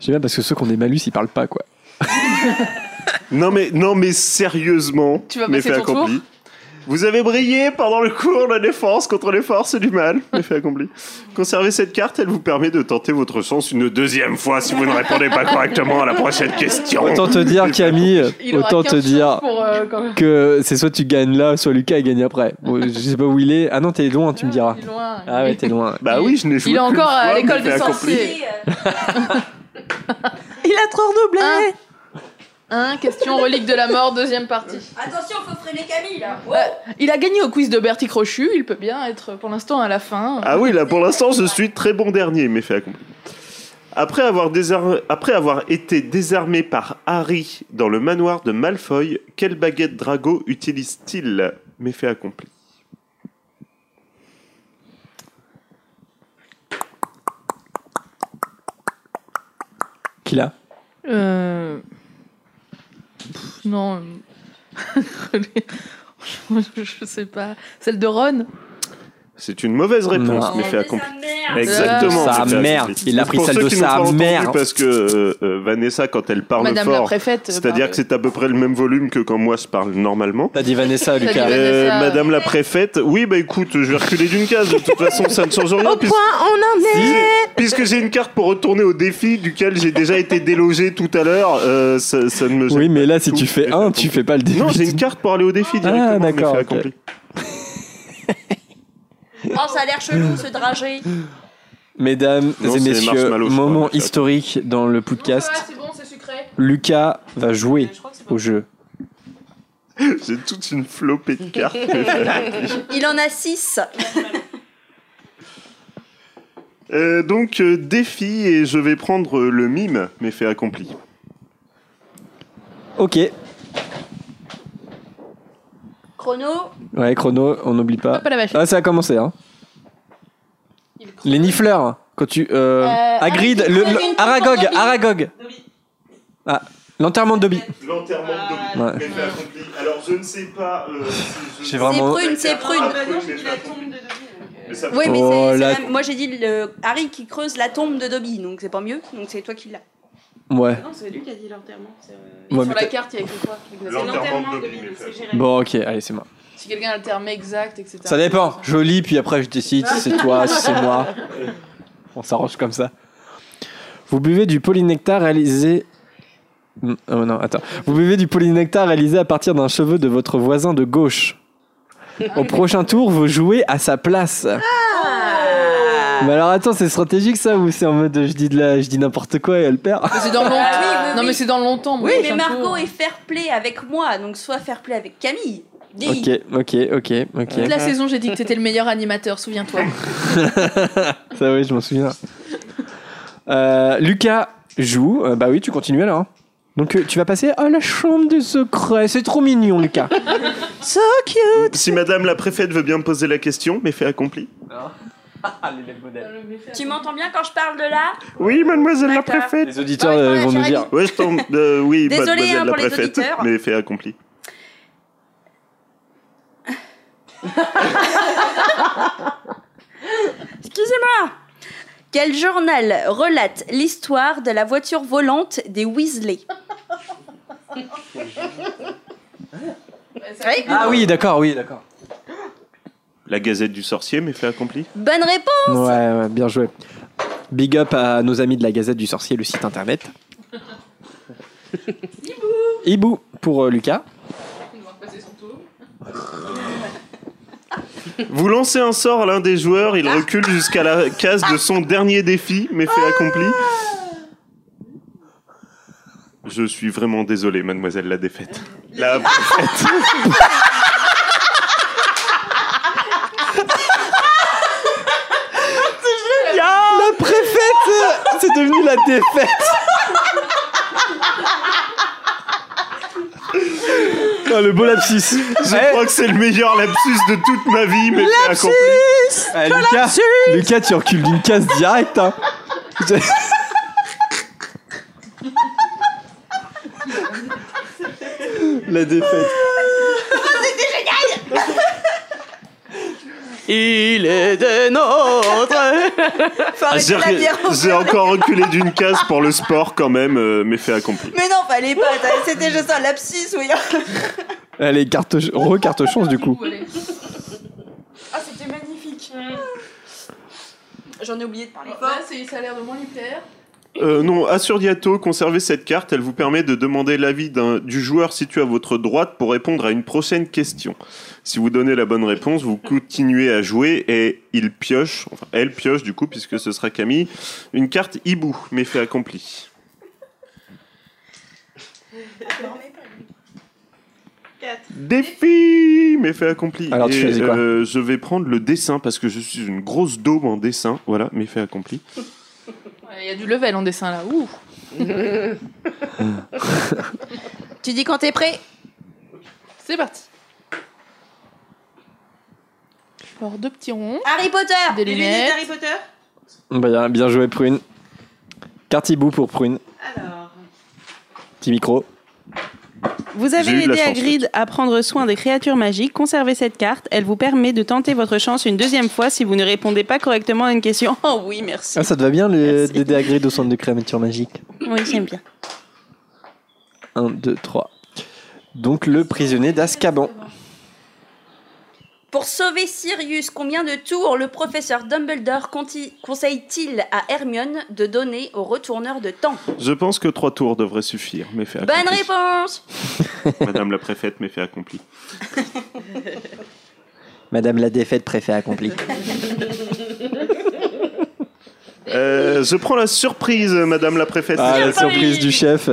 A: J'aime bien parce que ceux qu'on est malus, ils parlent pas
C: [LAUGHS]
A: quoi.
C: Non mais non mais sérieusement,
K: Tu vas passer
C: méfait
K: ton
C: accompli.
K: tour
C: Vous avez brillé pendant le cours de la défense contre les forces du mal. Méfait accompli. Conservez cette carte, elle vous permet de tenter votre chance une deuxième fois si vous ne répondez pas correctement à la prochaine question.
A: Autant te dire Camille,
K: Il aura
A: autant te
K: 15
A: dire
K: chances pour, euh, quand même.
A: que c'est soit tu gagnes là, soit Lucas il gagne après. Bon, je sais pas où il est. Ah non, t'es loin, tu me diras.
K: Loin.
A: Ah ouais, t'es loin.
C: Bah oui, je n'ai joué
K: Il est
C: qu'une
K: encore à
C: fois,
K: l'école
C: mais
K: des
C: t'as accompli.
K: sorciers.
D: euh,
M: Il a trop redoublé.
K: [LAUGHS]
J: Ah.
K: Hein, question relique de la mort, deuxième partie.
D: Attention, faut freiner Camille là.
A: Ah.
K: Il a gagné au quiz de Bertie Crochu, il peut bien être pour l'instant à la fin.
C: Ah oui, là pour l'instant, je suis très bon dernier, mais fait accompli. Après avoir, désar- Après avoir été désarmé par Harry dans le manoir de Malfoy, quelle baguette Drago utilise-t-il Méfait accompli.
A: Qui l'a
K: Euh... pff, non. [LAUGHS] euh, je je sais pas. Celle de Ron
C: C'est une mauvaise réponse,
D: Oh,
A: Non.
C: méfait accompli.
A: Ah,
K: mère.
C: Exactement.
A: Sa
C: méfait
A: mère.
C: accompli.
A: Il a pris
C: Pour
A: celle
C: ceux
A: de
C: qui nous
A: sa
C: ont pas entendu,
A: mère.
C: Parce que euh, euh, Vanessa, quand elle parle
K: Madame la
C: fort,
K: préfète, euh,
C: c'est-à-dire
K: parle.
C: que c'est à peu près le même volume que quand moi je parle normalement.
A: T'as dit Vanessa,
K: dit
A: Lucas.
K: Vanessa.
C: Euh, Madame la préfète, oui, bah écoute, je vais reculer d'une case. De toute façon, ça ne change rien.
M: Au
C: puisque-
M: point, on en est.
C: puisque j'ai une carte pour retourner au défi duquel j'ai déjà été délogé tout à l'heure, euh, ça, ça ne me gêne
A: Oui, mais
C: pas
A: là,
C: du
A: si
C: tout.
A: tu fais
C: J'ai
A: un,
C: accompli.
A: tu fais pas le défi.
C: Non, j'ai une carte pour aller au défi directement.
A: Ah,
C: mais
A: d'accord.
C: fait
A: ok.
C: accompli. [LAUGHS]
D: Oh, ça a l'air chelou ce dragé.
A: Mesdames
C: Non,
A: et
C: c'est
A: messieurs,
C: Marshmallow, je crois,
A: moment
C: le chat.
A: historique dans le podcast.
K: c'est bon, c'est sucré.
A: Lucas va
D: Euh,
A: jouer au jeu.
C: J'ai toute une flopée de cartes. que j'ai acquises.
D: Il en a six.
C: Euh, donc, euh, défi, et je vais prendre euh, le mime, mais fait accompli.
A: Ok,
D: Chrono.
A: ouais, chrono, on n'oublie pas.
D: Hop à la vache.
A: Ah, ça a commencé, hein. Les nifleurs, quand tu. Euh,
D: Euh,
A: Hagrid,
D: Hagrid
A: le,
D: creuse
A: le-
D: une
A: Aragog,
D: coupe en
A: Aragog. Ah, l'enterrement de Dobby.
C: L'enterrement de
A: Ouais.
C: Dobby, mais fait accompli. Alors, je ne sais pas euh, si je...
A: J'ai vraiment- C'est
D: prune, c'est prune.
C: Ah, mais fait accompli. Mais ça-
D: Oui, mais c'est-
A: Oh,
D: c'est
A: la-
D: la- moi j'ai dit le Harry qui creuse la tombe de Dobby, donc c'est pas mieux. Donc c'est toi qui l'as.
A: Ouais.
J: Non, c'est lui qui a dit l'enterrement. c'est, euh,
A: Ouais, mais
K: Sur la
A: t'as-
K: carte, il y a écrit quoi
J: C'est
C: L'enterrement de Dobby, mais fait accompli.
A: Bon, ok, allez, c'est moi.
K: Si quelqu'un a le terme exact, etc.
A: Ça dépend. Je lis, puis après je décide si c'est toi, si c'est moi. On s'arrange comme ça. Vous buvez du polynectar réalisé. Hmm, Oh non, attends. Vous buvez du polynectar réalisé à partir d'un cheveu de votre voisin de gauche. Au prochain tour, vous jouez à sa place. Mais alors attends, c'est stratégique ça ou c'est en mode je dis de la, je dis n'importe quoi et elle perd
K: C'est dans longtemps.
D: Ah oui, oui,
K: Non,
D: oui.
K: mais c'est dans longtemps.
D: Oui,
K: moi,
D: mais
K: j'ai un
D: Margot
K: peu-
D: est fair play avec moi, donc soit fair play avec Camille. Dis.
A: Ok, ok, ok, ok.
K: Toute la saison, j'ai dit que t'étais le meilleur animateur, souviens-toi.
A: ça oui, je m'en souviens. Euh, Lucas joue. Euh, bah oui, tu continues alors. Donc euh, tu vas passer à la chambre des secrets. C'est trop mignon, Lucas.
C: So cute Si madame la préfète veut bien me poser la question, mais fait accompli.
D: Tu m'entends bien quand je parle de là
C: Oui, mademoiselle la
D: D'accord.
A: [LAUGHS]
C: préfète.
A: Les auditeurs euh, vont nous dire.
C: Ouais, je tombe. euh, oui,
D: Désolée,
C: mademoiselle
D: hein,
C: la
D: pour les
C: préfète,
D: auditeurs.
C: mais fait accompli.
D: Excusez-moi Quel journal relate l'histoire de la voiture volante des Weasley Oui.
A: Ah oui, d'accord, oui, d'accord.
C: La Gazette du Sorcier, mais fait accompli.
D: Bonne
A: Ouais,
D: réponse
A: ouais, bien joué. Big up à nos amis de la Gazette du Sorcier, le site internet. Hibou pour euh, Lucas.
C: Vous lancez un sort à l'un des joueurs,
D: Ah.
C: il recule jusqu'à la case de son dernier défi, mais fait accompli. Je suis vraiment désolé, mademoiselle la défaite. La préfète.
A: La préfète, euh, c'est devenu la défaite. Ah, le beau lapsus.
C: Je crois que c'est le meilleur lapsus de toute ma vie, mais fait accompli.
A: Eh, Lucas, Lucas, tu recules d'une case direct. hein. La défaite.
L: C'était génial Il est des nôtres
D: Faut arrêter
C: j'ai
D: la bière au
C: j'ai
D: fur.
C: encore reculé d'une case pour le sport quand même, euh, mais fait accompli.
D: Mais non, fallait pas, t'as- c'était juste un lapsus, oui
A: Allez, carte, re-carte chance du coup.
K: Ah, c'était magnifique.
D: J'en ai oublié de parler.
K: Là, c'est- ça a l'air de moins lui plaire.
C: Euh, non, Assuriato, conservez cette carte, elle vous permet de demander l'avis d'un- du joueur situé à votre droite pour répondre à une prochaine question. Si vous donnez la bonne réponse, vous continuez à jouer et il pioche, enfin elle pioche du coup, puisque ce sera Camille, une carte hibou, mais fait accompli. Défi Mais fait accompli.
A: Alors, tu
C: Et,
A: choisis quoi
C: euh, Je vais prendre le dessin parce que je suis une grosse daube en dessin. Voilà, mais fait accompli.
K: Ouais, Il y a du level en dessin là. Ouh.
D: Tu dis quand t'es prêt
K: C'est parti. Alors, deux petits ronds.
D: Harry Potter
K: Des
D: Les
K: lunettes.
D: Harry Potter
A: Bah, bien joué, Prune. Carte hibou pour Prune.
J: Alors.
A: Petit micro.
J: Vous
A: J'ai eu
J: avez
A: de la
J: aidé
A: chance.
J: Hagrid à prendre soin des créatures magiques. Conservez cette carte. Elle vous permet de tenter votre chance une deuxième fois si vous ne répondez pas correctement à une question. [LAUGHS] Oh oui, merci.
A: Ah, ça te va bien le DD Hagrid au centre de créature magique
J: Oui, j'aime bien.
A: 1, 2, 3. Donc, le prisonnier d'Azkaban.
D: Pour ceux sauver Sirius, combien de tours le professeur Dumbledore conti- conseille-t-il à Hermione de donner au retourneur de temps
C: Je pense que trois tours devraient suffire, mais fait
D: Bonne
C: accompli.
D: réponse
C: Madame la préfète, mais fait accompli.
A: Madame la défaite préfet accomplie.
C: Euh, je prends la surprise, Madame la préfète.
A: Ah, la surprise du chef.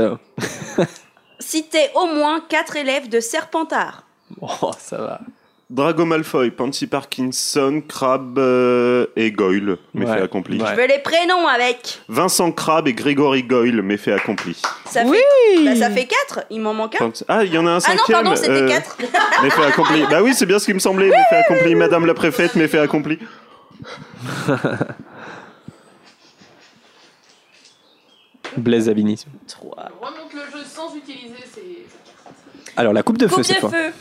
D: Citez au moins quatre élèves de Serpentard.
A: Oh, ça va.
C: Drago Malfoy, Pansy Parkinson, Crabbe euh, et Goyle, méfait
A: Ouais.
C: accompli.
D: Je veux les prénoms avec.
C: Vincent Crabbe et Grégory Goyle, méfait accompli.
D: Ça fait, Bah, ça fait quatre. Il m'en manque un.
C: Pants- Ah, il y en a un
D: Ah
C: cinquième.
D: non, pardon, c'était
C: euh, [LAUGHS]
D: quatre.
C: Méfait accompli. Bah oui, c'est bien ce qui me semblait. Méfait accompli. Madame la préfète, méfait accompli.
A: Blaise Abini.
K: Remonte le jeu sans utiliser ses.
A: Alors la coupe de feu
D: Coupe
A: cette
D: de
A: fois.
D: feu.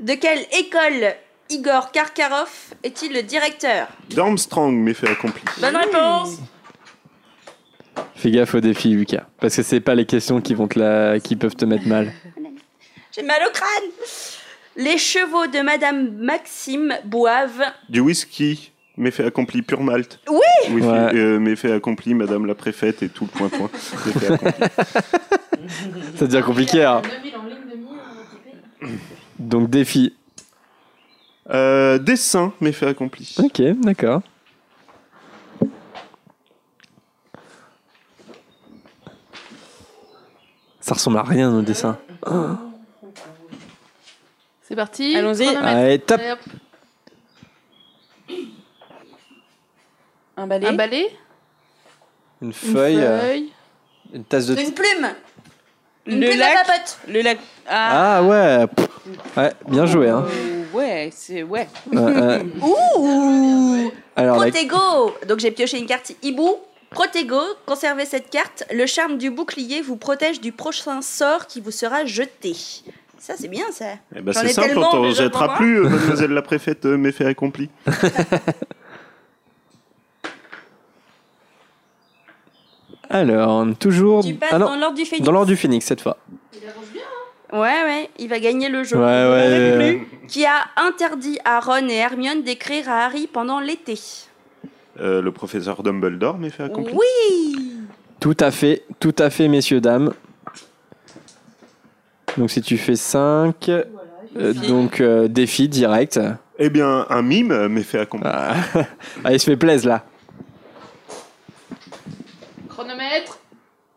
D: De quelle école Igor Karkarov est-il le directeur
C: Dormstrong, méfait accompli.
D: Bonne réponse.
A: Fais gaffe aux défis Lucas, parce que c'est pas les questions qui vont te la... qui peuvent te mettre mal.
D: J'ai mal au crâne. Les chevaux de Madame Maxime boivent.
C: Du whisky, méfait accompli. Pure malt.
D: Oui.
C: Oui,
A: Ouais.
C: euh, méfait accompli, Madame la préfète et tout le
D: [LAUGHS]
C: point point. Méfait accompli.
A: Ça devient compliqué. hein. Donc défi.
C: Euh, dessin, méfait accompli.
A: Ok, d'accord. Ça ressemble à rien nos dessins.
K: C'est parti.
J: Allons-y.
K: chronomètre.
A: Allez, top.
K: Allez, hop.
J: Un balai.
K: Un balai.
A: Une feuille, euh, une tasse de
D: Une plume. Une
J: Le
D: plume à
J: lac.
D: papote.
J: Le lac. Ah,
A: Ah ouais. pff. Ouais, bien joué
B: [LAUGHS]
A: hein.
J: [LAUGHS] ouais, c'est. Ouais.
A: Ouais, ouais.
D: Ouh
A: Alors la-
D: Protego Donc j'ai pioché une carte hibou. Protego, conservez cette carte. Le charme du bouclier vous protège du prochain sort qui vous sera jeté. Ça, c'est bien, ça.
C: Eh ben,
D: J'en
C: c'est
D: ai
C: simple,
D: tellement,
C: on ne
D: déjà,
C: jettera
D: pour
C: plus,
D: moi.
C: euh, mademoiselle la préfète, euh, méfait accompli.
A: Alors toujours
D: Tu passes
A: Ah non,
D: dans l'ordre du phénix.
A: Dans l'ordre du phénix cette fois.
D: Ouais, ouais, il va gagner le jeu.
A: Ouais, ouais.
D: On en avait plus. Qui a interdit à Ron et Hermione d'écrire à Harry pendant l'été.
C: Euh, le professeur Dumbledore, méfait accompli.
D: Oui
A: Tout à fait, tout à fait, messieurs, dames. Donc si tu fais 5, donc euh, défi direct.
C: Eh bien, un mime, euh, méfait accompli.
A: Ah, [LAUGHS] ah, il se fait plaisir là.
K: Chronomètre.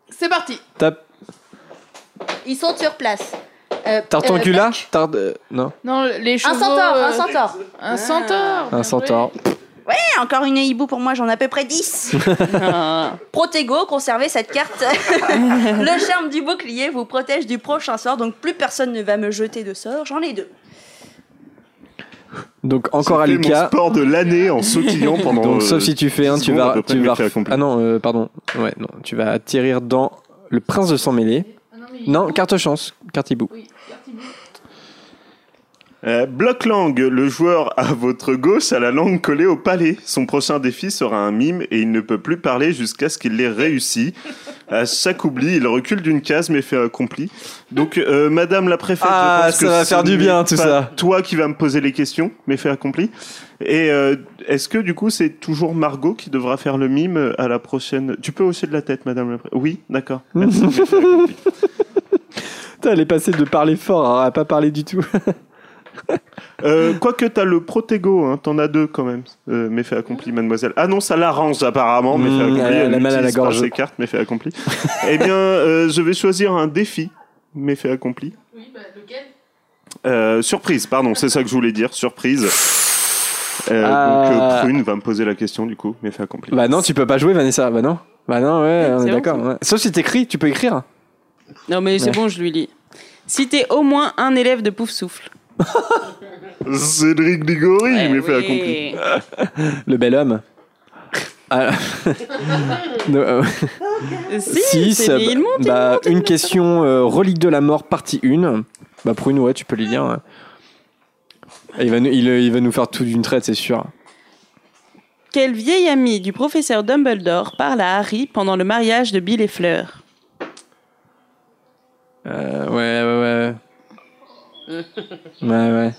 K: C'est parti.
A: Top.
D: Ils sont sur place. Euh,
A: Tartancula Tart- euh, Non,
K: Non, les chevaux.
D: Un centaure, un
K: euh,
D: centaure.
K: Un centaure.
A: un centaure.
D: Ouais, encore une hibou pour moi, j'en ai à peu près [LAUGHS]
J: [LAUGHS]
D: 10. Protego, conservez cette carte. le charme du bouclier vous protège du prochain sort, donc plus personne ne va me jeter de sort. J'en ai deux.
A: Donc encore à
C: C'était mon
A: Lucas.
C: sport de l'année en sautillant pendant.
A: Donc
C: euh,
A: sauf si tu fais 1,
C: dix
A: tu
C: secondes à
A: vas,
C: peu près,
A: tu vas
C: méfait
A: ref-
C: accompli.
A: Ah non, euh, pardon. Ouais, non, tu vas atterrir dans le prince de sang mêlé. Non, carte chance, carte hibou.
C: Euh, bloc langue, le joueur à votre gauche a la langue collée au palais. Son prochain défi sera un mime et il ne peut plus parler jusqu'à ce qu'il l'ait réussi. À chaque oubli, il recule d'une case mais fait accompli. Donc, euh, Madame la préfète,
A: Ah,
C: je pense
A: ça
C: que
A: va
C: ce
A: faire du
C: n'est
A: bien, tout
C: pas
A: ça.
C: Toi qui vas me poser les questions, mais fait accompli. Et euh, est-ce que du coup, c'est toujours Margot qui devra faire le mime à la prochaine Tu peux hausser de la tête, Madame la préfète. Oui, d'accord. Merci, mais fait accompli.
A: [LAUGHS] Putain, elle est passée de parler fort à pas parler du
C: [LAUGHS]
A: tout.
C: Euh, Quoique t'as le Protego, hein, t'en as deux quand même. Euh, mais fait accompli, mademoiselle. Ah non, ça l'arrange apparemment, mais fait
A: Mmh,
C: accompli.
A: elle a mal à la
C: n'utilise pas
A: gorge.
C: ses cartes, mais fait accompli. eh bien, euh, je vais choisir un défi, mais fait accompli.
K: Oui, bah, lequel
C: Euh, surprise, pardon, c'est ça que je voulais dire, surprise. Euh,
A: Ah.
C: Donc euh, Prune va me poser la question du coup, mais fait accompli.
A: Bah non, tu peux pas jouer, Vanessa. Bah non. Bah non, ouais, on
J: c'est
A: est
J: bon,
A: d'accord.
J: c'est bon.
A: ouais. Sauf si t'écris, tu peux écrire.
J: Non, mais c'est
A: Ouais.
J: bon, je lui lis. Citez au moins un élève de Pouf Souffle.
A: Bah.
C: Cédric Diggory, mais fait accompli.
J: Oui.
A: Le bel homme. Ah. [LAUGHS] Non, euh,
J: Si,
A: six,
J: c'est-
A: euh,
J: mais il monte, il
A: bah,
J: monte, il
A: une
J: monte.
A: question euh, relique de la mort partie 1. Bah Prune, ouais, tu peux les lire. ouais. Et Il va, nous, il, euh, il va nous faire tout d'une traite, c'est sûr.
J: Quel vieil ami du professeur Dumbledore parle à Harry pendant le mariage de Bill et Fleur
A: Euh, ouais, ouais, ouais. Ouais, ouais.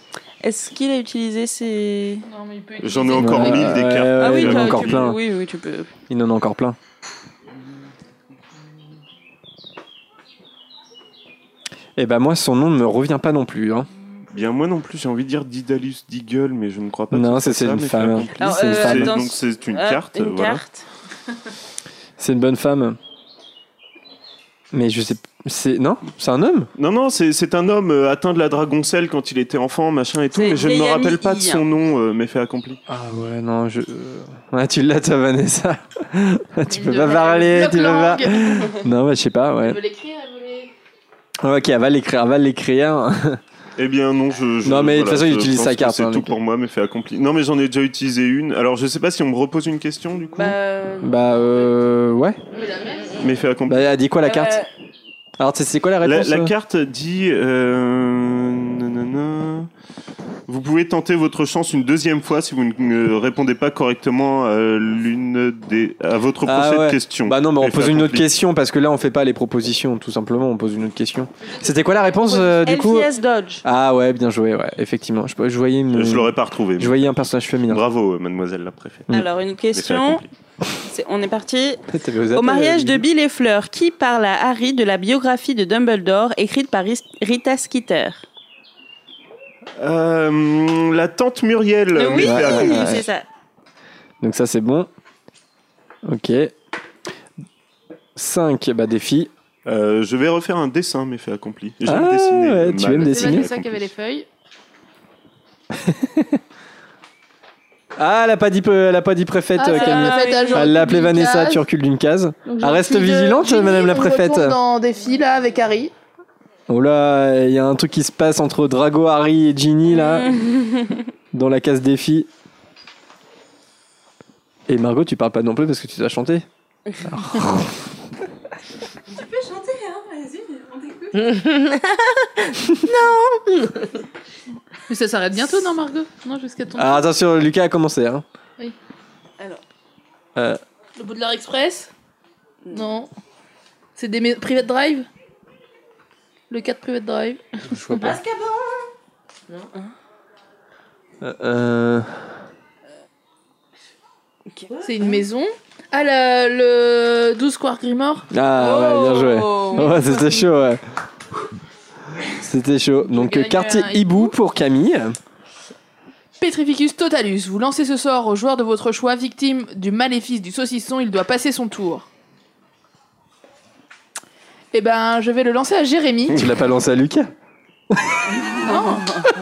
J: Est-ce qu'il a utilisé ses. Non, mais il peut
C: J'en ai encore mille des cartes.
J: Ah
A: Euh,
J: oui,
A: il en a
J: t'as-
A: encore
J: tu-
A: plein.
J: oui, oui, tu peux.
A: Il en a encore plein. Eh ben moi, son nom ne me revient pas non plus. hein.
C: Bien, moi non plus, j'ai envie de dire Didalus Deagle, mais je ne crois pas.
A: Non,
C: que
A: c'est- c'est
C: ça,
A: une
C: mais
A: femme.
C: l'as compris.
A: Alors, euh,
C: C'est-
A: dans-
C: donc c'est une
A: Ah,
C: carte.
A: une
C: voilà.
A: carte. C'est une bonne femme. Mais je sais, c'est non, c'est un homme.
C: Non, non, c'est c'est un homme euh, atteint de la dragoncelle quand il était enfant, machin et tout,
A: C'est
C: mais je ne me
A: Deyami
C: rappelle pas de
A: I.
C: son nom, euh, mais fait accompli.
A: Ah ouais, non, je. euh. Ouais, tu l'as toi, Vanessa. tu peux pas
C: devrait-
A: parler, tu peux
K: [LAUGHS]
A: pas.
K: Bloc-langue.
A: non, bah, je sais pas, ouais.
K: Elle veut l'écrire, elle veut les-
A: Ok, elle va l'écrire, elle va
J: Euh,
A: l'écrire.
C: Eh bien non, je, je-
A: Non, mais de toute façon, il
C: je
A: utilise
C: pense
A: sa
C: que
A: carte,
C: C'est
A: hein,
C: tout
A: donc.
C: pour moi, mais fait accompli. Non, mais j'en ai déjà utilisé une. Alors je sais pas si on me repose une question du
A: [LAUGHS]
C: coup.
A: bah euh, ouais.
C: Mais fait accompli.
A: Bah, elle dit quoi la carte
J: Euh,
A: Alors, c'est- c'est quoi la
C: La,
A: réponse
C: la
A: euh
C: carte dit. euh, nanana. Vous pouvez tenter votre chance une deuxième fois si vous ne ne répondez pas correctement à l'une des à votre
A: Ah
C: prochaine
A: ouais.
C: question.
A: Bah non, mais on
C: Mais
A: pose
C: fait
A: une autre
C: accompli.
A: question parce que là on fait pas les propositions, tout simplement, on pose une autre question. C'était quoi la réponse euh, du coup
J: LCS Dodge.
A: Ah ouais, bien joué, ouais, effectivement. Je, je voyais une.
C: Je l'aurais pas retrouvé.
A: euh, Je voyais un personnage féminin.
C: Bravo, euh, mademoiselle la préfète.
J: Alors, une question. C'est- On est parti.
A: T'avais osé
J: Au
A: appeler,
J: mariage de
A: Lily.
J: Bill et Fleur, qui parle à Harry de la biographie de Dumbledore écrite par Ris- Rita Skeeter
C: Euh, la tante Muriel.
J: Euh, Oui,
C: mais fait accompli.
J: c'est ça.
A: Donc ça c'est bon. Ok. 5, bah défi.
C: Euh, je vais refaire un dessin, mais fait accompli. J'aime
A: Ah,
C: dessiner
A: ouais,
C: le
A: tu
C: mal.
A: aimes
K: C'est
A: dessiner.
K: Vanessa qui avait les feuilles.
A: Ah, elle a pas dit, peu- elle a pas dit préfète,
K: Ah,
A: euh,
K: c'est la
A: Camille.
K: préfète, elle recule
A: elle l'a appelée
K: d'une
A: Vanessa,
K: case.
A: tu recules d'une case.
K: Donc, je
A: Ah, reste
K: recule de
A: vigilante,
K: Ginny,
A: madame la
K: on
A: préfète.
K: retourne dans des filles là avec Harry.
A: Oh là, il y a un truc qui se passe entre Drago, Harry et Ginny
K: [LAUGHS]
A: là, dans la case défi. Et Margot, tu parles pas non plus parce que tu dois chanter.
M: Tu peux chanter, hein Vas-y, on t'écoute.
K: non Mais ça s'arrête bientôt, non, Margot Non, jusqu'à ton.
A: Ah, attention, Lucas a commencé. Hein.
K: Oui. Alors,
A: Euh,
K: le bout de l'art express Non. C'est des mé- private drive Le 4 private drive.
A: Je vois pas.
K: Mascabon Non.
A: euh, euh,
K: C'est une maison. Ah, la- le 12 Square Grimoire
A: Ah ouais, bien joué.
K: Oh.
A: Ouais, c'était chaud, ouais. C'était chaud. Donc, euh,
K: gagné
A: quartier
K: un
A: hibou pour Camille.
K: Petrificus Totalus, vous lancez ce sort au joueur de votre choix, victime du maléfice du saucisson, il doit passer son tour. Eh ben, je vais le lancer
A: [LAUGHS]
K: à Jérémy.
A: Tu l'as pas lancé à Lucas
K: Non.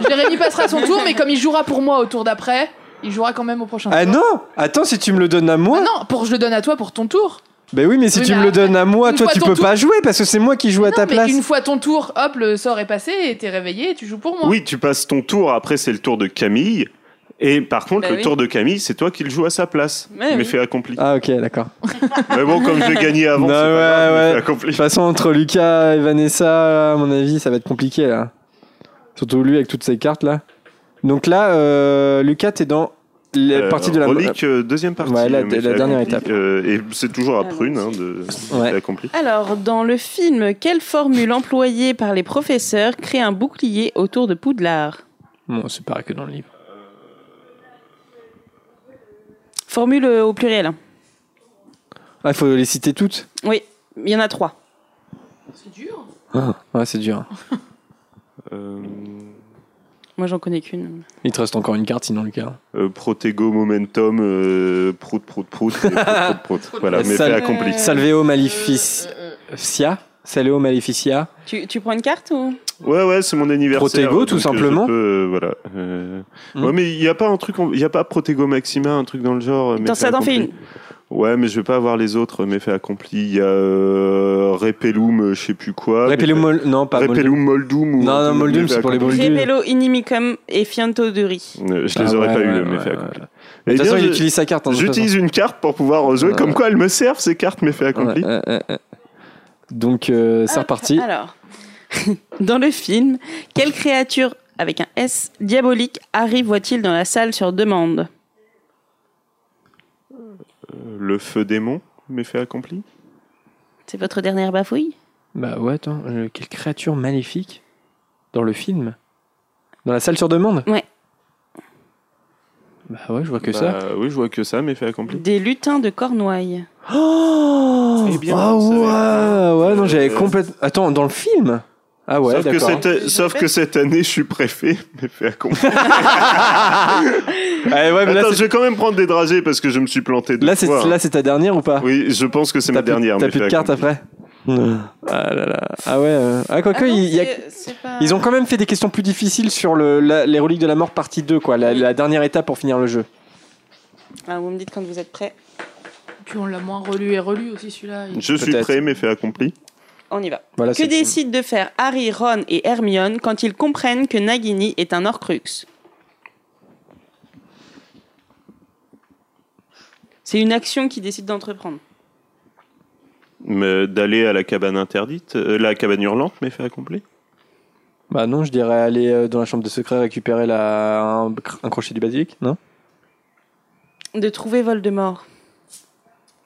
K: Jérémy passera son tour, mais comme il jouera pour moi au tour d'après, il jouera quand même au prochain
A: Ah
K: tour. Ah
A: non Attends, si tu me le donnes à moi.
K: Non, pour je le donne à toi pour ton tour.
A: Ben oui, mais si
K: Oui,
A: tu
K: mais
A: me le
K: après,
A: donnes à moi,
K: une
A: toi
K: fois
A: tu
K: ton
A: peux
K: tour-
A: pas jouer parce que c'est moi qui joue à ta
K: mais
A: place.
K: une fois ton tour, hop, le sort est passé et t'es réveillé et tu joues pour moi.
C: Oui, tu passes ton tour, après c'est le tour de Camille. Et par contre,
K: Bah
C: le
K: oui.
C: tour de Camille, c'est toi qui le joues à sa place.
K: Mais
C: Mais,
K: oui.
C: fait
K: [LAUGHS]
C: accompli.
A: Ah ok, d'accord.
C: Mais bon, comme je gagnais avant,
A: Non,
C: c'est
A: ouais,
C: pas grave, mais
A: ouais.
C: fait accompli.
A: De toute façon, entre Lucas et Vanessa, à mon avis, ça va être compliqué là. Surtout lui avec toutes ses cartes là. Donc là, euh, Lucas, t'es dans la
C: Euh,
A: partie de la
C: relique, euh, deuxième partie.
A: Ouais, la-
C: mais
A: la
C: fait
A: dernière
C: accompli.
A: étape.
C: Euh, et c'est toujours
K: Ah,
C: à prune hein, de fait accompli.
J: Alors, dans le film, quelle formule employée par les professeurs crée un bouclier autour de Poudlard
A: Bon, c'est pareil que dans le livre.
J: Formule euh, au pluriel. hein.
A: Ah, il faut les citer toutes
J: Oui, il y en a trois.
A: Ah, Ouais, c'est dur.
C: Euh,
J: Moi, j'en connais qu'une.
A: Il te reste encore une carte sinon, Lucas.
C: Euh, Protego, Momentum, euh, Prout, Prout, Prout. et prout, prout,
K: [LAUGHS]
C: prout. voilà, mais fait
A: Sal-
C: accompli.
A: Salveo
K: Euh,
A: Maleficia. Salveo Maleficia.
J: Tu, tu prends une carte ou
C: Ouais, ouais, c'est mon anniversaire.
A: Protego,
C: donc,
A: tout
C: euh, je
A: simplement. Hmm.
C: peux, euh, voilà. euh, Ouais, mais il n'y a pas un truc, il n'y a pas Protego Maxima, un truc dans le genre. mais
J: T'en-
C: fait
J: ça t'en fait
C: accompli. Ouais, mais je vais pas avoir les autres, mais fait accompli. Il y a euh, Repellum, euh, je sais plus quoi. mais
A: Repellum
C: fait-
A: Mol- non, pas
C: Repellum Moldum. ou
A: Non,
C: un
A: non,
C: truc,
A: Moldum,
C: mais fait
A: c'est pour les
C: accompli.
J: Rebello, Inimicum et Fianto Duri.
C: Euh, Je les
A: Ah
C: aurais
A: ouais,
C: pas
A: ouais,
C: eu, mais
A: ouais,
C: fait
A: ouais.
C: accompli.
A: De toute façon,
C: bien,
A: il
C: je-
A: utilise sa carte, hein, de toute
C: J'utilise
A: façon.
C: une carte pour pouvoir jouer.
A: Ouais.
C: Comme quoi, elles me servent, ces cartes, mais fait accompli.
A: Ouais, ouais, ouais. Donc, euh, c'est reparti.
J: Ah, Alors, [LAUGHS] dans le film, quelle créature avec un S diabolique Harry voit-il dans la salle sur demande
C: Euh, Le feu démon, mais fait accompli.
J: C'est votre dernière bafouille
A: Bah ouais, attends, euh, quelle créature maléfique dans le film Dans la salle sur demande
J: Ouais.
A: Bah ouais, je vois que
C: Bah,
A: ça.
C: Oui, je vois que ça, mais fait accompli.
J: Des lutins de Cornouailles.
A: Oh
C: Eh bien,
A: Ah
C: vous savez.
A: ouais, ouais, non, j'avais
C: Euh,
A: complètement. Attends, dans le film Ah ouais,
C: sauf, que
A: d'accord.
C: cette, sauf que cette année, je suis préfet, [LAUGHS] mais
A: [LAUGHS]
C: fait accompli.
A: Ah
C: Attends, je vais quand même prendre des dragées parce que je me suis planté deux
A: Là, c'est
C: fois. hein.
A: là, c'est ta dernière ou pas
C: Oui, je pense que c'est ma dernière.
A: T'as
C: mais
A: plus de
C: fait
A: cartes
C: accompli.
A: après Ah là là. Ah ouais. euh, Ah quoique, il y a- ils ont quand même fait des questions plus difficiles sur le, la- les reliques de la mort partie 2, quoi, la, la dernière étape pour finir le jeu.
J: Ah, vous me dites quand vous êtes prêts.
K: Puis on l'a moins relu et relu aussi celui-là. Il-
C: Je suis
A: Peut-être.
C: prêt, mais fait accompli.
J: On y va.
A: Voilà,
J: que
A: c'est-
J: décident de faire Harry, Ron et Hermione quand ils comprennent que Nagini est un Horcrux C'est une action qu'ils décident d'entreprendre.
C: Mais D'aller à la cabane interdite, euh, la cabane hurlante, mais fait accompli.
A: Bah non, je dirais aller euh, dans la chambre de secret récupérer la, un, cr- un crochet du basilic, non
J: De trouver Voldemort.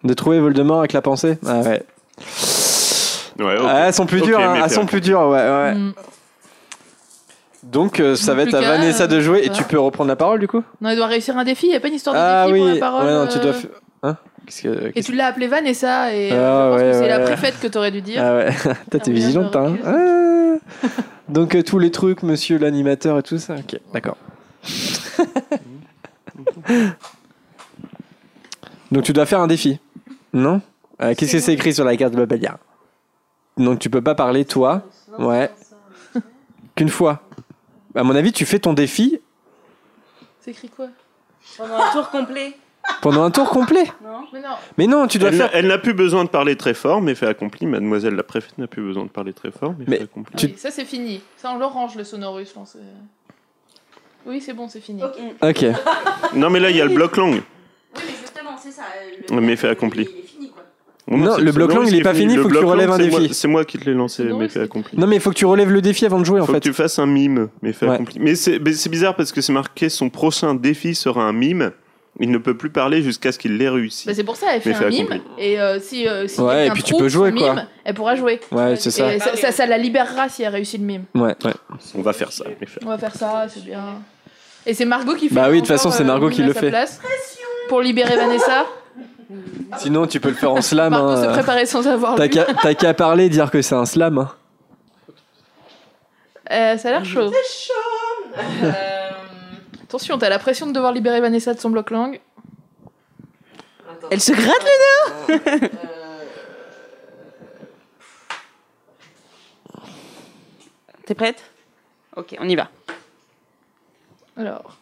A: De trouver Voldemort avec la pensée Ah ouais.
C: Ouais, ok.
A: Ah, elles sont plus
C: Ok,
A: dures, hein,
C: mais
A: elles
C: fait
A: sont plus dures, ouais. ouais.
K: Hmm.
A: Donc euh, ça va
K: Plus
A: être à
K: qu'à,
A: Vanessa
K: euh,
A: de jouer et
K: voilà.
A: tu peux reprendre la parole du coup
K: Non, il doit réussir un défi, il n'y a pas une histoire de
A: Ah
K: défi
A: oui,
K: pour la parole.
A: ouais, non, tu dois.
K: euh,
A: f- Hein Qu'est-ce que.
K: Et tu l'as appelé Vanessa, et euh,
A: Ah,
K: je pense
A: ouais,
K: que c'est
A: ouais,
K: la
A: ouais.
K: préfète que t'aurais dû dire.
A: Ah ouais, [LAUGHS] toi t'es vigilante, toi, hein. Ah. Donc euh, tous les trucs, monsieur l'animateur et tout ça. Ok, d'accord. Donc tu dois faire un défi, non Euh, Qu'est-ce que c'est écrit sur la carte de Babelia Donc tu peux pas parler toi, ouais, qu'une fois. À mon avis, tu fais ton défi
K: C'est écrit quoi
J: Pendant un tour complet.
A: pendant un tour complet.
K: Non, mais non.
A: Mais non, tu dois
C: elle,
A: faire.
C: elle n'a plus besoin de parler très fort, mais fait accompli. Mademoiselle la préfète n'a plus besoin de parler très fort, mais, fait accompli.
K: Oui, Ça, c'est fini. Ça, on l'orange, le sonorus, je pense. euh. Oui, c'est bon, c'est fini.
A: Ok.
C: Non, mais là, il y a le bloc
D: Oui,
C: langue.
D: mais justement, c'est ça.
J: euh,
C: Mais fait accompli.
A: Non, le bloc langue, il est pas fini, faut que tu relèves un défi.
C: C'est moi qui te l'ai lancé, mais fait accompli.
A: Non mais il faut que tu relèves le défi avant de jouer en
C: Faut
A: fait.
C: que tu fasses un mime, mais fait
A: Ouais.
C: accompli. Mais c'est mais c'est bizarre parce que c'est marqué son prochain défi sera un mime. Il ne peut plus parler jusqu'à ce qu'il l'ait réussi.
K: Bah, c'est pour ça, elle fait
C: Mais fait
K: un mime,
C: accompli.
K: et euh, si, euh, si
C: Ouais,
K: quelqu'un
C: et puis tu
K: trouve
C: peux jouer,
K: son
C: quoi.
K: mime, elle pourra jouer.
A: Ouais, c'est ça.
K: Et ça, ça, ça la libérera si elle réussit le mime.
A: Ouais, ouais.
C: On va faire ça. mais fait-
K: On va faire ça, c'est bien. Et c'est Margot qui fait.
A: Bah oui, de toute
K: encore,
A: façon, c'est
K: euh,
A: Margot
K: mime
A: qui
K: à
A: le
K: sa
A: fait.
K: place pour libérer Vanessa.
A: Sinon, tu peux le faire en slam.
K: Margot
A: hein.
K: se préparait sans avoir
A: T'as
K: lu.
A: qu'à t'as qu'à parler, dire que c'est un slam. hein.
K: Euh, ça a l'air chaud. C'est chaud Attention, t'as la pression de devoir libérer Vanessa de son bloc langue.
M: Elle se gratte les dents
J: T'es prête Ok, on y va.
K: Alors.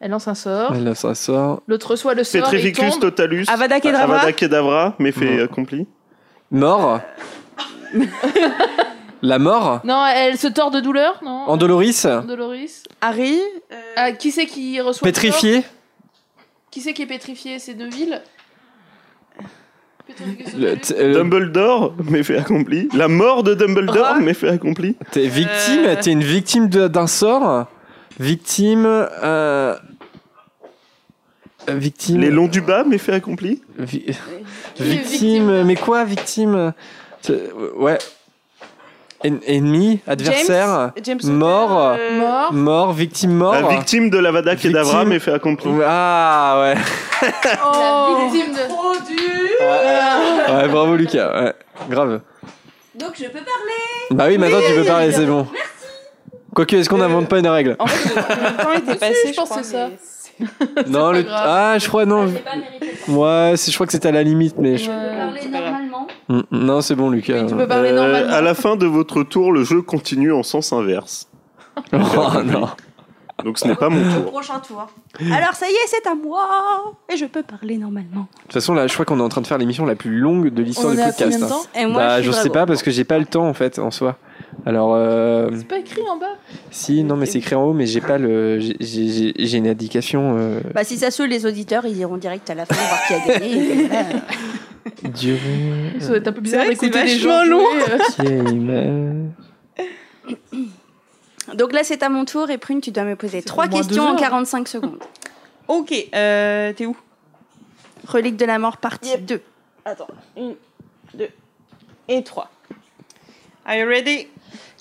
K: Elle lance un
C: Oh.
K: sort.
A: Elle lance un sort.
K: L'autre reçoit le sort. et il
C: Petrificus
K: tombe.
C: totalus. Avada Kedavra, mais fait accompli.
A: Mort. La mort
K: Non, elle se tord de douleur, non
A: Endoloris
K: Doloris.
J: Harry
K: Ah, qui c'est qui reçoit le sort
A: Pétrifié
K: Qui c'est qui est pétrifié C'est Deville
A: Le- t- euh,
C: Dumbledore, mais fait accompli. La mort de Dumbledore, mais fait accompli.
A: T'es victime
C: Euh.
A: T'es une victime de- d'un sort Victime. euh, euh, Victime.
C: Les longs du bas, mais fait accompli.
A: vi- Victime. Mais quoi, victime T'es- Ouais. En- ennemi, adversaire,
C: James
A: mort,
C: Potter, euh, Mort.
A: mort, victime mort.
C: La victime de l'Avada Kedavra,
A: Victime.
C: mais fait accompli.
A: Ah ouais.
K: La victime de.
M: Trop
A: dur Ouais, bravo Lucas, ouais, grave.
D: Donc je peux parler
A: Bah oui, maintenant
D: Oui,
A: tu peux
D: oui,
A: parler,
D: oui.
A: c'est bon. Quoique, est-ce qu'on
D: Euh,
A: n'invente pas une règle
J: Le temps était passé, je pense que
K: ça.
A: Non, le...
D: grave.
A: Ah, je crois, non. Ouais, c'est- je crois que c'était à la limite, mais... je-
J: Euh,
D: Parler normalement.
A: Mm, Non, c'est bon, Lucas.
C: Euh, À la fin de votre tour, le jeu continue en sens inverse.
A: [LAUGHS] Oh non.
C: Donc ce n'est pas mon tour.
D: Prochain tour. [LAUGHS] Alors ça y est, c'est à moi et je peux parler normalement.
A: De toute façon, là, je crois qu'on est en train de faire l'émission la plus longue de l'histoire
D: On
A: du
D: est à
A: podcast.
D: combien de
A: hein.
D: temps Et moi,
A: bah,
D: je suis
A: je sais
D: vraiment-
A: pas, parce que j'ai pas le temps, en fait, en soi. Alors, euh...
K: C'est pas écrit en bas
A: si, non, mais c'est écrit en haut, mais j'ai pas le... J'ai j'ai- j'ai une indication... euh,
D: Bah si ça saoule les auditeurs, ils iront direct à la fin voir qui a [LAUGHS] gagné. Euh, Bah. [LAUGHS]
A: durée,
K: Ça doit être un peu bizarre
D: C'est vrai que
K: d'écouter
D: c'est
K: des gens.
D: vachement long.
K: jouer,
D: [LAUGHS]
K: euh.
A: qui est humaine.
D: Donc là, c'est à mon tour et Prune, tu dois me poser trois
J: au moins
D: questions
J: deux
D: en
J: heures.
D: 45 secondes.
J: Ok, euh, t'es où
D: Relique de la mort partie 2.
J: Attends, une, deux et trois. Are you ready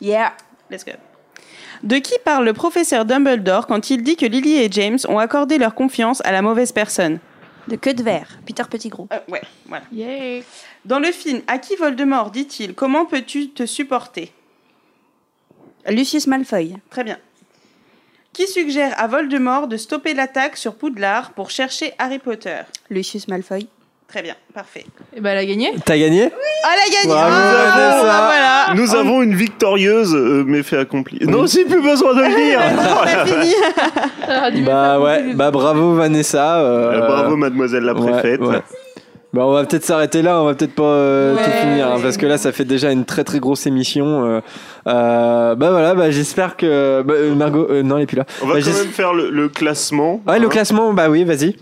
D: Yeah.
J: Let's go.
M: De qui parle le professeur Dumbledore quand il dit que Lily et James ont accordé leur confiance à la mauvaise personne
D: De queue de verre, Peter Pettigrew.
M: ouais, voilà. Dans le film, à qui Voldemort dit-il Comment peux-tu te supporter
D: Euh, Lucius Malfoy.
M: Très bien. Qui suggère à Voldemort de stopper l'attaque sur Poudlard pour chercher Harry Potter
D: Lucius Malfoy.
M: Très bien, parfait.
K: Et ben elle
C: [LAUGHS]
K: a gagné.
A: T'as gagné
M: Ah, elle a gagné
C: Bravo,
M: Ah,
C: Vanessa.
M: bah voilà.
C: Nous
A: Ah,
M: On-
C: avons une victorieuse, euh, mais fait accompli. Non, j'ai plus besoin de le
A: [LAUGHS]
C: dire.
M: fini.
A: Bah ouais, bah bravo Vanessa. euh,
C: Euh, bravo, mademoiselle la
A: ouais,
C: préfète.
A: ouais. Bah, on va peut-être s'arrêter là, on va peut-être pas euh, tout finir, hein, parce que là ça fait déjà une très très grosse émission. euh, euh, bah voilà, bah j'espère que bah, euh, Margot, euh, non elle est plus là.
C: On va
A: Bah,
C: quand
A: j'es-
C: même faire le, le classement.
A: Ouais le
C: hein.
A: classement, bah oui, vas-y.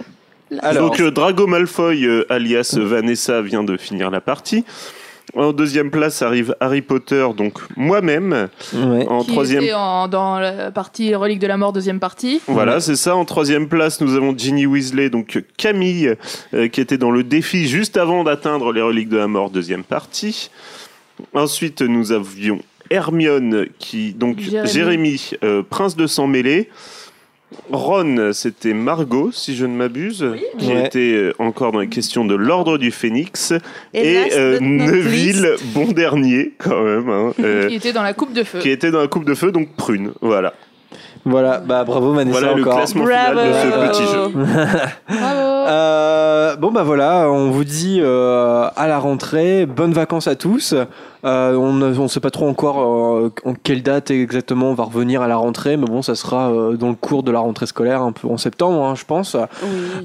C: Donc euh, Drago Malfoy, euh, alias Vanessa, vient de finir la partie. En deuxième place arrive Harry Potter, donc moi-même. En
K: Qui
C: troisième.
K: était en- dans la partie relique de la mort, deuxième partie.
C: Voilà, c'est ça. En troisième place, nous avons Ginny Weasley, donc euh, Camille, euh, qui était dans le défi juste avant d'atteindre les reliques de la mort, deuxième partie. Ensuite, nous avions Hermione, qui donc
K: Jérémy.
C: Jérémy, euh, prince de sang mêlé. Ron, c'était Margot, si je ne m'abuse, qui
A: Ouais.
C: était euh, encore dans les questions de l'ordre du Phénix.
K: Et
C: Et,
K: last
C: euh,
K: but not least.
C: Neville, bon dernier, quand même. hein, euh,
K: [LAUGHS] Qui était dans la coupe de feu.
C: qui était dans la coupe de feu, donc prune. Voilà.
A: Voilà, bah bravo Vanessa
C: Voilà le
A: encore.
C: classement final de ce petit jeu.
A: [LAUGHS]
C: Ah,
A: Euh, bon bah voilà, on vous dit euh, à la rentrée, bonnes vacances à tous. Euh, on ne sait pas trop encore euh, en quelle date exactement on va revenir à la rentrée, mais bon, ça sera euh, dans le cours de la rentrée scolaire, un peu en septembre, hein, je pense.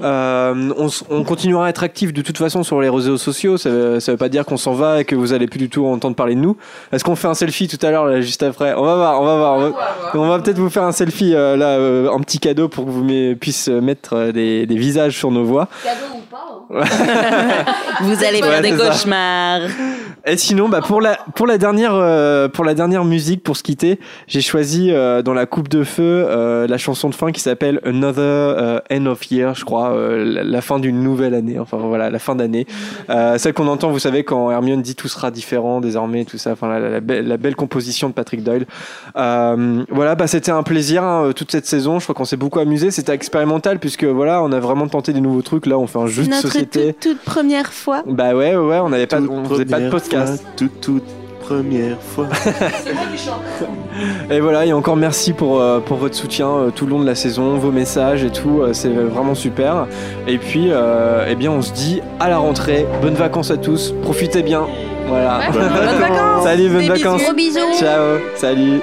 A: Euh, on, s- on continuera à être actif de toute façon sur les réseaux sociaux. Ça, veut- ça veut pas dire qu'on s'en va et que vous allez plus du tout entendre parler de nous. Est-ce qu'on fait un selfie tout à l'heure, là, juste après On va voir, on va voir. On va, on va peut-être vous faire un selfie euh, là, euh, en petit cadeau pour que vous met- puissiez mettre euh, des, des visages sur nos voix.
D: Cadeau ou pas
M: Vous allez
A: Ouais,
M: faire des
A: c'est ça.
M: cauchemars.
A: Et sinon, bah pour la pour la dernière euh, pour la dernière musique pour se quitter, j'ai choisi euh, dans la coupe de feu euh, la chanson de fin qui s'appelle Another euh, End of Year, je crois, euh, la, la fin d'une nouvelle année. Enfin voilà, la fin d'année. Euh, celle qu'on entend, vous savez, quand Hermione dit tout sera différent désormais, tout ça. Enfin la, la- la belle, la belle composition de Patrick Doyle. Euh, voilà, bah c'était un plaisir hein, toute cette saison. Je crois qu'on s'est beaucoup amusé. C'était expérimental puisque voilà, on a vraiment tenté des nouveaux trucs. Là, on fait un jeu de société.
M: toute première fois.
A: Bah ouais, ouais, ouais, on n'avait pas, on faisait pas de podcast.
C: toute, toute première fois.
A: et voilà, et encore merci pour, euh, pour votre soutien euh, tout le long de la saison, vos messages et tout, euh, c'est vraiment super. Et puis, euh, eh bien, on se dit à la rentrée. Bonnes vacances à tous, profitez bien. Voilà.
C: Bonnes vacances.
A: Salut, bonnes
C: Des bisous.
A: vacances.
C: Gros bisous.
A: Ciao, salut.